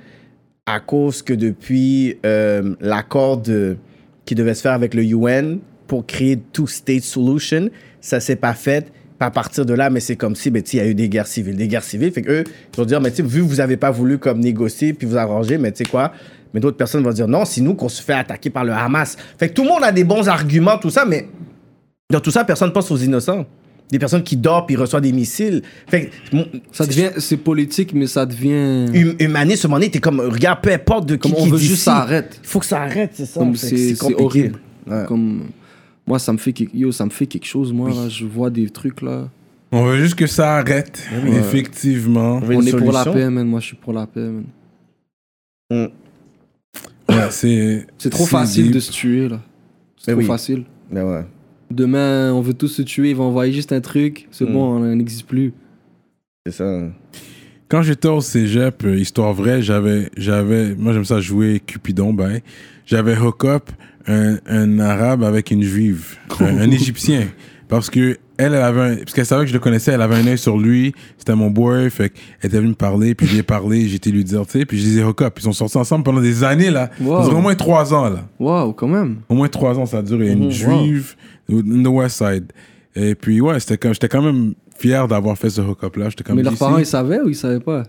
Speaker 2: à cause que depuis euh, l'accord de- qui devait se faire avec le UN pour créer two-state solution, ça s'est pas fait. Pas à partir de là, mais c'est comme si, ben, tu sais, il y a eu des guerres civiles. Des guerres civiles, fait que eux, ils vont dire, mais tu sais, vu que vous avez pas voulu comme négocier puis vous arranger, mais tu sais quoi, mais d'autres personnes vont dire, non, c'est nous qu'on se fait attaquer par le Hamas. Fait que tout le monde a des bons arguments, tout ça, mais dans tout ça, personne pense aux innocents. Des personnes qui dorment puis reçoivent des missiles. Fait que, mon-
Speaker 3: Ça devient. C'est politique, mais ça devient.
Speaker 2: hum- humaniste, à un moment donné, t'es comme, regarde, peu importe de qui
Speaker 3: Comme on
Speaker 2: qui
Speaker 3: veut
Speaker 2: dit
Speaker 3: juste
Speaker 2: ci.
Speaker 3: ça arrête.
Speaker 2: Il faut que ça arrête, c'est ça.
Speaker 3: Comme
Speaker 2: Fait
Speaker 3: c'est-
Speaker 2: que
Speaker 3: c'est
Speaker 2: compliqué.
Speaker 3: horrible.
Speaker 2: Ouais.
Speaker 3: Comme. Moi, ça me fait, quelque- yo, ça me fait quelque chose, moi, là. Je vois des trucs, là.
Speaker 1: On veut juste que ça arrête, effectivement.
Speaker 2: On veut
Speaker 3: On
Speaker 2: une
Speaker 3: est pour la
Speaker 2: solution.
Speaker 3: paix, man. Moi, je suis pour la paix, man.
Speaker 1: Ouais, c'est
Speaker 3: C'est trop facile
Speaker 1: deep.
Speaker 3: de se tuer, là. C'est trop
Speaker 2: Mais oui.
Speaker 3: facile.
Speaker 2: Ben ouais.
Speaker 3: Demain, on veut tous se tuer, ils vont envoyer juste un truc. C'est
Speaker 2: Mm.
Speaker 3: bon, on n'existe plus.
Speaker 2: C'est ça.
Speaker 1: Quand j'étais au cégep, euh, histoire vraie, j'avais, j'avais, moi j'aime ça jouer Cupidon, ben, j'avais hook up un, un arabe avec une juive, un, un égyptien, parce que elle, elle avait, un- parce qu'elle savait que je le connaissais, elle avait un œil sur lui, c'était mon boy, fait qu'elle était venue me parler, puis je lui ai parlé, j'étais lui dire, tu sais, puis je les ai hook up, ils sont sortis ensemble pendant des années là,
Speaker 3: Wow.
Speaker 1: Ça faisait au moins trois ans là.
Speaker 3: Waouh, quand même.
Speaker 1: Au moins trois ans, ça a duré. Une
Speaker 3: Mhm.
Speaker 1: juive, in the West Side. Et puis, ouais, c'était comme, j'étais quand même fier d'avoir fait ce hook-up-là. J'étais comme,
Speaker 3: Mais leurs
Speaker 1: ici.
Speaker 3: parents, ils savaient ou ils savaient pas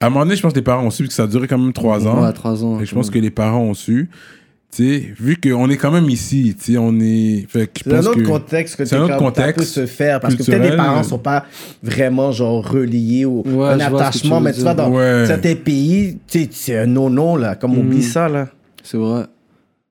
Speaker 1: À un moment donné, je pense que les parents ont su, parce que ça a duré quand même trois ans.
Speaker 3: Ouais, 3 ans.
Speaker 1: Fait que je pense
Speaker 3: quand
Speaker 1: que les parents ont su. Tu sais, vu qu'on est quand même ici, tu sais, on est. Fait que je
Speaker 2: C'est un
Speaker 1: pense
Speaker 2: autre
Speaker 1: que-
Speaker 2: contexte que
Speaker 1: c'est
Speaker 2: tu
Speaker 1: un autre
Speaker 2: as
Speaker 1: contexte
Speaker 2: pu se faire parce que peut-être
Speaker 1: culturel.
Speaker 2: les parents sont pas vraiment genre reliés ou
Speaker 3: Ouais,
Speaker 2: un
Speaker 3: je vois ce que tu
Speaker 2: attachement,
Speaker 3: veux
Speaker 2: mais tu
Speaker 3: dire.
Speaker 2: vois, dans
Speaker 1: Ouais.
Speaker 2: certains pays, tu sais, c'est un non-non là, comme oublie ça là.
Speaker 3: même. C'est vrai.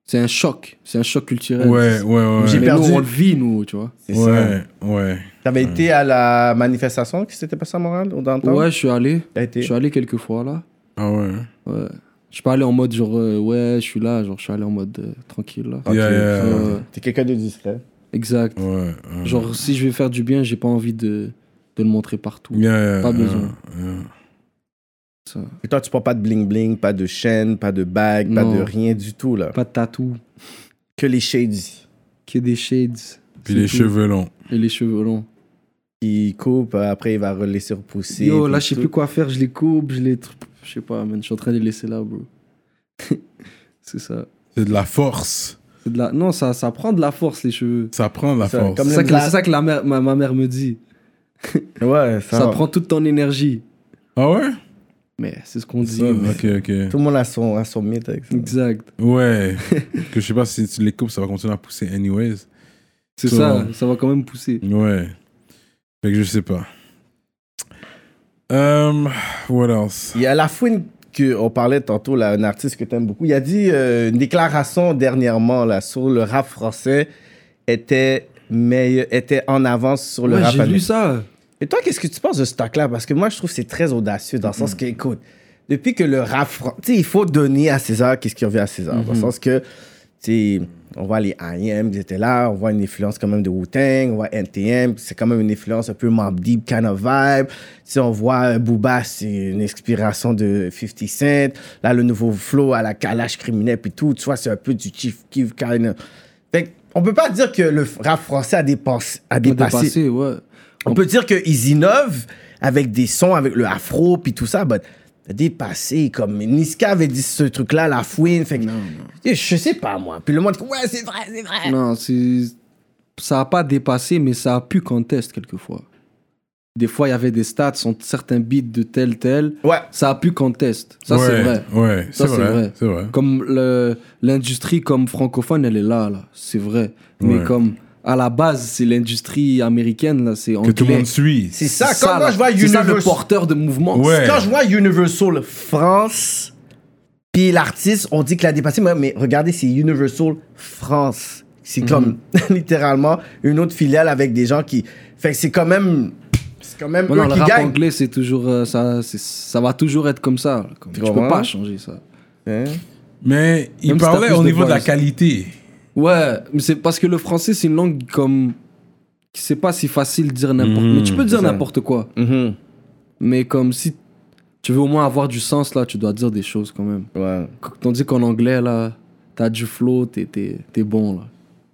Speaker 3: C'est un choc. C'est un choc culturel.
Speaker 1: Ouais, ouais, ouais.
Speaker 2: J'ai
Speaker 3: Mais
Speaker 2: perdu.
Speaker 3: nous, on le vit, nous, tu vois.
Speaker 2: C'est ça.
Speaker 1: Ouais, ouais.
Speaker 2: T'avais été à la manifestation qui s'était passée à Montréal ou dans le temps?
Speaker 3: Ouais, je suis allé.
Speaker 2: T'as
Speaker 3: Je
Speaker 2: été.
Speaker 3: suis allé quelques fois, là.
Speaker 1: Ah ouais. hein.
Speaker 3: Ouais. Je suis pas allé en mode genre, euh, ouais, je suis là. Genre, je suis allé en mode euh, tranquille, là.
Speaker 1: Yeah, yeah, yeah.
Speaker 3: Ouais,
Speaker 2: T'es quelqu'un de discret.
Speaker 3: exact.
Speaker 1: Ah, Ouais, ouais.
Speaker 3: Genre, si je vais faire du bien, j'ai pas envie de, de le montrer partout.
Speaker 1: Yeah, yeah,
Speaker 3: pas besoin.
Speaker 1: yeah, yeah.
Speaker 3: Ça.
Speaker 2: Et toi, tu prends pas de bling-bling, pas de chaîne, pas de bague, pas
Speaker 3: Non.
Speaker 2: de rien du tout, là.
Speaker 3: Pas de tatou,
Speaker 2: Que les shades
Speaker 3: que des shades. C'est
Speaker 1: Puis les
Speaker 3: tout.
Speaker 1: cheveux longs.
Speaker 3: Et les cheveux longs.
Speaker 2: qui coupent, euh, après il va re- laisser repousser.
Speaker 3: Yo,
Speaker 2: puis
Speaker 3: là, je sais
Speaker 2: tout.
Speaker 3: plus quoi faire, je les coupe, je les. tr- Je sais pas, man, je suis en train de les laisser là, bro. c'est ça.
Speaker 1: C'est de la force.
Speaker 3: C'est de la... Non, ça, ça prend de la force, les cheveux.
Speaker 1: Ça prend de la
Speaker 2: Ça,
Speaker 1: force.
Speaker 2: comme-
Speaker 3: C'est ça que,
Speaker 2: la-
Speaker 3: c'est ça que la mère, ma, ma mère me dit.
Speaker 2: Ouais, ça,
Speaker 3: Ça,
Speaker 2: va.
Speaker 3: prend toute ton énergie.
Speaker 1: Ah ouais?
Speaker 3: Mais c'est ce qu'on dit.
Speaker 1: Ça,
Speaker 3: mais-
Speaker 1: ok, ok.
Speaker 2: Tout le monde a son, a son mythe avec ça.
Speaker 3: Exact.
Speaker 1: Ouais. que je sais pas si tu les coupes, ça va continuer à pousser anyways.
Speaker 3: C'est
Speaker 1: Tout-
Speaker 3: ça, ça va quand même pousser.
Speaker 1: Ouais. Fait que je sais pas. Um, what else?
Speaker 2: Il y a la fouine qu'on parlait tantôt, là, un artiste que t'aimes beaucoup. Il a dit euh, une déclaration dernièrement là, sur le rap français était, meilleur, était en avance sur le
Speaker 3: Ouais,
Speaker 2: rap
Speaker 3: j'ai lu
Speaker 2: américain.
Speaker 3: ça.
Speaker 2: Et toi, qu'est-ce que tu penses de ce talk-là Parce que moi, je trouve que c'est très audacieux dans le sens que, écoute, depuis que le rap français. Tu sais, il faut donner à César qu'est-ce qui revient à César. Dans le sens que, tu sais, on voit les IM, ils étaient là, on voit une influence quand même de Wu-Tang, on voit NTM, c'est quand même une influence un peu Mobb Deep kind of vibe. Tu sais, on voit euh, Booba, c'est une inspiration de 50 Cent. Là, le nouveau flow à la calage criminelle, puis tout. Tu vois, c'est un peu du Chief Keef kind of. Fait que, on peut pas dire que le rap français a, dépensé- a dépassé.
Speaker 3: Dépasser, ouais.
Speaker 2: On peut dire qu'ils innovent avec des sons, avec le afro, puis tout ça, but dépassé, comme Niska avait dit ce truc-là, la fouine, fait que, je sais pas, moi. Puis le monde dit, ouais, c'est vrai, c'est vrai.
Speaker 3: Non, c'est... ça a pas dépassé, mais ça a pu contest quelquefois. Des fois, il y avait des stats sur certains beats de tel, tel.
Speaker 2: Ouais.
Speaker 3: Ça a pu contest. Ça,
Speaker 1: ouais,
Speaker 3: c'est vrai.
Speaker 1: Ouais,
Speaker 3: Ça,
Speaker 1: c'est vrai. C'est vrai.
Speaker 3: Comme le- l'industrie comme francophone, elle est là, là. C'est vrai.
Speaker 1: Ouais.
Speaker 3: Mais comme à la base, c'est l'industrie américaine, là, c'est
Speaker 1: Que
Speaker 3: anglais.
Speaker 1: tout le monde suit.
Speaker 2: C'est ça,
Speaker 3: ça,
Speaker 2: quand moi
Speaker 3: là.
Speaker 2: je vois
Speaker 3: C'est ça,
Speaker 2: Universal.
Speaker 3: le porteur de mouvement.
Speaker 1: Ouais.
Speaker 2: Quand je vois Universal France, puis l'artiste, on dit qu'il a dépassé, mais, mais regardez, c'est Universal France.
Speaker 3: Mhm.
Speaker 2: C'est comme, littéralement, une autre filiale avec des gens qui. Fait que c'est quand même. C'est quand même
Speaker 3: Non,
Speaker 2: eux
Speaker 3: non, le
Speaker 2: qui
Speaker 3: rap
Speaker 2: gagnent.
Speaker 3: anglais, c'est toujours euh, ça, c'est- ça va toujours être comme ça. là. Comme, tu
Speaker 2: comprends?
Speaker 3: peux pas changer ça.
Speaker 2: Hein?
Speaker 1: Mais il
Speaker 3: Même si t'as
Speaker 1: parlait
Speaker 3: plus
Speaker 1: au
Speaker 3: de
Speaker 1: niveau de la
Speaker 3: voice.
Speaker 1: qualité.
Speaker 3: Ouais, mais c'est parce que le français, c'est une langue comme. C'est pas si facile de dire n'importe
Speaker 1: Mhm,
Speaker 3: Mais tu peux dire
Speaker 2: Mmh, c'est ça.
Speaker 3: n'importe quoi.
Speaker 2: Mhm.
Speaker 3: Mais comme si tu veux au moins avoir du sens, là, tu dois dire des choses quand même.
Speaker 2: Ouais.
Speaker 3: Qu- Tandis qu'en anglais, là, t'as du flow, t'es, t'es, t'es bon, là.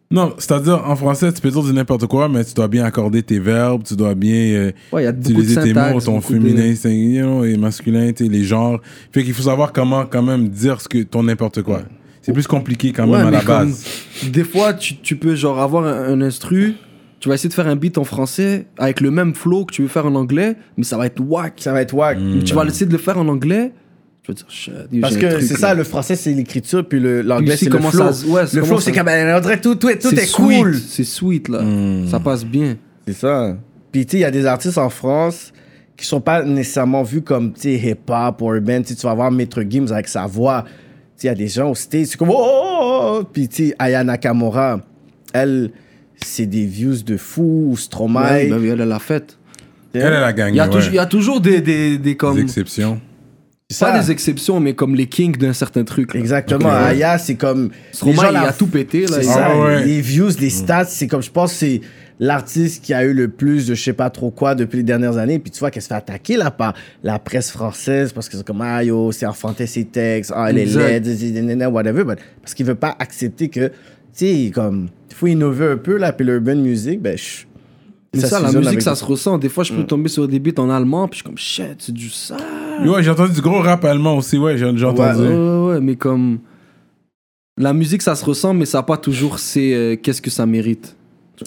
Speaker 1: Non, c'est-à-dire, en français, tu peux dire du n'importe quoi, mais tu dois bien accorder tes verbes, tu dois bien euh,
Speaker 3: Ouais, il y a beaucoup de
Speaker 1: utiliser tes mots,
Speaker 3: syntaxe.
Speaker 1: ton
Speaker 3: beaucoup de-
Speaker 1: féminin, singulier, non, et masculin, tu sais, les genres. Fait qu'il faut savoir comment, quand même, dire ce que ton n'importe quoi. C'est plus compliqué, quand
Speaker 3: Ouais,
Speaker 1: même, à
Speaker 3: mais
Speaker 1: la
Speaker 3: comme-
Speaker 1: base.
Speaker 3: Des fois, tu, tu peux, genre, avoir un, un instru, tu vas essayer de faire un beat en français avec le même flow que tu veux faire en anglais, mais ça va être whack.
Speaker 2: Ça va être wack.
Speaker 1: Hmm.
Speaker 3: Mais Tu vas essayer de le faire en anglais, tu vas dire, shit, Hmm. j'ai
Speaker 2: Parce
Speaker 3: un
Speaker 2: que
Speaker 3: truc,
Speaker 2: c'est
Speaker 3: là.
Speaker 2: ça, le français c'est l'écriture, puis le- l'anglais
Speaker 3: Puis
Speaker 2: c'est
Speaker 3: c'est
Speaker 2: le
Speaker 3: comment
Speaker 2: flow.
Speaker 3: ça se- ouais, c'est
Speaker 2: le
Speaker 3: comment
Speaker 2: flow
Speaker 3: ça-
Speaker 2: c'est comme, on dirait tout, tout, est- tout
Speaker 3: C'est
Speaker 2: est,
Speaker 3: sweet,
Speaker 2: cool.
Speaker 3: C'est sweet, là.
Speaker 1: Mm.
Speaker 3: Ça passe bien.
Speaker 2: C'est ça. Puis tu sais, il y a des artistes en France qui sont pas nécessairement vus comme tu sais, hip-hop ou urban. Tu sais, tu vas voir Maître Gims avec sa voix. Tu sais, Il y a des gens au States, c'est comme, oh, oh, oh, oh. Puis tu sais, Aya Nakamura, elle, c'est des views de fou,
Speaker 3: Ouais,
Speaker 2: Stromae.
Speaker 3: bah oui, elle, elle a fait.
Speaker 1: Elle, elle a
Speaker 3: Il
Speaker 1: gagné,
Speaker 3: y a,
Speaker 1: ouais.
Speaker 3: toujours- il y a toujours des, des, des
Speaker 1: Des
Speaker 3: comme.
Speaker 1: exceptions.
Speaker 2: Ça,
Speaker 3: Pas des exceptions, mais comme les kings d'un certain truc. là.
Speaker 2: Exactement.
Speaker 3: Ok, ouais.
Speaker 2: Aya, c'est comme. les
Speaker 3: Stromae,
Speaker 2: gens
Speaker 3: euh, il
Speaker 2: la-
Speaker 3: a tout pété, là.
Speaker 2: C'est
Speaker 3: Il-
Speaker 2: ça,
Speaker 1: Ah ouais.
Speaker 2: les views, les stats, c'est comme je pense que c'est l'artiste qui a eu le plus de je sais pas trop quoi depuis les dernières années. Puis tu vois qu'elle se fait attaquer là par la presse française parce que c'est comme ah yo, c'est enfanté ses textes, ah elle est
Speaker 3: Exact.
Speaker 2: laide, zizi, nanana, whatever. but- parce qu'il veut pas accepter que, tu sais, comme, il faut innover un peu là. Puis l'urban music, ben, chut,
Speaker 3: Mais ça, la
Speaker 2: fusionne
Speaker 3: musique,
Speaker 2: avec-
Speaker 3: ça se ressent. Des fois, je peux
Speaker 1: Hmm.
Speaker 3: tomber sur des beats en allemand, puis je suis comme, shit, c'est du ça.
Speaker 1: Ouais, j'ai entendu du gros rap allemand aussi, ouais, j'ai j'ai entendu.
Speaker 3: Ouais, ouais, ouais, mais comme. La musique, ça se ressent, mais ça n'a pas toujours c'est euh, qu'est-ce que ça mérite.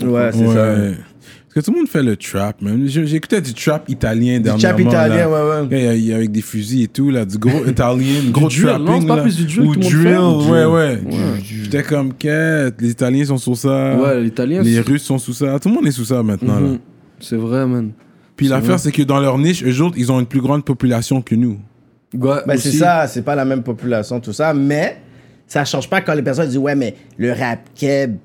Speaker 2: Ouais, Ah, c'est
Speaker 1: Ouais.
Speaker 2: ça.
Speaker 1: Parce que tout le monde fait le trap, man. Je- J'écoutais du trap italien
Speaker 2: Du
Speaker 1: dernièrement.
Speaker 2: chap italien,
Speaker 1: là.
Speaker 2: ouais, ouais.
Speaker 1: Ouais, y a- y a avec des fusils et tout, là, du gros italien, gros
Speaker 3: drill,
Speaker 1: trapping.
Speaker 3: non, c'est pas
Speaker 1: là.
Speaker 3: plus du drill,
Speaker 1: Ou
Speaker 3: tout le monde
Speaker 1: drill,
Speaker 3: fait, ou
Speaker 1: ouais,
Speaker 3: drill.
Speaker 1: ouais. J'étais comme, quête, les Italiens sont sur ça.
Speaker 3: Ouais, l'italien,
Speaker 1: Ah. les
Speaker 3: c'est-
Speaker 1: Russes sont sous ça. Tout le monde est sous ça maintenant. là.
Speaker 3: Mhm. c'est vrai, man.
Speaker 1: Puis
Speaker 3: C'est
Speaker 1: l'affaire,
Speaker 3: vrai.
Speaker 1: c'est que dans leur niche, eux autres, ils ont une plus grande population que nous.
Speaker 3: Ouais,
Speaker 2: Ben,
Speaker 3: aussi.
Speaker 2: c'est ça, c'est pas la même population, tout ça, mais Ça change pas quand les personnes disent ouais, mais le rap keb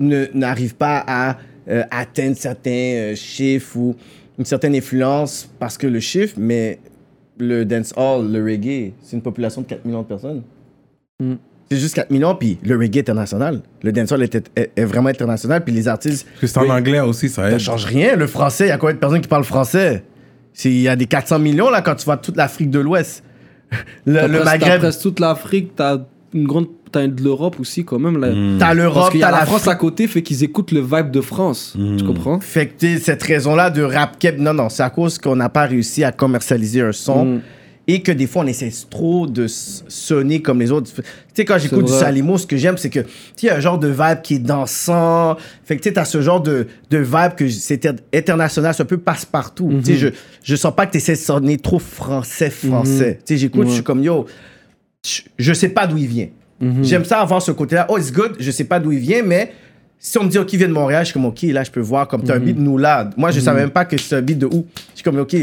Speaker 2: ne- n'arrive pas à euh, atteindre certains euh, chiffres ou une certaine influence parce que le chiffre, mais le dance hall, le reggae, c'est une population de 4 millions de personnes. C'est juste 4 millions, puis le reggae est international. Le dancehall est, est- est vraiment international, puis les artistes
Speaker 1: Parce que c'est en anglais aussi, ça
Speaker 2: ça
Speaker 3: Euh,
Speaker 1: aide.
Speaker 2: change rien. Le français, il y a combien de personnes qui parlent français C'est- Il y a des 400 millions là quand tu vois toute l'Afrique de l'Ouest. Le,
Speaker 3: T'as presque-
Speaker 2: le
Speaker 3: T'as
Speaker 2: Maghreb,
Speaker 3: presque toute l'Afrique, t'as une grande. T'as de l'Europe aussi, quand même. Là.
Speaker 1: Mhm.
Speaker 2: t'as
Speaker 3: Parce
Speaker 2: l'Europe,
Speaker 3: qu'il y
Speaker 2: t'as
Speaker 3: a la
Speaker 2: la
Speaker 3: France à côté, fait qu'ils écoutent le vibe de France.
Speaker 1: Mhm.
Speaker 3: Tu comprends
Speaker 2: Fait que t'es- cette raison-là de rap keb, non, non, c'est à cause qu'on n'a pas réussi à commercialiser un son
Speaker 3: Mm.
Speaker 2: et que des fois on essaie trop de s- sonner comme les autres. Tu sais, quand j'écoute du
Speaker 3: vrai.
Speaker 2: Salimo, ce que j'aime, c'est que tu sais, il y a un genre de vibe qui est dansant. Fait que tu sais, t'as ce genre de, de vibe que j- c'est inter- international, c'est un peu passe-partout.
Speaker 3: Mm-hmm.
Speaker 2: Tu sais, je, je sens pas que t'essaies de sonner trop français, français.
Speaker 3: Mm-hmm.
Speaker 2: Tu sais, j'écoute, je suis comme yo, je- je sais pas d'où il vient. J'aime ça avoir ce côté-là. Oh, it's good. Je sais pas d'où il vient, mais si on me dit, OK, il vient de Montréal, je suis comme, OK, là, je peux voir comme t'as un beat Noula. Moi, je savais même pas que c'est un beat de où. Je suis comme, OK,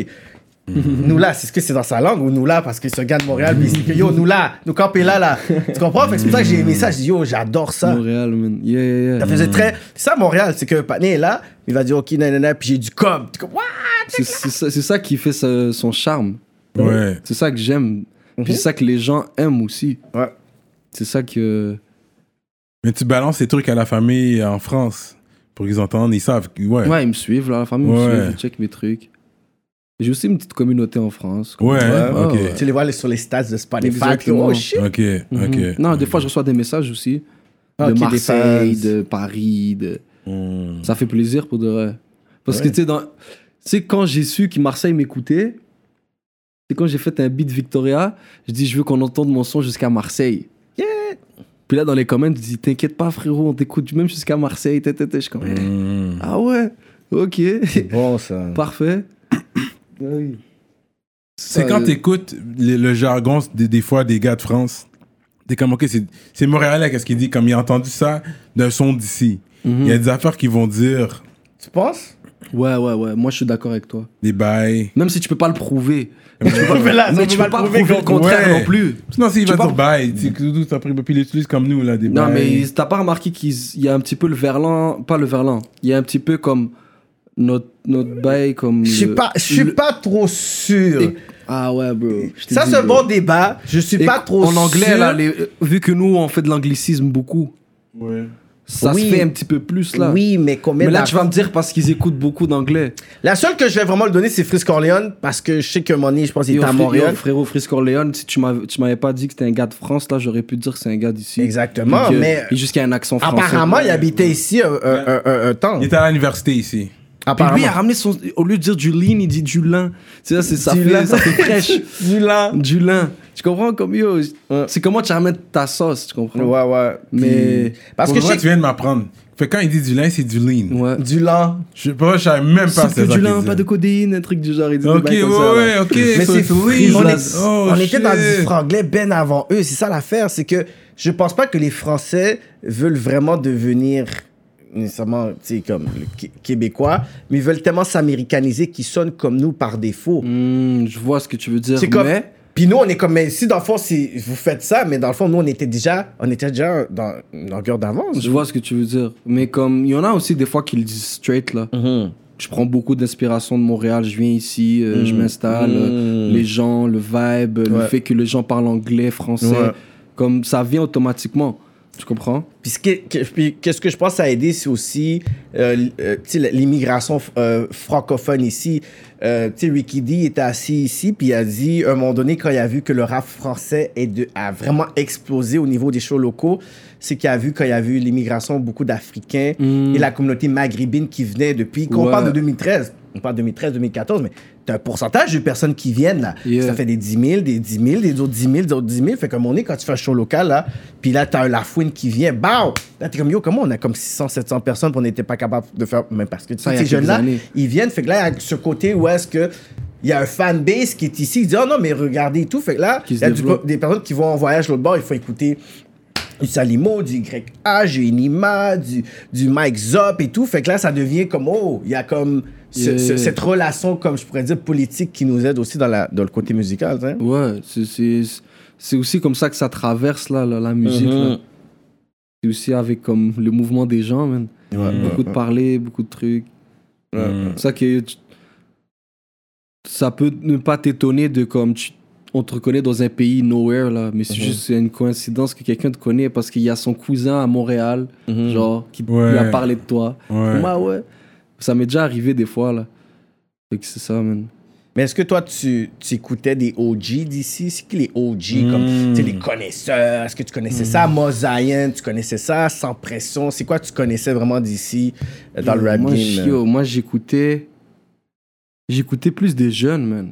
Speaker 2: Noula, c'est ce que c'est dans sa langue ou Noula parce que c'est un gars de Montréal. Puis c'est que, yo, Noula, nous camper là, là. Tu comprends? Fait que c'est pour ça que j'ai aimé ça. J'ai dit, yo, j'adore ça.
Speaker 3: Montréal, man. Yeah, yeah, yeah.
Speaker 2: Ça faisait très. Ça, Montréal, c'est qu'un patin est là, il va dire, OK, nanana, puis j'ai du com. T'es comme, what?
Speaker 3: C'est c'est ça, c'est ça qui fait sa- son charme.
Speaker 1: Ouais.
Speaker 3: C'est ça que j'aime. Puis c'est ça que les gens aiment aussi.
Speaker 2: Mhm. Ouais.
Speaker 3: C'est ça que.
Speaker 1: Mais tu balances ces trucs à la famille en France pour qu'ils entendent, ils savent. que- Ouais.
Speaker 3: Ouais, ils me suivent, là, la famille me
Speaker 1: Ouais.
Speaker 3: suit, ils checkent mes trucs. J'ai aussi une petite communauté en France.
Speaker 1: Ouais, hein?
Speaker 3: Ouais,
Speaker 1: ok.
Speaker 3: ouais.
Speaker 2: Tu les vois sur les stats de Spotify. puis,
Speaker 3: Exactement.
Speaker 2: Oh, shit.
Speaker 1: Ok,
Speaker 3: Mhm.
Speaker 1: ok.
Speaker 3: Non, des fois, je reçois des messages aussi.
Speaker 2: Ah,
Speaker 3: de
Speaker 2: ok, des
Speaker 3: Marseille,
Speaker 2: fans.
Speaker 3: de Paris. De...
Speaker 1: Mhm.
Speaker 3: Ça fait plaisir pour de vrai. Parce que, tu sais, dans... tu sais, quand j'ai su que Marseille m'écoutait, c'est quand j'ai fait un beat Victoria, je dis, je veux qu'on entende mon son jusqu'à Marseille.
Speaker 2: Yeah.
Speaker 3: Puis là, dans les commentaires, tu dis, t'inquiète pas, frérot, on t'écoute même jusqu'à Marseille. tête, tête, tête. Je suis comme, eh,
Speaker 1: Mhm.
Speaker 3: ah ouais, ok,
Speaker 2: Bon, ça.
Speaker 3: parfait.
Speaker 1: C'est
Speaker 3: euh,
Speaker 2: euh,
Speaker 1: quand t'écoutes le, le jargon des, des fois des gars de France, t'es comme, ok, c'est- c'est Montréalais qu'est-ce qu'il dit, comme il a entendu ça d'un son d'ici. Il y a des affaires qui vont dire
Speaker 2: Tu penses?
Speaker 3: Ouais, ouais, ouais, moi je suis d'accord avec toi.
Speaker 1: des bails.
Speaker 3: Même si tu peux pas le prouver.
Speaker 2: Mais là, ça
Speaker 3: mais
Speaker 2: peut
Speaker 3: tu
Speaker 2: mal
Speaker 3: peux pas
Speaker 2: prouver
Speaker 3: prouver le
Speaker 2: qu'on-
Speaker 3: contraire
Speaker 1: Ouais.
Speaker 3: non plus.
Speaker 1: Sinon, s'il
Speaker 3: Tu
Speaker 1: va
Speaker 3: vas-
Speaker 1: dire bail, tu tu- t'as pris, puis il utilise comme nous, là, des
Speaker 3: Non,
Speaker 1: bails.
Speaker 3: mais ils- t'as pas remarqué qu'il y a un petit peu le verlan, pas le verlan, il y a un petit peu comme notre, notre bail, comme.
Speaker 2: Je suis
Speaker 3: le-
Speaker 2: pas, je suis
Speaker 3: le-
Speaker 2: pas trop sûr.
Speaker 3: Ah ouais, bro. je te
Speaker 2: Ça,
Speaker 3: dis,
Speaker 2: c'est un
Speaker 3: bro.
Speaker 2: bon débat. Je suis
Speaker 3: Et
Speaker 2: pas trop
Speaker 3: En anglais,
Speaker 2: sûr.
Speaker 3: là, les- vu que nous on fait de l'anglicisme beaucoup,
Speaker 1: Ouais.
Speaker 3: ça
Speaker 2: Oui.
Speaker 3: se fait un petit peu plus là.
Speaker 2: Oui, mais combien
Speaker 3: Mais là, tu
Speaker 2: d'artistes-
Speaker 3: vas me dire parce qu'ils écoutent beaucoup d'anglais.
Speaker 2: La seule que je vais vraiment le donner, c'est Frisk Orléans, parce que je sais que Money, je pense qu'il
Speaker 3: Yo,
Speaker 2: est à
Speaker 3: fré-
Speaker 2: Montréal.
Speaker 3: yo, frérot Frisco Orléans, si tu m'avais tu m'avais pas dit que c'était un gars de France, là, j'aurais pu te dire que c'est un gars d'ici.
Speaker 2: Exactement,
Speaker 3: Puis que-
Speaker 2: mais-
Speaker 3: puis Juste qu'il y a un accent français.
Speaker 2: Apparemment, il habitait ici un, un- un- un- un temps.
Speaker 1: Il était à l'université ici.
Speaker 3: Puis lui, il a
Speaker 2: Apparemment.
Speaker 3: ramené son. Au lieu de dire du lean, il dit du lin. Tu sais, c'est- ça,
Speaker 2: Du lin.
Speaker 3: fait, ça fait fraîche.
Speaker 2: Du là.
Speaker 3: du lin. Tu comprends comme yo.
Speaker 2: Ouais.
Speaker 3: C'est comment tu ramènes ta sauce, tu comprends?
Speaker 2: Ouais, ouais.
Speaker 3: Mais-
Speaker 2: Puis- Parce
Speaker 1: Pour
Speaker 2: que
Speaker 1: vrai,
Speaker 2: je
Speaker 1: tu
Speaker 2: sais
Speaker 1: viens de m'apprendre. Fait que quand il dit du lin, c'est du lean.
Speaker 3: Ouais.
Speaker 2: que du lent.
Speaker 1: Je sais pas, je savais même pas
Speaker 3: Sauf que
Speaker 1: c'est ça
Speaker 3: du
Speaker 1: qu'il
Speaker 3: lin,
Speaker 1: disait.
Speaker 3: pas de codéine, un truc du genre. Il dit des
Speaker 1: Ok,
Speaker 3: bails
Speaker 1: ouais,
Speaker 3: comme ça, là.
Speaker 1: ouais, ok.
Speaker 2: Mais
Speaker 1: so
Speaker 2: c'est
Speaker 1: it's
Speaker 2: fou.
Speaker 1: lean.
Speaker 2: On, est-
Speaker 1: Oh,
Speaker 2: on était dans du
Speaker 1: shit.
Speaker 2: franglais bien avant eux. C'est ça l'affaire. C'est que je pense pas que les Français veulent vraiment devenir nécessairement, tu sais, comme le Qué- Québécois, mais ils veulent tellement s'américaniser qu'ils sonnent comme nous par défaut.
Speaker 3: Hmm, je vois ce que tu veux dire.
Speaker 2: C'est comme.
Speaker 3: Mais
Speaker 2: Puis nous, on est comme. Mais si dans le fond, si vous faites ça, mais dans le fond, nous, on était déjà, on était déjà dans une longueur d'avance.
Speaker 3: je vois ce que tu veux dire. Mais comme il y en a aussi des fois qui le disent straight là. Je prends beaucoup d'inspiration de Montréal. Je viens ici, euh, je m'installe. euh,
Speaker 2: Mm.
Speaker 3: les gens, le vibe, le
Speaker 2: Ouais.
Speaker 3: fait que les gens parlent anglais, français.
Speaker 2: Ouais.
Speaker 3: Comme ça vient automatiquement. Tu comprends?
Speaker 2: Puis, ce que- que- puis qu'est-ce que je pense que ça a aidé, c'est aussi euh, l- euh, tu sais, l'immigration euh, francophone ici. Euh, tu sais, Ricky D était assis ici, puis il a dit, à un moment donné, quand il a vu que le rap français est de- a vraiment explosé au niveau des shows locaux, c'est qu'il a vu, quand il a vu l'immigration, beaucoup d'Africains
Speaker 3: Mm.
Speaker 2: et la communauté maghrébine qui venait depuis. Quand on
Speaker 3: Ouais.
Speaker 2: parle de 2013, on parle de 2013, 2014, mais t'as un pourcentage de personnes qui viennent là.
Speaker 3: Yeah.
Speaker 2: Ça fait des 10 000, des 10 000, des autres 10 000, des autres 10 000. Fait comme on est quand tu fais un show local, là, puis là, t'as un Lafouine qui vient, bam! Là, t'es comme, yo, comment on a comme 600, 700 personnes qu'on n'était pas capable de faire, même parce que tu
Speaker 3: Ça,
Speaker 2: sais,
Speaker 3: il y a
Speaker 2: ces
Speaker 3: quelques
Speaker 2: jeunes-là,
Speaker 3: années.
Speaker 2: ils viennent. Fait que là, il y a ce côté où est-ce que il y a un fanbase qui est ici, qui dit, oh non, mais regardez et tout. Fait que là,
Speaker 3: Qui
Speaker 2: il
Speaker 3: se
Speaker 2: y a du-
Speaker 3: développe.
Speaker 2: des personnes qui vont en voyage l'autre bord, il faut écouter du Salimo, du YA, du Enima, du, du Mike Zop et tout. Fait que là, ça devient comme, oh, il y a comme ce-
Speaker 3: Yeah.
Speaker 2: ce- cette relation, comme je pourrais dire, politique qui nous aide aussi dans, la, dans le côté musical. hein. tu sais.
Speaker 3: Ouais, c'est- c'est. c'est aussi comme ça que ça traverse là, la, la musique.
Speaker 2: Mm-hmm.
Speaker 3: là. C'est aussi avec comme le mouvement des gens, man. Beaucoup de parler, beaucoup de trucs.
Speaker 1: Mm.
Speaker 3: C'est ça que tu- ça peut ne pas t'étonner de comme tu- on te reconnaît dans un pays nowhere là,
Speaker 2: Mm-hmm.
Speaker 3: mais c'est juste c'est une coïncidence que quelqu'un te connaît parce qu'il y a son cousin à Montréal,
Speaker 2: Mm.
Speaker 3: genre qui lui a
Speaker 1: Ouais.
Speaker 3: parlé de toi.
Speaker 1: Ouais.
Speaker 3: Moi ouais, ça m'est déjà arrivé des fois là. Fait que c'est ça man.
Speaker 2: Mais est-ce que toi, tu, tu écoutais des OG d'ici? C'est qui les OG? Comme,
Speaker 3: Mm.
Speaker 2: tu sais, les connaisseurs. Est-ce que tu connaissais ça? Mosaïen, tu connaissais ça? Sans pression. C'est quoi que tu connaissais vraiment d'ici euh, dans le rap
Speaker 3: moi,
Speaker 2: game? là?
Speaker 3: yo, moi j'écoutais j'écoutais plus des jeunes man.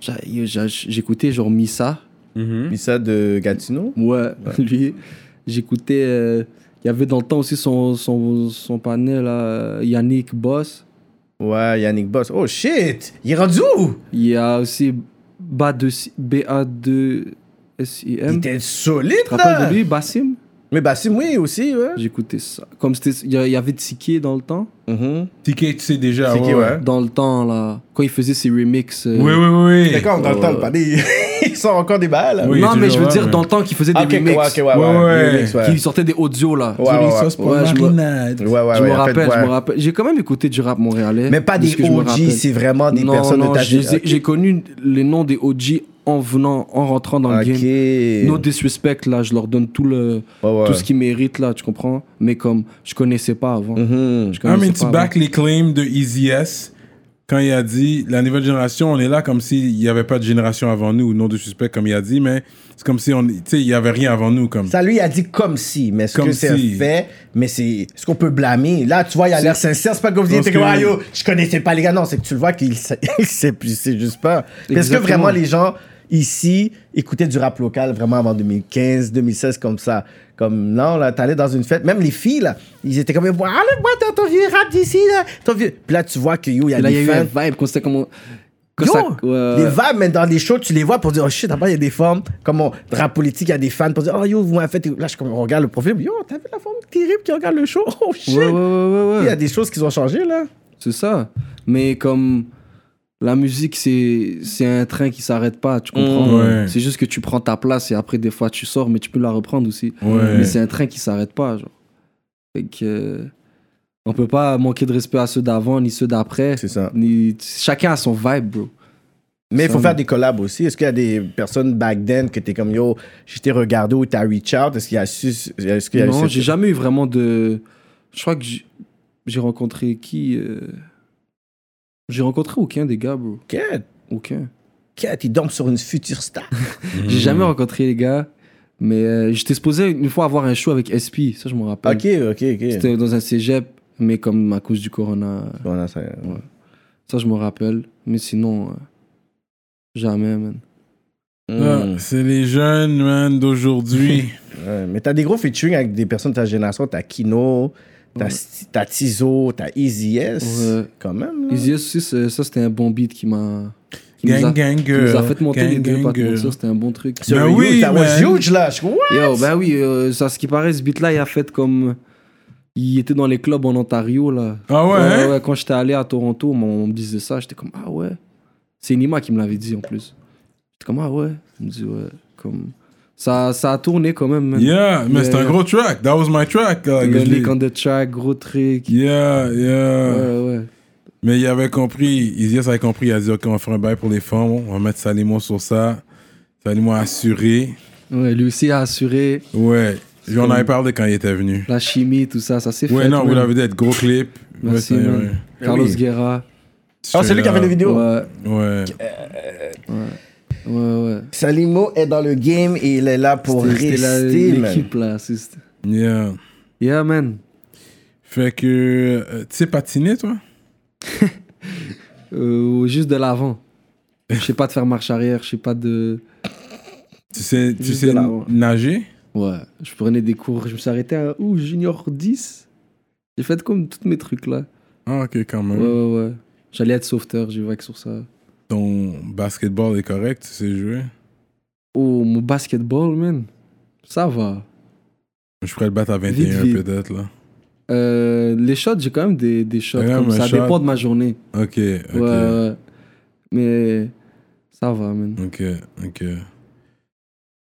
Speaker 3: J'a- yo, j'a- J'écoutais genre Missa.
Speaker 1: Mhm.
Speaker 2: Missa de Gatineau?
Speaker 3: Ouais, lui, j'écoutais. euh, Il y avait dans le temps aussi son, son, son panel, là, euh, Yannick Boss.
Speaker 2: Ouais, Yannick Boss. Oh shit! Il est rendu où?
Speaker 3: Il y a aussi BA2, BA2SIM.
Speaker 2: Il
Speaker 3: Tu
Speaker 2: était solide,
Speaker 3: te
Speaker 2: là!
Speaker 3: rappelles de lui, Bassim
Speaker 2: Mais Bassim, oui, aussi, ouais.
Speaker 3: J'écoutais ça. Comme c'était, il y a- il y avait Tiki dans le temps. Mm-hmm.
Speaker 1: TK, tu sais déjà.
Speaker 2: TK,
Speaker 1: ouais,
Speaker 2: ouais.
Speaker 1: ouais.
Speaker 3: Dans le temps, là, quand il faisait ses remixes. euh,
Speaker 1: Oui, oui, oui.
Speaker 2: D'accord, dans le temps, le panier, ils sont encore des balles.
Speaker 1: Oui,
Speaker 3: non, mais
Speaker 1: toujours,
Speaker 3: je veux
Speaker 1: ouais,
Speaker 3: dire,
Speaker 1: mais-
Speaker 3: dans le temps qu'il faisait des
Speaker 2: Ah, ok,
Speaker 3: remixes.
Speaker 2: ouais, ok, ouais,
Speaker 1: Ouais,
Speaker 2: ouais,
Speaker 1: ouais.
Speaker 2: remix, ouais.
Speaker 3: Qu'il sortait des audios, là.
Speaker 2: Ouais, ouais, ouais.
Speaker 3: pour Ouais, je me-
Speaker 1: marinade.
Speaker 2: Ouais, ouais, ouais,
Speaker 3: je me
Speaker 2: en fait,
Speaker 3: rappelle,
Speaker 2: ouais.
Speaker 3: je me rappelle. J'ai quand même écouté du rap montréalais.
Speaker 2: Mais pas
Speaker 3: de
Speaker 2: des
Speaker 3: ce que je me
Speaker 2: OG,
Speaker 3: rappelle.
Speaker 2: c'est vraiment des
Speaker 3: Non,
Speaker 2: personnes
Speaker 3: non,
Speaker 2: de ta
Speaker 3: je les ai-
Speaker 2: génération.
Speaker 3: J'ai connu les noms des OG en venant, en rentrant dans
Speaker 2: Ok.
Speaker 3: le game. No disrespect, là, je leur donne tout, le,
Speaker 2: Ouais, ouais.
Speaker 3: tout ce qu'ils méritent, là, tu comprends Mais comme, je connaissais pas avant.
Speaker 2: Mhm.
Speaker 3: Je
Speaker 1: I
Speaker 3: connaissais
Speaker 1: mean,
Speaker 3: pas
Speaker 1: tu
Speaker 3: avant.
Speaker 1: back les claims de Easy S quand il a dit la nouvelle génération, on est là comme s'il n'y avait pas de génération avant nous, non de suspect, comme il a dit, mais c'est comme si on, tu sais, il n'y avait rien avant nous. Comme.
Speaker 2: Ça, lui, il a dit comme si, mais est-ce
Speaker 1: Comme
Speaker 2: que c'est
Speaker 1: si.
Speaker 2: un fait? Mais c'est ce qu'on peut blâmer. Là, tu vois, il a l'air sincère. C'est pas comme si
Speaker 1: Parce
Speaker 2: t'es comme,
Speaker 1: que-
Speaker 2: ah, yo, je connaissais pas les gars. Non, c'est que tu le vois qu'il sait, il sait plus, c'est juste pas. Mais Est-ce que
Speaker 3: Exactement.
Speaker 2: vraiment les gens ici écoutaient du rap local vraiment avant 2015, 2016 comme ça? Comme, non, là, t'allais dans une fête. Même les filles, là, ils étaient comme, ah, là, moi, ton- ton vieux rap d'ici, là, ton vieux. Puis là, tu vois que, yo, il y a
Speaker 3: Et là, il y a
Speaker 2: des
Speaker 3: eu un
Speaker 2: fans.
Speaker 3: vibe, qu'on sait comment. quand
Speaker 2: Yo,
Speaker 3: ça- ouais,
Speaker 2: les
Speaker 3: ouais.
Speaker 2: vibes, mais dans les shows, tu les vois pour dire, oh shit, après, il y a des formes. Comme on, rap politique, il y a des fans pour dire, oh yo, vous m'avez fait. Là, je, comme, on regarde le profil, yo, t'as vu la forme terrible qui regarde le show? Oh shit!
Speaker 3: Ouais, ouais, ouais, ouais, ouais.
Speaker 2: Il y a des choses qui ont changé, là.
Speaker 3: C'est ça. Mais comme la musique, c'est c'est un train qui s'arrête pas, tu comprends
Speaker 2: Mmh.
Speaker 1: Ouais.
Speaker 3: C'est juste que tu prends ta place et après, des fois, tu sors, mais tu peux la reprendre aussi.
Speaker 1: Ouais.
Speaker 3: Mais c'est un train qui s'arrête pas, genre. Fait que. euh, On peut pas manquer de respect à ceux d'avant ni ceux d'après.
Speaker 2: ça.
Speaker 3: Ni- Chacun a son vibe, bro.
Speaker 2: Mais il faut
Speaker 3: Ça,
Speaker 2: faire
Speaker 3: mais-
Speaker 2: des collabs aussi. Est-ce qu'il y a des personnes back then que t'es comme, yo, je t'ai regardé ou t'as reach out? Est-ce qu'il y a su. Est-ce qu'il y a eu
Speaker 3: Non,
Speaker 2: cette-
Speaker 3: j'ai jamais eu vraiment de. Je crois que j'ai- j'ai rencontré qui euh, J'ai rencontré aucun des gars, bro.
Speaker 2: Cat,
Speaker 3: Aucun.
Speaker 2: Cat, il dorme sur une future star.
Speaker 1: Hmm.
Speaker 3: J'ai jamais
Speaker 1: Mm.
Speaker 3: rencontré les gars, mais euh, j'étais supposé une fois avoir un show avec SP, ça je me rappelle.
Speaker 2: ok, ok, ok.
Speaker 3: C'était dans un cégep, mais comme à cause du corona, euh,
Speaker 2: Bon, là, ça-
Speaker 3: ça je me rappelle. Mais sinon, euh, jamais, man.
Speaker 1: Ah,
Speaker 2: Hmm.
Speaker 1: c'est les jeunes, man, d'aujourd'hui.
Speaker 2: Ouais, mais t'as des gros featuring avec des personnes de ta génération. T'as Kino, t'as Sti- t'as Tizo, t'as Easy S.
Speaker 3: Ouais.
Speaker 2: Quand même. là.
Speaker 3: Easy S aussi, c'est- ça c'était un bon beat qui m'a. qui nous a-
Speaker 1: gang, gang,
Speaker 3: qui nous a
Speaker 1: girl.
Speaker 3: fait monter les
Speaker 1: Gang,
Speaker 3: deux,
Speaker 1: gang,
Speaker 3: pas te
Speaker 1: girl.
Speaker 3: mentir, c'était un bon truc.
Speaker 2: Sur
Speaker 1: Ben
Speaker 2: You,
Speaker 1: oui,
Speaker 2: that was
Speaker 1: man.
Speaker 2: huge là. Je ouais.
Speaker 3: Yo, ben oui, euh, ça, ce qui paraît, ce beat-là, il a fait comme. Il était dans les clubs en Ontario, là.
Speaker 1: Ah ouais, hein?
Speaker 3: Quand j'étais allé à Toronto, on on me disait ça. J'étais comme, ah ouais. C'est Nima qui me l'avait dit en plus. J'étais comme, ah ouais. Il me dit, ouais. Comme... Ça, ça a tourné quand même. man.
Speaker 1: Yeah, mais
Speaker 3: Yeah,
Speaker 1: c'est un
Speaker 3: yeah.
Speaker 1: gros track. That was my track. là, que
Speaker 3: Le
Speaker 1: je l'ai-
Speaker 3: lick on the track, gros truc.
Speaker 1: Yeah, yeah.
Speaker 3: Ouais, ouais.
Speaker 1: Mais il avait compris, Isias avait compris, il a dit, OK, on va faire un bail pour les femmes, on va mettre Salimon sur ça. Salimon assuré.
Speaker 3: Ouais, lui aussi a assuré
Speaker 1: Ouais. Puis on
Speaker 3: comme-
Speaker 1: avait parlé quand il était venu.
Speaker 3: la chimie, tout ça. Ça s'est fait.
Speaker 1: Ouais, non, vous
Speaker 3: man.
Speaker 1: l'avez dit, être gros clip.
Speaker 3: Merci,
Speaker 1: Ouais, ça,
Speaker 3: man.
Speaker 1: ouais.
Speaker 3: Carlos
Speaker 2: Eh Oui.
Speaker 3: Guerra.
Speaker 2: Ah, c'est lui qui a fait les vidéos.
Speaker 3: Ouais,
Speaker 1: Ouais.
Speaker 3: ouais, ouais.
Speaker 2: Salimo est dans le game et il est là pour
Speaker 3: C'était- c'était la-
Speaker 2: rester. man.
Speaker 3: l'équipe, là. c'est-
Speaker 1: Yeah.
Speaker 3: Yeah, man.
Speaker 1: Fait que. euh, tu sais patiner, toi
Speaker 3: Euh, juste de l'avant. Je sais pas de faire marche arrière, je sais pas de.
Speaker 1: Tu sais, tu
Speaker 3: Juste
Speaker 1: sais
Speaker 3: de là, ouais.
Speaker 1: nager
Speaker 3: Ouais, je prenais des cours, je me suis arrêté à ou junior 10. J'ai fait comme tous mes trucs là.
Speaker 1: Ah, ok, quand
Speaker 3: Ouais,
Speaker 1: même.
Speaker 3: ouais, ouais. J'allais être sauveteur, j'ai vague sur ça.
Speaker 1: Ton basketball est correct, tu sais jouer.
Speaker 3: Oh, mon basketball, man. Ça va.
Speaker 1: Je pourrais le battre à
Speaker 3: Vite,
Speaker 1: 21
Speaker 3: vite.
Speaker 1: peut-être, là.
Speaker 3: Euh, les shots, j'ai quand même des, des shots.
Speaker 1: Quand même
Speaker 3: comme
Speaker 1: un
Speaker 3: ça
Speaker 1: shot.
Speaker 3: dépend de ma journée.
Speaker 1: Ok, ok.
Speaker 3: Ouais, ouais. Mais ça va, man.
Speaker 1: Ok, ok.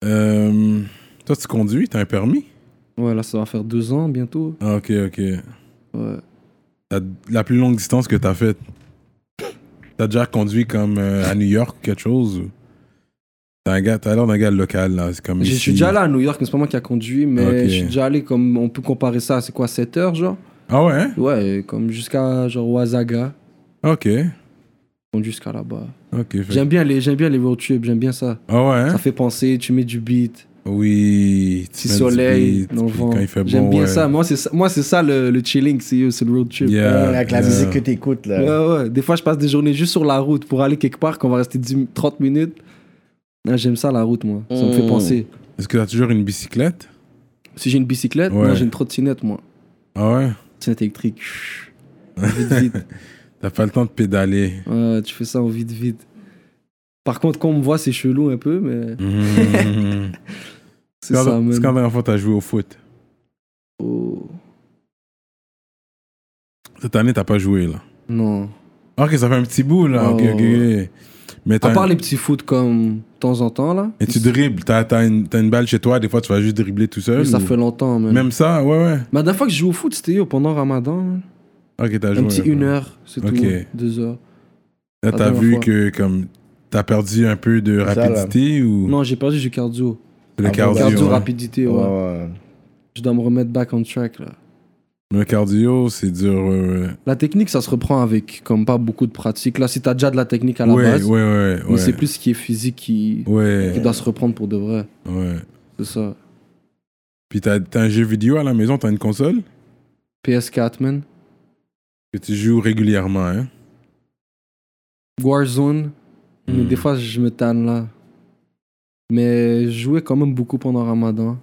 Speaker 1: Euh, toi, tu conduis, t'as un permis?
Speaker 3: Ouais, là, ça va faire deux ans bientôt.
Speaker 1: Ah, ok, ok.
Speaker 3: Ouais.
Speaker 1: La, la plus longue distance que t'as faite, t'as déjà conduit comme euh, à New York ou quelque chose? ou- T'as un gars- t'as l'air d'un gars local, là. C'est comme
Speaker 3: Je
Speaker 1: ici.
Speaker 3: suis déjà allé à New York, mais c'est pas moi qui a conduit, mais
Speaker 1: Ok.
Speaker 3: je suis déjà allé comme. On peut comparer ça à c'est quoi, 7 heures, genre
Speaker 1: Ah ouais? hein?
Speaker 3: Ouais, comme jusqu'à genre Wasaga,
Speaker 1: Ok.
Speaker 3: on conduit jusqu'à là-bas.
Speaker 1: Ok. fait-
Speaker 3: J'aime bien les, j'aime bien les road trips, j'aime bien ça.
Speaker 1: Ah ouais? hein?
Speaker 3: Ça fait penser, tu mets du beat,
Speaker 1: Oui. tu
Speaker 3: petit
Speaker 1: mets du
Speaker 3: soleil
Speaker 1: beat,
Speaker 3: dans le
Speaker 1: puis
Speaker 3: vent.
Speaker 1: Quand il fait bon.
Speaker 3: J'aime bien
Speaker 1: ouais.
Speaker 3: ça. Moi, c'est ça, moi, c'est ça le, le chilling, c'est c'est le road trip.
Speaker 1: Yeah,
Speaker 2: avec la
Speaker 1: yeah.
Speaker 2: musique que t'écoutes, là.
Speaker 3: Ah, Ouais, ouais. Des fois, je passe des journées juste sur la route pour aller quelque part qu'on va rester 10, 30 minutes. Ah, J'aime ça, la route, moi. Ça me fait
Speaker 2: Mm.
Speaker 3: penser.
Speaker 1: Est-ce que t'as toujours une bicyclette?
Speaker 3: Si j'ai une bicyclette,
Speaker 1: Ouais.
Speaker 3: moi, j'ai une trottinette, moi.
Speaker 1: Ah ouais?
Speaker 3: Trottinette électrique. Chut. Vite, vite.
Speaker 1: T'as pas le temps de pédaler.
Speaker 3: Ouais, tu fais ça en vite, vite. Par contre, quand on me voit, c'est chelou un peu, mais
Speaker 1: Mhm.
Speaker 3: c'est
Speaker 1: C'est quand,
Speaker 3: ça,
Speaker 1: c'est
Speaker 3: même.
Speaker 1: quand la dernière fois t'as joué au foot?
Speaker 3: Oh.
Speaker 1: Cette année, t'as pas joué, là.
Speaker 3: Non.
Speaker 1: Ok, ça fait un petit bout, là. Ok,
Speaker 3: Ouais,
Speaker 1: ok,
Speaker 3: ouais.
Speaker 1: ok. Mais t'as
Speaker 3: Oh. À part
Speaker 1: un-
Speaker 3: les petits foot comme de temps en temps, là.
Speaker 1: Et tu dribbles. T'as t'as une, t'as une balle chez toi, des fois, tu vas juste dribbler tout seul.
Speaker 3: Mais ça
Speaker 1: ou-
Speaker 3: fait longtemps, même.
Speaker 1: Même ça, ouais, ouais.
Speaker 3: Mais la dernière fois que je joue au foot, c'était yo, pendant Ramadan. man.
Speaker 1: Ok, t'as
Speaker 3: Un
Speaker 1: joué.
Speaker 3: petit
Speaker 1: ouais.
Speaker 3: une heure, c'est
Speaker 1: Ok.
Speaker 3: tout. Deux heures.
Speaker 1: Là,
Speaker 3: la
Speaker 1: t'as
Speaker 3: dernière
Speaker 1: vu
Speaker 3: fois.
Speaker 1: que, comme, t'as perdu un peu de
Speaker 2: Ça, là.
Speaker 1: rapidité ou.
Speaker 3: Non, j'ai perdu du cardio.
Speaker 1: le
Speaker 2: Ah,
Speaker 1: cardio. hein?
Speaker 3: Cardio,
Speaker 1: ouais.
Speaker 3: rapidité,
Speaker 2: Ouais,
Speaker 3: ouais.
Speaker 2: ouais.
Speaker 3: Je dois me remettre back on track, là.
Speaker 1: Le cardio, c'est dur. Ouais,
Speaker 3: La technique, ça se reprend avec comme pas beaucoup de pratique. Là, si t'as déjà de la technique à la
Speaker 1: ouais, ouais,
Speaker 3: base,
Speaker 1: ouais. ouais,
Speaker 3: mais c'est
Speaker 1: ouais.
Speaker 3: plus ce qui est physique qui, qui
Speaker 1: Ouais,
Speaker 3: doit se reprendre pour de vrai.
Speaker 1: ouais.
Speaker 3: C'est ça.
Speaker 1: Puis t'as t'as un jeu vidéo à la maison, t'as une console
Speaker 3: PS4, man.
Speaker 1: que tu joues régulièrement, hein.
Speaker 3: Warzone. Mais
Speaker 1: Hmm.
Speaker 3: des fois, je me tanne là. Mais je jouais quand même beaucoup pendant Ramadan.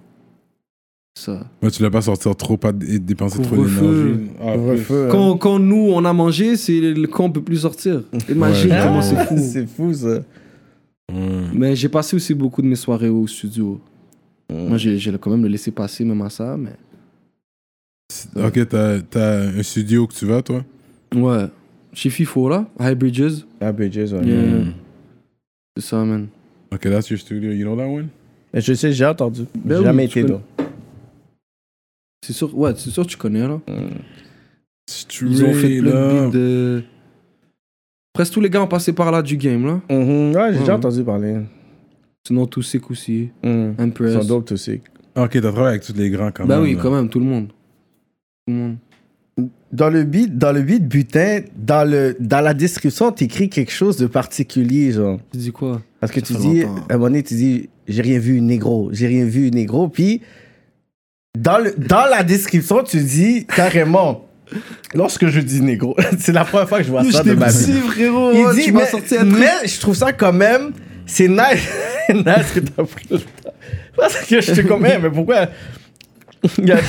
Speaker 3: Ça.
Speaker 1: Ouais, tu l'as pas sortir trop, pas d- et dépenser trop
Speaker 3: Couvre-feu.
Speaker 1: d'énergie. Ah,
Speaker 2: Couvre-feu, hein.
Speaker 3: Quand, quand nous, on a mangé, c'est le quand on peut plus sortir. Imagine
Speaker 1: Ouais,
Speaker 3: comment c'est
Speaker 1: ouais.
Speaker 3: fou.
Speaker 2: Ah, C'est fou, ça.
Speaker 1: ouais.
Speaker 3: Mais j'ai passé aussi beaucoup de mes soirées au studio.
Speaker 2: Mm.
Speaker 3: Moi, j'ai j'ai quand même le laissé passer, même à ça. Mais...
Speaker 1: Ok, t'as t'as un studio que tu vas, toi
Speaker 3: Ouais. Chez FIFO, là, High Bridges.
Speaker 2: Ah, BJ's, ouais.
Speaker 3: Yeah.
Speaker 1: Mm.
Speaker 3: C'est ça, man.
Speaker 1: Ok, that's your studio. You know that one
Speaker 2: Mais Je sais, j'ai entendu.
Speaker 3: Ben
Speaker 2: J'ai
Speaker 3: oui,
Speaker 2: jamais
Speaker 3: tu
Speaker 2: été là.
Speaker 3: connais. C'est sûr, ouais, c'est sûr, que tu connais, là.
Speaker 2: Mm.
Speaker 1: Straight
Speaker 3: Ils ont fait plein de
Speaker 1: up.
Speaker 3: beats de. Presque tous les gars ont passé par là du game, là.
Speaker 2: Mhm. Ouais, j'ai
Speaker 3: Ouais.
Speaker 2: déjà entendu parler.
Speaker 3: Sinon, tous ces coups-ci.
Speaker 2: Mhm. Ils
Speaker 3: Empress.
Speaker 2: sont dope, tous ces-
Speaker 1: Ok, t'as travaillé avec tous les grands quand
Speaker 3: Ben
Speaker 1: même.
Speaker 3: oui,
Speaker 1: là.
Speaker 3: quand même, tout le monde. Tout le monde.
Speaker 2: Dans le beat, dans le beat butin, dans, le, dans la description, t'écris quelque chose de particulier, genre.
Speaker 3: Tu dis quoi
Speaker 2: Parce que
Speaker 3: Ça
Speaker 2: tu
Speaker 3: fait
Speaker 2: dis, à
Speaker 3: longtemps.
Speaker 2: un moment donné, tu dis, j'ai rien vu, négro, j'ai rien vu, négro. Puis, dans, le, dans la description, tu dis carrément, lorsque je dis négro, c'est la première fois que je vois ça de ma vie.
Speaker 3: frérot.
Speaker 2: Il dit, mais, mais je trouve ça quand même, c'est nice, nice que t'as pris le temps. Parce que je te comprends, mais pourquoi il a dit.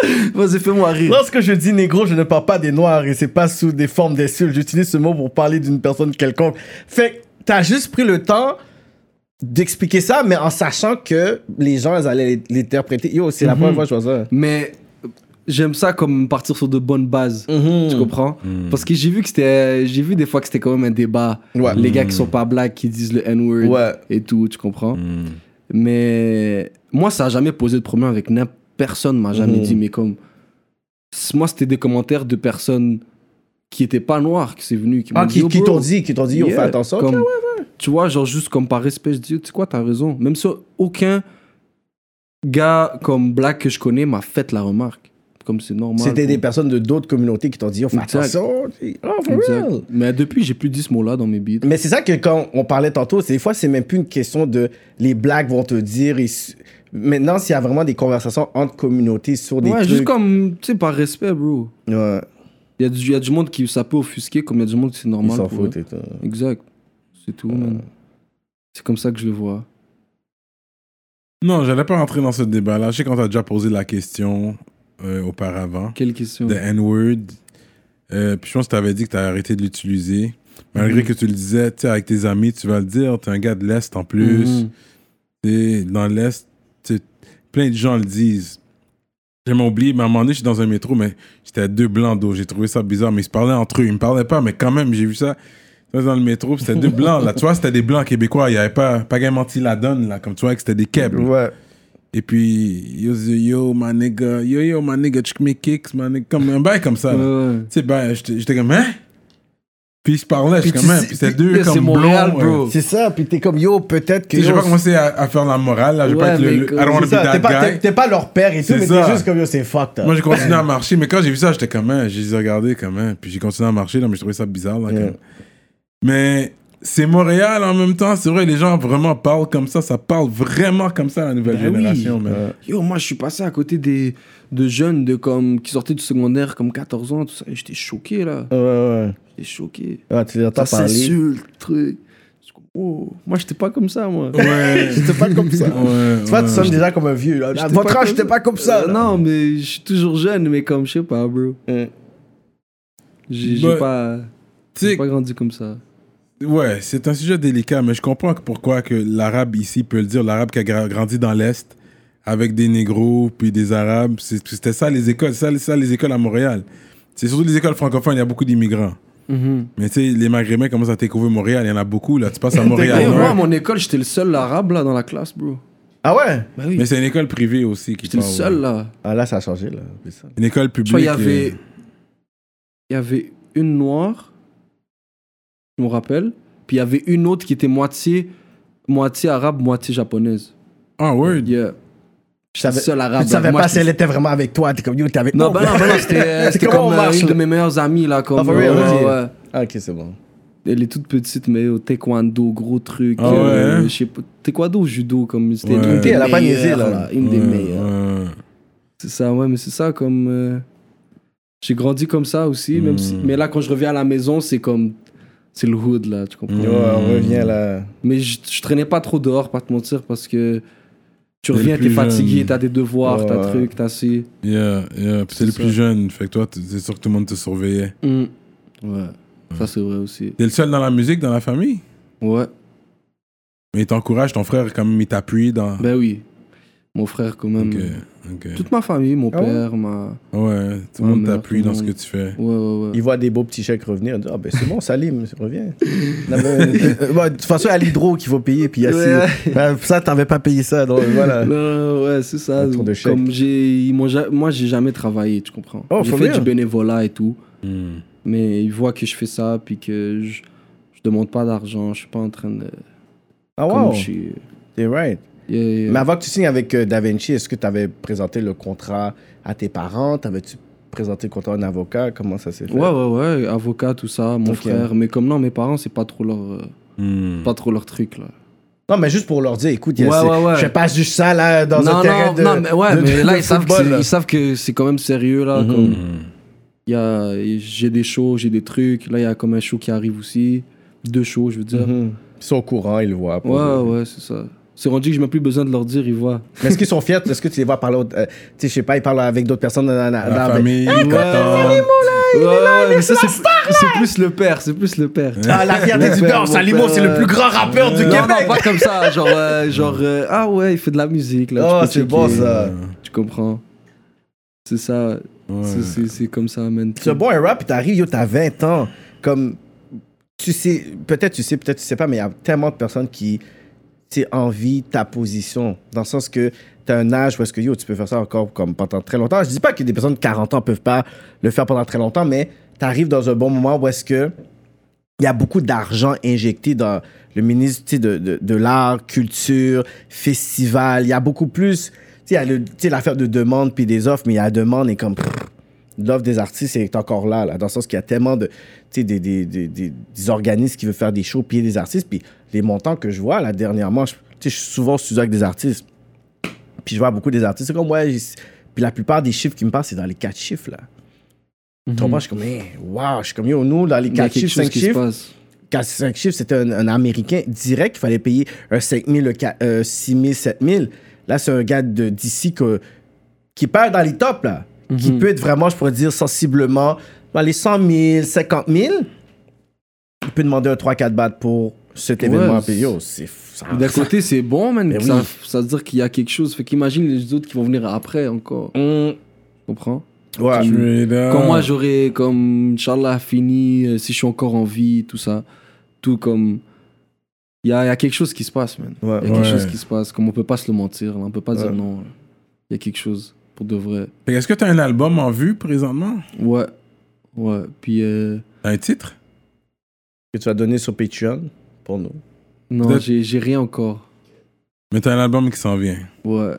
Speaker 3: Vas-y, fais-moi rire.
Speaker 2: Lorsque je dis négro, je ne parle pas des noirs et c'est pas sous des formes d'insultes. J'utilise ce mot pour parler d'une personne quelconque. Fait que t'as juste pris le temps d'expliquer ça, mais en sachant que les gens, ils allaient l'interpréter. Yo, c'est la
Speaker 3: Mhm.
Speaker 2: première fois que je vois ça.
Speaker 3: Mais euh, j'aime ça comme partir sur de bonnes bases.
Speaker 2: Mm.
Speaker 3: Tu comprends Parce que j'ai vu que c'était. J'ai vu des fois que c'était quand même un débat.
Speaker 2: Ouais.
Speaker 3: Les gars qui sont pas black qui disent le N-word
Speaker 2: Ouais.
Speaker 3: et tout, tu comprends
Speaker 1: Mm.
Speaker 3: Mais moi, ça a jamais posé de problème avec n'importe personne. M'a jamais
Speaker 2: Mhm.
Speaker 3: dit, mais comme c- moi, c'était des commentaires de personnes qui étaient pas noires qui c'est venu, qui m'ont
Speaker 2: Ah, qui,
Speaker 3: oh,
Speaker 2: qui
Speaker 3: bro,
Speaker 2: t'ont dit, qui t'ont dit, yo,
Speaker 3: yeah,
Speaker 2: fais attention.
Speaker 3: comme- Tu vois, genre juste comme par respect, je dis, tu sais quoi, t'as raison. Même si aucun gars comme black que je connais m'a fait la remarque, comme c'est normal.
Speaker 2: C'était des
Speaker 3: comme-
Speaker 2: personnes de d'autres communautés qui t'ont dit, yo, fais
Speaker 3: Exact.
Speaker 2: attention. Oh, for
Speaker 3: Exact.
Speaker 2: real.
Speaker 3: Mais depuis, j'ai plus dit ce mot-là dans mes beats.
Speaker 2: Mais c'est ça que quand on parlait tantôt, c'est des fois, c'est même plus une question de les blagues vont te dire. et su- Maintenant, s'il y a vraiment des conversations entre communautés sur des
Speaker 3: ouais,
Speaker 2: trucs.
Speaker 3: juste comme, tu sais, par respect, bro.
Speaker 2: Ouais.
Speaker 3: Il y, a du- y a du monde qui ça peut offusquer, comme il y a du monde qui c'est
Speaker 2: Ils
Speaker 3: normal.
Speaker 2: s'en
Speaker 3: pour eux.
Speaker 2: foutent et tout.
Speaker 3: Exact. C'est tout, man. C'est comme ça que je le vois.
Speaker 1: Non, j'allais pas rentrer dans ce débat-là. Je sais qu'on t'a déjà posé la question euh, auparavant.
Speaker 3: Quelle question
Speaker 1: The N-word. Euh, puis je pense que tu avais dit que tu as arrêté de l'utiliser.
Speaker 3: Hmm.
Speaker 1: Malgré que tu le disais, tu sais, avec tes amis, tu vas le dire, tu es un gars de l'Est en plus.
Speaker 3: Mhm.
Speaker 1: Tu sais, dans l'Est, tu sais, plein de gens le disent. J'ai même oublié, mais à un moment donné, je suis dans un métro, mais j'étais à deux blancs d'eau. J'ai trouvé ça bizarre, mais ils se parlaient entre eux. Ils me parlaient pas, mais quand même, j'ai vu ça. Moi, dans le métro, puis c'était deux blancs, là. Tu vois, c'était des blancs québécois. Il n'y avait pas, pas gain menti la donne, là. Comme tu vois, que c'était des kebs. là.
Speaker 2: Ouais.
Speaker 1: Et puis, yo, yo, yo, my nigga, yo, yo, my nigga, check mes kicks, my nigga. Comme un bail comme ça, là.
Speaker 3: Ouais.
Speaker 1: Tu sais, ben, j'étais j'étais comme, hein? Puis je parlais,
Speaker 2: Puis
Speaker 1: j'étais
Speaker 2: tu
Speaker 1: comme, hein?
Speaker 2: sais-
Speaker 1: Puis c'était
Speaker 2: puis-
Speaker 1: deux
Speaker 3: Yeah,
Speaker 1: comme
Speaker 3: c'est Montréal,
Speaker 1: blonds, ouais.
Speaker 3: bro.
Speaker 2: C'est ça, puis t'es comme yo, peut-être
Speaker 1: Tu
Speaker 2: que.
Speaker 1: sais, j'ai
Speaker 2: yo,
Speaker 1: pas commencé à, à faire la morale, là. Je vais
Speaker 3: Ouais,
Speaker 1: pas être le,
Speaker 3: mais
Speaker 1: le- I
Speaker 3: comme-
Speaker 1: don't wanna
Speaker 2: c'est
Speaker 1: be
Speaker 2: ça,
Speaker 1: that
Speaker 2: T'es pas,
Speaker 1: guy.
Speaker 2: t'es- t'es pas leur père et tout,
Speaker 1: C'est
Speaker 2: mais
Speaker 1: ça.
Speaker 2: t'es juste comme yo, c'est fucked. up.
Speaker 1: Moi, j'ai continué à marcher, mais quand j'ai vu ça, j'étais comme, hein, j'ai regardé comme, hein, puis j'ai continué à marcher, là, mais je trouvais ça bizarre, là,
Speaker 2: Yeah.
Speaker 1: comme. Mais c'est Montréal en même temps, c'est vrai, les gens vraiment parlent comme ça, ça parle vraiment comme ça, la nouvelle
Speaker 3: Ben oui.
Speaker 1: génération, man.
Speaker 2: Euh.
Speaker 3: Yo, moi, je suis passé à côté des, de jeunes de, comme, qui sortaient du secondaire comme 14 ans, tout ça. Et J'étais choqué, là.
Speaker 2: Ouais, ouais.
Speaker 3: J'étais choqué.
Speaker 2: ouais. Ouais, tu les entends
Speaker 3: Ça
Speaker 2: parler.
Speaker 3: s'insulte, truc. Je suis comme, oh, moi, j'étais pas comme ça, moi.
Speaker 1: Ouais.
Speaker 2: C'était pas comme ça.
Speaker 1: Ouais,
Speaker 2: Tu vois, tu
Speaker 1: ouais.
Speaker 2: sonnes déjà comme un vieux. là. À
Speaker 3: J'étais
Speaker 2: votre
Speaker 3: pas
Speaker 2: âge, j'étais pas comme ça.
Speaker 3: Euh,
Speaker 2: là.
Speaker 3: non, mais je suis toujours jeune, mais comme, je sais pas, bro.
Speaker 2: Mm.
Speaker 3: J'ai j'ai
Speaker 1: Ouais.
Speaker 3: pas,
Speaker 1: Tu sais,
Speaker 3: j'ai pas grandi comme ça.
Speaker 1: Ouais, c'est un sujet délicat, mais je comprends que pourquoi que l'arabe ici peut le dire, l'arabe qui a gra- grandi dans l'Est, avec des négros, puis des arabes, c'est- c'était ça les écoles, ça, ça les écoles à Montréal. C'est surtout les écoles francophones, il y a beaucoup d'immigrants. Mais tu sais, les Maghrébins commencent à découvrir Montréal, il y en a beaucoup, là, tu passes à Montréal.
Speaker 3: Hey,
Speaker 1: Nord,
Speaker 3: moi, à mon école, j'étais le seul arabe, là, dans la classe, bro.
Speaker 2: Ah ouais?
Speaker 3: Bah oui.
Speaker 1: mais c'est une école privée aussi qui
Speaker 3: J'étais le
Speaker 1: parle,
Speaker 3: seul,
Speaker 1: ouais.
Speaker 3: là.
Speaker 2: Ah là, ça a changé là.
Speaker 1: Une école
Speaker 3: Je
Speaker 1: publique.
Speaker 3: crois qu'il y
Speaker 1: euh,
Speaker 3: avait. Il y avait une noire, je me rappelle. Puis il y avait une autre qui était moitié, moitié arabe, moitié japonaise.
Speaker 1: Ah, word.
Speaker 3: Yeah.
Speaker 2: Je savais,
Speaker 3: Seul arabe,
Speaker 2: tu savais
Speaker 3: là. Ah, bah, Moi,
Speaker 2: pas
Speaker 3: je-
Speaker 2: si elle était vraiment avec toi. T'es comme yo, t'es avec
Speaker 3: Non,
Speaker 2: moi.
Speaker 3: bah non, bah non, c'était euh,
Speaker 2: C'est
Speaker 3: c'était
Speaker 2: comment
Speaker 3: comme
Speaker 2: on
Speaker 3: euh,
Speaker 2: marche,
Speaker 3: une
Speaker 2: là
Speaker 3: de mes meilleures amies, là. Comme, euh,
Speaker 2: Ah, for real,
Speaker 3: ouais,
Speaker 2: ok.
Speaker 3: ouais.
Speaker 2: Ah, ok, c'est bon.
Speaker 3: Elle est toute petite, mais au taekwondo, gros truc.
Speaker 1: Ah
Speaker 3: euh,
Speaker 1: ouais, hein?
Speaker 3: je sais pas, taekwondo ou judo, comme c'était
Speaker 1: Ouais.
Speaker 3: une des
Speaker 2: Elle a pas niaisé,
Speaker 3: meilleures,
Speaker 2: là.
Speaker 3: là, Une des
Speaker 1: Ouais,
Speaker 3: meilleures.
Speaker 1: ouais.
Speaker 3: C'est ça, ouais, mais c'est ça, comme. euh, j'ai grandi comme ça aussi, même si. Mais là, quand je reviens à la maison, c'est comme. C'est le hood, là, tu comprends?
Speaker 2: Yo,
Speaker 1: Mm.
Speaker 2: on revient là.
Speaker 3: Mais je, je traînais pas trop dehors, pas te mentir, parce que. Tu
Speaker 1: T'es le
Speaker 3: reviens,
Speaker 1: plus
Speaker 3: t'es fatigué,
Speaker 1: jeune.
Speaker 3: t'as des devoirs,
Speaker 2: Ouais,
Speaker 3: t'as
Speaker 2: ouais.
Speaker 3: truc, t'as ci.
Speaker 1: Yeah, yeah. Puis t'es le
Speaker 3: C'est
Speaker 1: plus
Speaker 3: ça.
Speaker 1: jeune, fait que toi, t- c'est sûr que tout le monde te surveillait.
Speaker 2: Hmm.
Speaker 3: Mm. Ouais. Ça, c'est vrai aussi.
Speaker 1: T'es le seul dans la musique, dans la famille?
Speaker 3: Ouais.
Speaker 1: Mais il t'encourage, ton frère, quand même, il t'appuie dans.
Speaker 3: Ben mm. oui. Mon frère, quand même.
Speaker 1: Ok, ok.
Speaker 3: Toute ma famille, mon
Speaker 2: Ah ouais?
Speaker 3: père, ma.
Speaker 1: Ouais, tout le
Speaker 3: Ma
Speaker 1: monde
Speaker 3: mère,
Speaker 1: t'appuie
Speaker 3: tout le
Speaker 1: dans ce que
Speaker 3: monde.
Speaker 1: tu fais.
Speaker 3: Ouais, ouais, ouais.
Speaker 2: Il voit des beaux petits chèques revenir. Il dit, ah ben c'est bon, Salim, reviens. Non, mais, euh, euh,
Speaker 3: bah,
Speaker 2: ouais, de toute façon, il y a l'hydro qu'il faut payer. Puis il y a
Speaker 3: Ouais.
Speaker 2: ci. Ouais, pour ça, t'avais pas payé ça. Donc voilà.
Speaker 3: Non, ouais, c'est ça.
Speaker 2: Un tour de chèque.
Speaker 3: Comme j'ai, ils m'ont ja- moi, j'ai jamais travaillé, tu comprends.
Speaker 2: Oh,
Speaker 3: j'ai
Speaker 2: faut
Speaker 3: fait
Speaker 2: bien.
Speaker 3: du bénévolat et tout, Mm.
Speaker 1: Hmm.
Speaker 3: mais ils voient que je fais ça, puis que je, je demande pas d'argent, je suis pas en train de.
Speaker 2: Ah
Speaker 3: comme
Speaker 2: wow.
Speaker 3: je suis-
Speaker 2: T'es right.
Speaker 3: Yeah, yeah.
Speaker 2: Mais avant que tu signes avec euh, Da Vinci, est-ce que t'avais présenté le contrat à tes parents T'avais-tu présenté le contrat à un avocat Comment ça s'est fait
Speaker 3: Ouais, ouais, ouais, avocat, tout ça, mon
Speaker 2: Ok.
Speaker 3: frère. Mais comme non, mes parents, c'est pas trop leur, euh,
Speaker 1: Hmm.
Speaker 3: pas trop leur truc là.
Speaker 2: Non, mais juste pour leur dire, écoute, il y a
Speaker 3: Ouais,
Speaker 2: ces-
Speaker 3: ouais, ouais.
Speaker 2: je passe du ça là dans
Speaker 3: non,
Speaker 2: un terrain
Speaker 3: non,
Speaker 2: de.
Speaker 3: non, mais ouais,
Speaker 2: de-
Speaker 3: mais
Speaker 2: de
Speaker 3: là, ils savent, que
Speaker 2: football,
Speaker 3: c'est-
Speaker 2: là.
Speaker 3: ils savent que c'est quand même sérieux là.
Speaker 2: Mhm.
Speaker 3: comme-
Speaker 1: Hmm.
Speaker 3: Il y a, j'ai des shows, j'ai des trucs. Là, il y a comme un show qui arrive aussi, deux shows, je veux dire.
Speaker 2: Mhm. Ils sont au courant, ils le voient. pour
Speaker 3: Ouais,
Speaker 2: eux.
Speaker 3: ouais, c'est ça. C'est rendu que j'ai même plus besoin de leur dire, ils voient.
Speaker 2: Mais est-ce qu'ils sont fiers Est-ce que tu les vois parler autre- euh, Tu sais, je sais pas, ils parlent avec d'autres personnes. dans la-
Speaker 3: Ah,
Speaker 2: dans-
Speaker 1: La
Speaker 2: dans-
Speaker 1: famille,
Speaker 3: Ouais.
Speaker 1: t'attends.
Speaker 2: Ah,
Speaker 3: Ouais, ouais, mais ça, c'est c'est plus le père, c'est plus le père.
Speaker 2: Ah, la fierté du
Speaker 3: Ouais,
Speaker 2: beurre,
Speaker 3: ouais,
Speaker 2: Salimo,
Speaker 3: ouais.
Speaker 2: c'est le plus grand rappeur du
Speaker 3: Non, non,
Speaker 2: Québec.
Speaker 3: pas comme ça, genre, euh, genre euh, ah ouais, il fait de la musique, là. tu
Speaker 2: Oh,
Speaker 3: peux
Speaker 2: c'est
Speaker 3: checker,
Speaker 2: bon, ça.
Speaker 3: Tu comprends. C'est ça,
Speaker 1: Ouais.
Speaker 3: c'est- c'est c'est comme ça, man.
Speaker 2: Tu es bon un rap, puis t'arrives, yo, t'as 20 ans. Comme, tu sais, peut-être tu sais, peut-être tu sais pas, mais il y a tellement de personnes qui, tu sais, envient ta position. Dans le sens que t'as un âge où est-ce que, yo, tu peux faire ça encore comme pendant très longtemps. Je dis pas que des personnes de 40 ans peuvent pas le faire pendant très longtemps, mais t'arrives dans un bon moment où est-ce que il y a beaucoup d'argent injecté dans le ministre tu sais, de, de, de l'art, culture, festival. Il y a beaucoup plus. Tu sais, il y a le- tu sais, l'affaire de demande puis des offres, mais il y a la demande et comme. pff, L'offre des artistes est encore là, là, dans le sens qu'il y a tellement de, tu sais, des, des, des, des- des organismes qui veulent faire des shows, payer des artistes. Puis les montants que je vois, là, dernièrement, je, tu sais, je suis souvent sous avec des artistes. Puis je vois beaucoup des artistes. C'est comme, ouais, j'ai- puis la plupart des chiffres qui me passent, c'est dans les quatre chiffres, là. Tu comprends? Je suis comme, hey, wow, je suis comme, yo, nous, dans les
Speaker 3: Mhm. Il y a
Speaker 2: quatre
Speaker 3: quelque
Speaker 2: chiffres,
Speaker 3: chose
Speaker 2: cinq
Speaker 3: qui se
Speaker 2: chiffres,
Speaker 3: passe.
Speaker 2: 4 5 chiffres, c'était un, un Américain direct qu'il fallait payer un 5 000, un qua- euh, 6 000, 7 000. Là, c'est un gars de- d'ici que- qui perd dans les tops, là. Qui
Speaker 1: Mhm.
Speaker 2: peut être vraiment, je pourrais dire, sensiblement dans les 100 000, 50 000. Il peut demander un 3-4 bahts pour cet
Speaker 3: Ouais,
Speaker 2: événement.
Speaker 3: c'est-
Speaker 2: Puis, yo, c'est fou, ça-
Speaker 3: D'un côté, c'est bon, man.
Speaker 2: Mais
Speaker 3: que ça,
Speaker 2: Ben oui.
Speaker 3: ça veut dire qu'il y a quelque chose. Fait qu'imagine les autres qui vont venir après encore.
Speaker 2: Mm,
Speaker 3: Tu comprends?
Speaker 2: ouais.
Speaker 1: Straight up.
Speaker 3: euh, Quand moi j'aurai, comme, Inch'Allah, fini, euh, si je suis encore en vie, tout ça, tout comme. Il y a, il y a quelque chose qui se passe, man. Il
Speaker 2: Ouais.
Speaker 3: y a quelque
Speaker 1: Ouais.
Speaker 3: chose qui se passe. Comme on peut pas se le mentir, là. on peut pas
Speaker 2: Ouais.
Speaker 3: dire non. Il y a quelque chose pour de vrai.
Speaker 1: Fait que Est-ce que t'as un album en vue présentement
Speaker 3: Ouais. Ouais. Puis, euh,
Speaker 1: Un titre
Speaker 2: Que tu vas donner sur Patreon pour nous.
Speaker 3: non,
Speaker 1: Peut-être-
Speaker 3: j'ai j'ai rien encore.
Speaker 1: Mais t'as un album qui s'en vient.
Speaker 3: Ouais.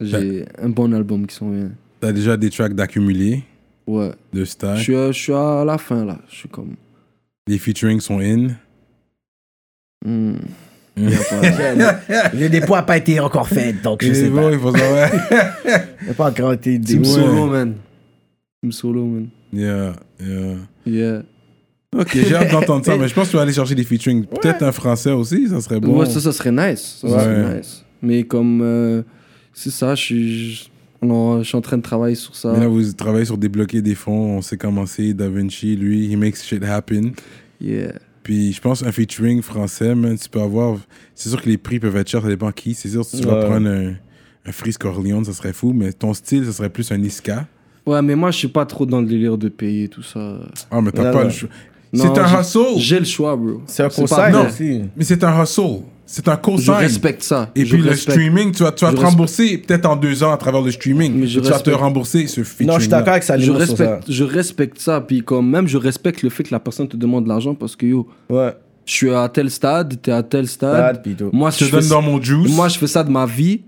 Speaker 3: J'ai
Speaker 1: Ben.
Speaker 3: un bon album qui s'en vient.
Speaker 1: T'as déjà des tracks d'accumuler,
Speaker 3: Ouais.
Speaker 1: de
Speaker 3: Je
Speaker 1: stack.
Speaker 3: suis, à- je suis à la fin, là. Je suis comme.
Speaker 1: Les featuring sont in.
Speaker 3: hmm.
Speaker 1: Mm.
Speaker 2: Le dépôt n'a pas été encore fait, donc je
Speaker 1: Il
Speaker 2: sais
Speaker 1: est
Speaker 2: pas.
Speaker 1: bon, il faut savoir.
Speaker 2: Il n'a pas encore
Speaker 3: Team
Speaker 2: été dit.
Speaker 1: Ouais.
Speaker 3: Solo, man. Team Solo, man.
Speaker 1: Yeah, yeah.
Speaker 3: Yeah.
Speaker 1: Ok, j'ai hâte d'entendre ça, mais je pense que tu vas aller chercher des featuring. Peut-être un français aussi, ça serait bon.
Speaker 3: Ouais, ça, ça serait nice. Ça, ça
Speaker 1: Ouais.
Speaker 3: serait nice. Mais comme. euh, c'est ça, je suis. je- non, je suis en train de travailler sur ça.
Speaker 1: Mais là, vous travaillez sur débloquer des fonds. On sait comment c'est. Da Vinci, lui, he makes shit happen.
Speaker 3: Yeah.
Speaker 1: Puis je pense un featuring français, man, tu peux avoir. C'est sûr que les prix peuvent être chers, ça dépend qui. C'est sûr, si tu vas
Speaker 2: Ouais.
Speaker 1: prendre un, un Freeze Corleone, ça serait fou, mais ton style, ça serait plus un Iska.
Speaker 3: Ouais, mais moi, je suis pas trop dans le délire de payer tout ça.
Speaker 1: Ah, mais t'as
Speaker 2: Non,
Speaker 1: pas
Speaker 2: non.
Speaker 1: le choix.
Speaker 3: Non,
Speaker 1: C'est
Speaker 3: j'ai-
Speaker 1: un hustle.
Speaker 3: J'ai le choix, bro.
Speaker 2: C'est un
Speaker 3: pas
Speaker 2: conseil
Speaker 3: vrai.
Speaker 2: aussi.
Speaker 1: Mais c'est un hustle. C'est un
Speaker 3: Je
Speaker 1: co-sign.
Speaker 3: respecte ça.
Speaker 1: Et
Speaker 3: Je
Speaker 1: puis le
Speaker 3: respecte.
Speaker 1: streaming, tu vas, tu vas
Speaker 3: Je
Speaker 1: te rembourser peut-être en deux ans à travers le streaming.
Speaker 3: Mais je
Speaker 1: tu vas te
Speaker 3: respecte.
Speaker 1: rembourser ce featuring.
Speaker 2: Non, euh, je suis d'accord avec
Speaker 3: Je
Speaker 2: Salimo sur ça.
Speaker 3: respecte, je respecte ça. Puis quand même, je respecte le fait que la personne te demande de l'argent parce que yo,
Speaker 2: Ouais.
Speaker 3: je suis à tel stade, t'es à tel stade.
Speaker 2: Bad, Ah, puis tout.
Speaker 3: Moi,
Speaker 1: Je
Speaker 3: si
Speaker 1: te
Speaker 3: je, fais,
Speaker 1: donne dans mon juice.
Speaker 3: moi, je fais ça de ma vie.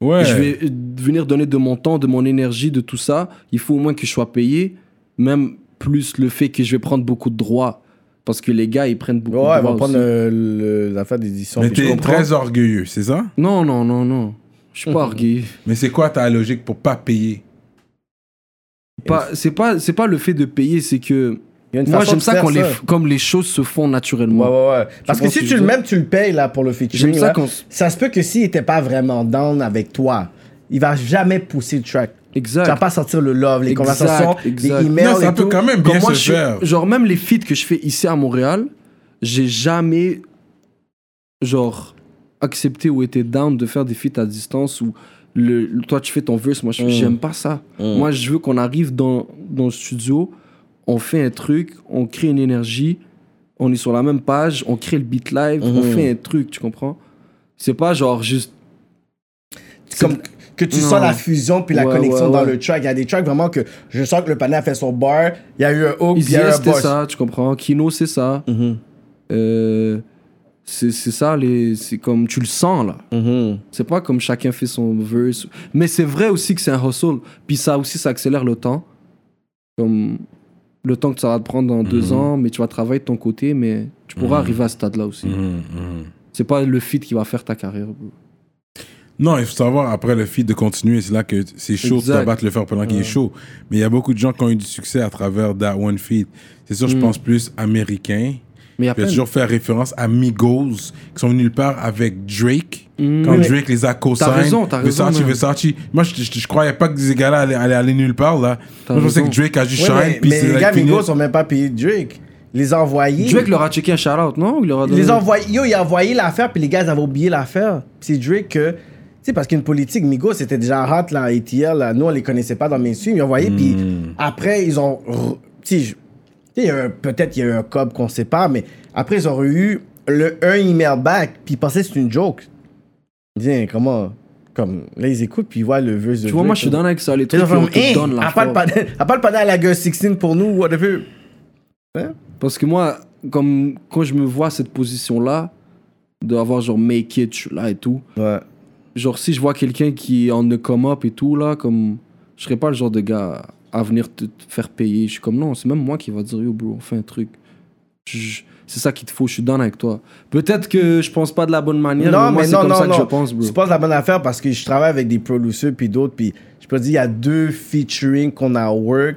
Speaker 1: ouais.
Speaker 3: Je vais euh, venir donner de mon temps, de mon énergie, de tout ça. Il faut au moins que je sois payé. Même plus le fait que je vais prendre beaucoup de droits. Parce que les gars, ils prennent beaucoup
Speaker 2: Ouais,
Speaker 3: de
Speaker 2: ils
Speaker 3: droits.
Speaker 2: vont prendre
Speaker 3: aussi.
Speaker 2: euh, le- l'affaire d'édition.
Speaker 1: Mais
Speaker 2: puis je
Speaker 1: t'es
Speaker 2: comprends.
Speaker 1: très orgueilleux, c'est ça?
Speaker 3: Non, non, non, non. Je suis pas
Speaker 2: Mhm.
Speaker 3: orgueilleux.
Speaker 1: Mais c'est quoi ta logique pour pas payer?
Speaker 3: Pas- C'est pas, c'est pas le fait de payer, c'est que.
Speaker 2: Il y a une
Speaker 3: Moi,
Speaker 2: façon
Speaker 3: j'aime
Speaker 2: de
Speaker 3: ça
Speaker 2: faire
Speaker 3: quand les, comme les choses se font
Speaker 2: Ouais,
Speaker 3: naturellement.
Speaker 2: ouais, ouais. Parce que
Speaker 3: comprends ce que
Speaker 2: si tu
Speaker 3: je
Speaker 2: le
Speaker 3: veux
Speaker 2: même, tu le payes là pour le
Speaker 3: J'aime
Speaker 2: featuring.
Speaker 3: ça
Speaker 2: là,
Speaker 3: quand.
Speaker 2: Ça se peut que s'il était pas vraiment down avec toi, il va jamais pousser le track. Tu vas
Speaker 3: Exact.
Speaker 2: pas sortir le love, les
Speaker 3: Exact,
Speaker 2: conversations,
Speaker 3: exact.
Speaker 2: les emails
Speaker 1: non, ça
Speaker 2: et
Speaker 1: peut
Speaker 2: tout.
Speaker 1: quand même
Speaker 3: Quand
Speaker 1: bien
Speaker 3: moi,
Speaker 1: se
Speaker 3: je suis-
Speaker 1: faire.
Speaker 3: genre, même les feats que je fais ici à Montréal, j'ai jamais, genre, accepté ou été down de faire des feats à distance ou le, le- toi, tu fais ton verse, moi, je- j'aime pas ça.
Speaker 2: Mm.
Speaker 3: Moi, je veux qu'on arrive dans, dans le studio, on fait un truc, on crée une énergie, on est sur la même page, on crée le beat live, on
Speaker 2: Mhm.
Speaker 3: fait un truc, tu comprends? C'est pas genre juste.
Speaker 2: Comme que tu
Speaker 3: Non.
Speaker 2: sens la fusion puis la
Speaker 3: Mm. Ouais,
Speaker 2: connexion
Speaker 3: ouais,
Speaker 2: dans
Speaker 3: ouais.
Speaker 2: le track. Il y a des tracks vraiment que je sens que le panel a fait son bar, il y a eu un hook, puis il
Speaker 3: Easy
Speaker 2: y a eu
Speaker 3: S,
Speaker 2: un
Speaker 3: c'était
Speaker 2: boss.
Speaker 3: ça, tu comprends? Kino, c'est ça.
Speaker 2: Mhm,
Speaker 3: Euh, c'est c'est ça, les- c'est comme tu le sens là.
Speaker 2: mhm.
Speaker 3: C'est pas comme chacun fait son verse. Mais c'est vrai aussi que c'est un hustle. Puis ça aussi, ça accélère le temps. Comme le temps que ça va te prendre dans deux ans, mais tu vas travailler de ton côté, mais tu pourras arriver à ce stade-là aussi.
Speaker 1: Mhm, mhm.
Speaker 3: C'est pas le fit qui va faire ta carrière. bro.
Speaker 1: Non, il faut savoir après le feed de continuer. C'est là que t- c'est chaud, tu
Speaker 3: Exact.
Speaker 1: vas te le faire pendant qu'il est chaud. Mais il y a beaucoup de gens qui ont eu du succès à travers that one feed. C'est sûr,
Speaker 3: Mm.
Speaker 1: je pense plus américain.
Speaker 3: Mais il y a
Speaker 1: Il
Speaker 3: plein
Speaker 1: a
Speaker 3: de-
Speaker 1: toujours fait référence à Migos, qui sont venus nulle part avec Drake. Quand
Speaker 3: Mm. Oui, mais-
Speaker 1: Drake les a co
Speaker 3: T'as raison, t'as raison,
Speaker 1: Versace,
Speaker 3: man.
Speaker 1: Versace. Moi, je, je- je croyais pas que ces gars-là allaient, allaient aller nulle part, là.
Speaker 3: T'as
Speaker 1: Moi, je pensais que
Speaker 3: raison.
Speaker 1: Drake a juste
Speaker 2: Ouais,
Speaker 1: shine,
Speaker 2: mais,
Speaker 1: puis
Speaker 2: mais
Speaker 1: c'est
Speaker 2: les
Speaker 1: like
Speaker 2: gars,
Speaker 1: fini.
Speaker 2: Migos sont même pas payés Drake. Les envoyés.
Speaker 3: Drake leur a checké un shout-out, non Il leur a donné-
Speaker 2: les envoyés. Yo, il a envoyé l'affaire, puis les gars, ils avaient oublié l'affaire. Puis c'est Drake que. Tu sais, parce qu'une politique, Migos, c'était déjà hot, là, ATL, là. Nous, on les connaissait pas dans mainstream. Ils ont envoyé, puis
Speaker 3: Mm.
Speaker 2: après, ils ont. re- Tu sais, je- tu sais, il y a un- peut-être il y a eu un cob qu'on sait pas, mais après, ils auraient eu le un email back, puis ils pensaient que c'était une joke. Bien, comment. Comme, là, ils écoutent, puis ils voient le verse de
Speaker 3: Tu vois, moi, je suis
Speaker 2: dans
Speaker 3: down avec ça. Les
Speaker 2: Ils
Speaker 3: trucs
Speaker 2: ont
Speaker 3: qui ont
Speaker 2: fait,
Speaker 3: te
Speaker 2: hey,
Speaker 3: donne la
Speaker 2: à pas le
Speaker 3: force.
Speaker 2: panel- à pas le panel à la gueule 16 pour nous, whatever.
Speaker 3: Parce que moi, comme, quand je me vois à cette position-là, d'avoir genre make it, je suis là et tout.
Speaker 2: Ouais.
Speaker 3: genre si je vois quelqu'un qui est en de come up et tout là comme je serais pas le genre de gars à venir te te faire payer je suis comme non c'est même moi qui va dire yo bro on fait un truc Je- c'est ça qu'il te faut je suis down avec toi peut-être que je pense pas de la bonne manière
Speaker 2: Non,
Speaker 3: mais, moi,
Speaker 2: mais
Speaker 3: c'est
Speaker 2: non,
Speaker 3: comme
Speaker 2: non,
Speaker 3: ça
Speaker 2: non.
Speaker 3: que je pense bro
Speaker 2: C'est pas la bonne affaire parce que je travaille avec des producers puis d'autres. Puis je peux dire, il y a deux featuring qu'on a work.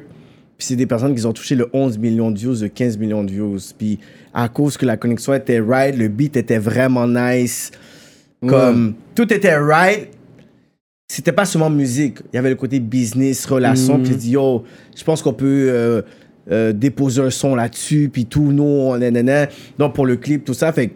Speaker 2: Puis c'est des personnes qui ont touché le 11 millions de views, le 15 millions de views. Puis à cause que la connexion était right, le beat était vraiment nice. Comme tout était right. C'était pas seulement musique. Il y avait le côté business, relation. Puis j'ai dit, yo, je pense qu'on peut euh, euh, déposer un son là-dessus. Puis tout, nous, on- nanana. Donc pour le clip, tout ça. Fait que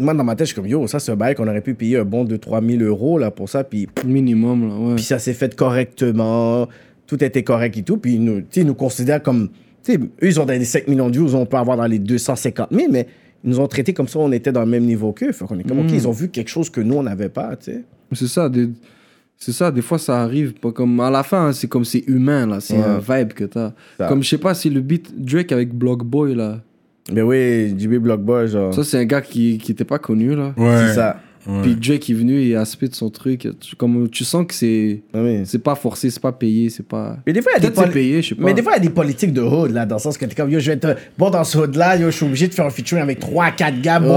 Speaker 2: moi, dans ma tête, je suis comme, yo, ça, c'est un bail qu'on aurait pu payer un bon de 3000 euros là, pour ça. Puis,
Speaker 3: minimum là ouais
Speaker 2: puis ça s'est fait correctement. Tout était correct et tout. Puis, ils nous, tu sais, ils nous considèrent comme Tu sais, eux, ils ont dans les 5 millions de views, on peut avoir dans les 250 000, mais ils nous ont traités comme ça, on était dans le même niveau qu'eux. Fait qu'on est comme, OK, ils ont vu quelque chose que nous, on n'avait pas, tu sais.
Speaker 3: C'est ça, des... c'est ça, des fois ça arrive. Pas comme à la fin, hein, c'est comme c'est humain là, c'est
Speaker 2: Ouais.
Speaker 3: un vibe que t'as.
Speaker 2: Ça.
Speaker 3: Comme je sais pas, c'est le beat Drake avec Block Boy là.
Speaker 2: Ben oui, JB Blockboy, genre.
Speaker 3: Ça c'est un gars qui qui était pas connu là.
Speaker 1: Ouais.
Speaker 2: C'est ça.
Speaker 1: Ouais.
Speaker 3: Puis Drake est venu et a spit son truc. Tu- Comme tu sens que c'est
Speaker 2: Ah oui.
Speaker 3: c'est pas forcé, c'est pas payé, c'est pas.
Speaker 2: Mais des fois, il y a des
Speaker 3: Peut-être c'est
Speaker 2: poli-
Speaker 3: payé, je sais pas.
Speaker 2: Mais des fois, il y a des politiques de hood, là, dans le sens que t'es comme, yo, je vais être euh, bon dans ce hood-là, yo, je suis obligé de faire un featuring avec 3-4 gars, bon,
Speaker 3: Ouais,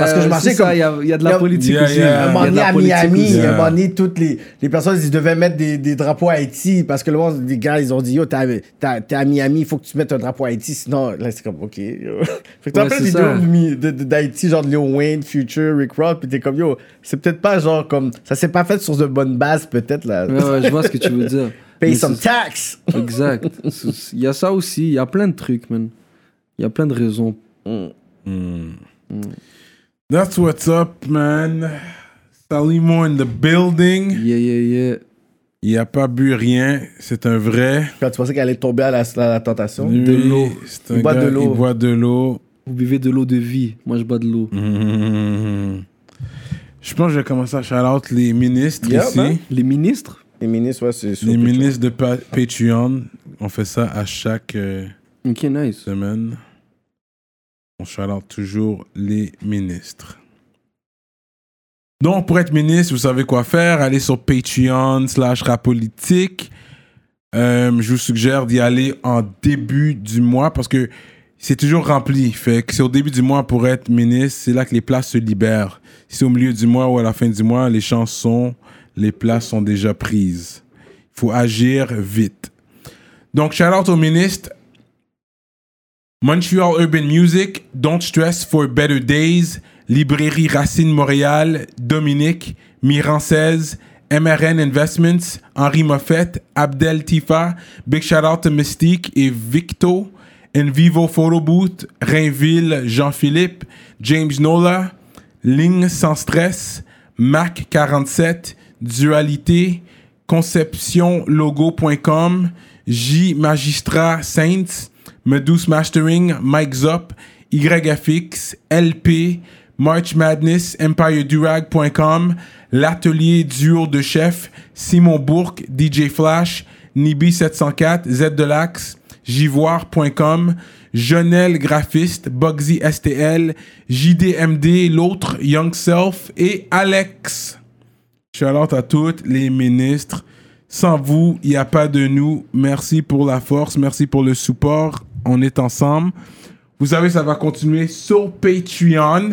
Speaker 2: parce que je marchais
Speaker 3: c'est ça,
Speaker 2: comme...
Speaker 3: Il y a, il y a de la
Speaker 2: Yo,
Speaker 3: politique
Speaker 1: Yeah,
Speaker 3: aussi.
Speaker 1: yeah.
Speaker 3: euh, Il y a
Speaker 2: Un
Speaker 3: de
Speaker 2: moment donné,
Speaker 3: la
Speaker 2: à
Speaker 3: politique
Speaker 2: Miami,
Speaker 3: aussi.
Speaker 2: un
Speaker 1: Yeah.
Speaker 2: moment donné, toutes les, les personnes, ils devaient mettre des, des drapeaux à Haïti parce que le monde, les gars, ils ont dit, yo, t'as- t'as- t'es à Miami, il faut que tu mettes un drapeau à Haïti, sinon, là, c'est comme, ok. yo. fait que t'as
Speaker 3: Ouais,
Speaker 2: plein de
Speaker 3: c'est
Speaker 2: vidéos
Speaker 3: ça.
Speaker 2: de Mi- de- de- d'Haïti, genre de Lil Wayne, Future, Rick Rock, pis t'es comme, yo, c'est peut-être pas genre comme, ça s'est pas fait sur de bonnes bases, peut-être, là.
Speaker 3: Ouais, ouais, je vois ce que tu veux dire.
Speaker 2: Pay
Speaker 3: Mais
Speaker 2: some
Speaker 3: c'est-
Speaker 2: tax!
Speaker 3: Exact. C'est- Il y a ça aussi. Il y a plein de trucs, man. Il y a plein de raisons.
Speaker 1: Hmm. That's what's up, man. Salimo in the building.
Speaker 3: Yeah, yeah, yeah.
Speaker 1: Il a pas bu rien. C'est un vrai.
Speaker 2: Quand tu pensais qu'elle allait tomber à la, à la tentation.
Speaker 1: Lui,
Speaker 3: de l'eau.
Speaker 1: c'est un
Speaker 2: Il boit
Speaker 1: gars,
Speaker 2: de l'eau.
Speaker 1: Il boit de l'eau.
Speaker 3: Vous buvez de l'eau de vie. Moi, je bois de l'eau.
Speaker 1: Mhm. Je pense que je vais commencer à shout-out les ministres
Speaker 2: Yeah,
Speaker 1: ici.
Speaker 2: man.
Speaker 3: Les ministres
Speaker 2: Les ministres, ouais, c'est sur
Speaker 1: Les
Speaker 2: Patreon.
Speaker 1: ministres de Pa- Patreon. On fait ça à chaque euh,
Speaker 3: Ok, nice.
Speaker 1: semaine. On shout-out toujours les ministres. Donc, pour être ministre, vous savez quoi faire. Allez sur Patreon slash rapolitique. Euh, je vous suggère d'y aller en début du mois parce que c'est toujours rempli. Fait que c'est au début du mois pour être ministre, c'est là que les places se libèrent. Si c'est au milieu du mois ou à la fin du mois, les chansons, les places sont déjà prises. Il faut agir vite. Donc, shout out au ministre. Montreal Urban Music, Don't Stress for Better Days, Librairie Racine Montréal, Dominique, Miran 16, MRN Investments, Henri Moffett, Abdel Tifa, Big Shout Out to Mystique et Victo, Envivo Photo Booth, Rainville Jean-Philippe, James Nola, Ligne Sans Stress, Mac 47, Dualité, conceptionlogo.com, J Magistrat Saints, Medus Mastering, Mike Zop, YFX, LP, March Madness, EmpireDurag.com, L'Atelier Duo de Chef, Simon Bourque, DJ Flash, Nibi704, Z de l'Axe, Jivoire.com, Jonel Graphiste, Bugsy STL, JDMD, l'autre, Young Self et Alex. Shout-out à toutes les ministres. Sans vous, il n'y a pas de nous. Merci pour la force, merci pour le support. On est ensemble. Vous savez, ça va continuer sur Patreon.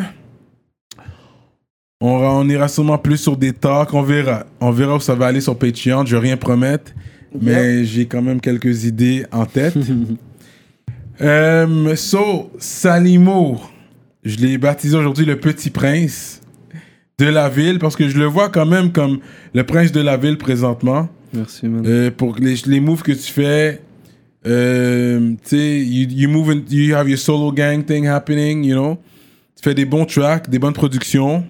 Speaker 1: On, ra- on ira sûrement plus sur des talks, on verra. On verra où ça va aller sur Patreon, je vais rien promettre. Mais j'ai quand même quelques idées en tête. Euh, so, Salimo, je l'ai baptisé aujourd'hui le petit prince de la ville parce que je le vois quand même comme le prince de la ville présentement.
Speaker 3: Merci, man.
Speaker 1: Euh, pour les, les moves que tu fais, euh, tu sais, you, you move in- you have your solo gang thing happening, you know. Tu fais des bons tracks, des bonnes productions,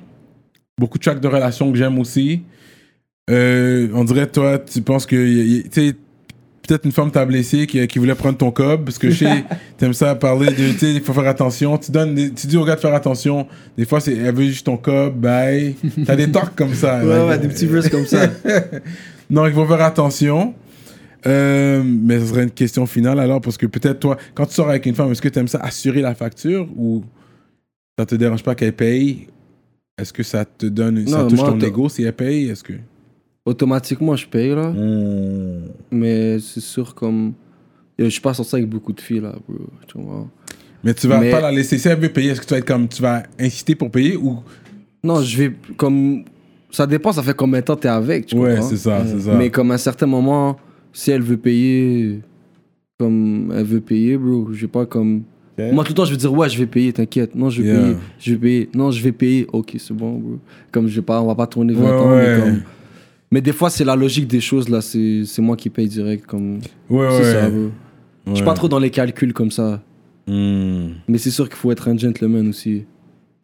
Speaker 1: beaucoup de tracks de relations que j'aime aussi. Euh, on dirait, toi, tu penses que, y- y- tu sais, peut-être une femme t'a blessé qui, qui voulait prendre ton cob parce que je sais, t'aimes ça parler de, tu sais, il faut faire attention. Tu donnes, des- tu dis aux gars de faire attention. Des fois, c'est, elle veut juste ton cob, bye. T'as des torques comme ça.
Speaker 3: Ouais,
Speaker 1: là.
Speaker 3: ouais, des petits verses comme ça.
Speaker 1: Donc, il faut faire attention. Euh, mais ce serait une question finale alors, parce que peut-être toi, quand tu sors avec une femme, est-ce que tu aimes ça assurer la facture ou ça te dérange pas qu'elle paye Est-ce que ça te donne, ça
Speaker 3: Non,
Speaker 1: touche
Speaker 3: moi,
Speaker 1: ton
Speaker 3: t'as-
Speaker 1: ego si elle paye Est-ce que.
Speaker 3: Automatiquement, je paye, là.
Speaker 2: Hmm.
Speaker 3: Mais c'est sûr, comme. Yo, Je suis pas sorti avec beaucoup de filles, là, bro. Tu vois.
Speaker 1: Mais tu vas
Speaker 3: Mais-
Speaker 1: pas la laisser, si elle veut payer, est-ce que tu vas être comme, tu vas inciter pour payer ou.
Speaker 3: Non, je vais. Comme. Ça dépend, ça fait combien de temps t'es avec, tu
Speaker 1: Ouais,
Speaker 3: comprends? Mm.
Speaker 1: c'est ça, c'est ça.
Speaker 3: Mais comme à un certain moment, si elle veut payer, comme elle veut payer, bro, je vais pas comme.
Speaker 2: Ok.
Speaker 3: Moi, tout le temps, je vais dire, ouais, je vais payer, t'inquiète. Non, je vais
Speaker 1: Yeah.
Speaker 3: payer. Je vais payer. Non, je vais payer. Ok, c'est bon, bro. Comme je vais pas, on va pas tourner 20
Speaker 1: Ouais,
Speaker 3: ans.
Speaker 1: ouais.
Speaker 3: Mais, comme... mais des fois, c'est la logique des choses, là. C'est c'est moi qui paye direct. Comme...
Speaker 1: Ouais,
Speaker 3: C'est
Speaker 1: ouais.
Speaker 3: ça, bro. Je suis
Speaker 1: ouais.
Speaker 3: pas trop dans les calculs comme ça.
Speaker 1: Hmm.
Speaker 3: Mais c'est sûr qu'il faut être un gentleman aussi.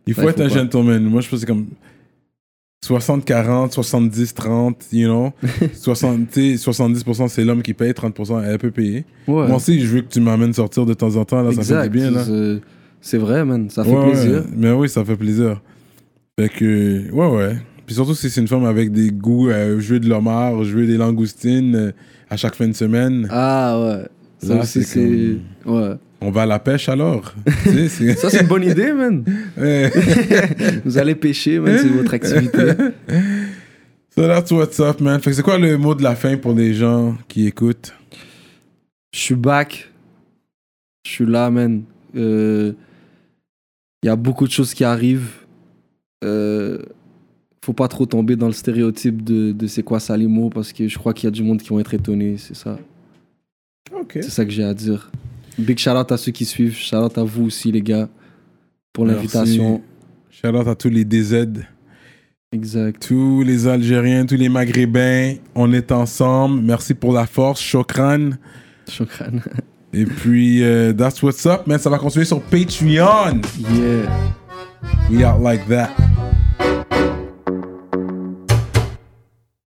Speaker 1: Il faut
Speaker 3: Ouais,
Speaker 1: être
Speaker 3: faut
Speaker 1: un
Speaker 3: pas.
Speaker 1: gentleman. Moi, je pense que c'est comme. 60-40, 70-30, you know. 60, tu sais, 70% c'est l'homme qui paye, 30% elle peut payer.
Speaker 3: Ouais.
Speaker 1: Moi aussi, je veux que tu m'amènes sortir de temps en temps, là, ça fait
Speaker 3: exact.
Speaker 1: du bien, là.
Speaker 3: C'est- C'est vrai, man. Ça fait
Speaker 1: Ouais, ouais.
Speaker 3: plaisir.
Speaker 1: Mais oui, ça fait plaisir. Fait que, ouais, ouais. Puis surtout si c'est une femme avec des goûts, euh, je veux de l'homard, je veux des langoustines euh, à chaque fin de semaine.
Speaker 3: Ah ouais. Ça
Speaker 1: Là,
Speaker 3: aussi,
Speaker 1: c'est
Speaker 3: c'est. Ouais.
Speaker 1: On va à la pêche alors. Tu sais, c'est- Eh,
Speaker 3: Ça, c'est une bonne idée, man.
Speaker 1: Ouais.
Speaker 3: Vous allez pêcher, man, c'est votre activité.
Speaker 1: So that's what's up, man. Fait que c'est quoi le mot de la fin pour les gens qui écoutent
Speaker 3: Je suis back. Je suis là, man. Il y a beaucoup de choses qui arrivent. Euh, faut pas trop tomber dans le stéréotype de, de c'est quoi ça les mots parce que je crois qu'il y a du monde qui vont être étonnés, c'est ça.
Speaker 2: Ok.
Speaker 3: C'est ça que j'ai à dire. Big shout out à ceux qui suivent, shout out à vous aussi les gars pour
Speaker 1: Merci.
Speaker 3: l'invitation.
Speaker 1: Shout out à tous les DZ,
Speaker 3: Exact.
Speaker 1: tous les Algériens, tous les Maghrébins. On est ensemble. Merci pour la force. Chokran.
Speaker 3: Shukran.
Speaker 1: Et puis, euh, that's what's up, man. Ça va continuer sur Patreon.
Speaker 3: Yeah.
Speaker 1: We out like that.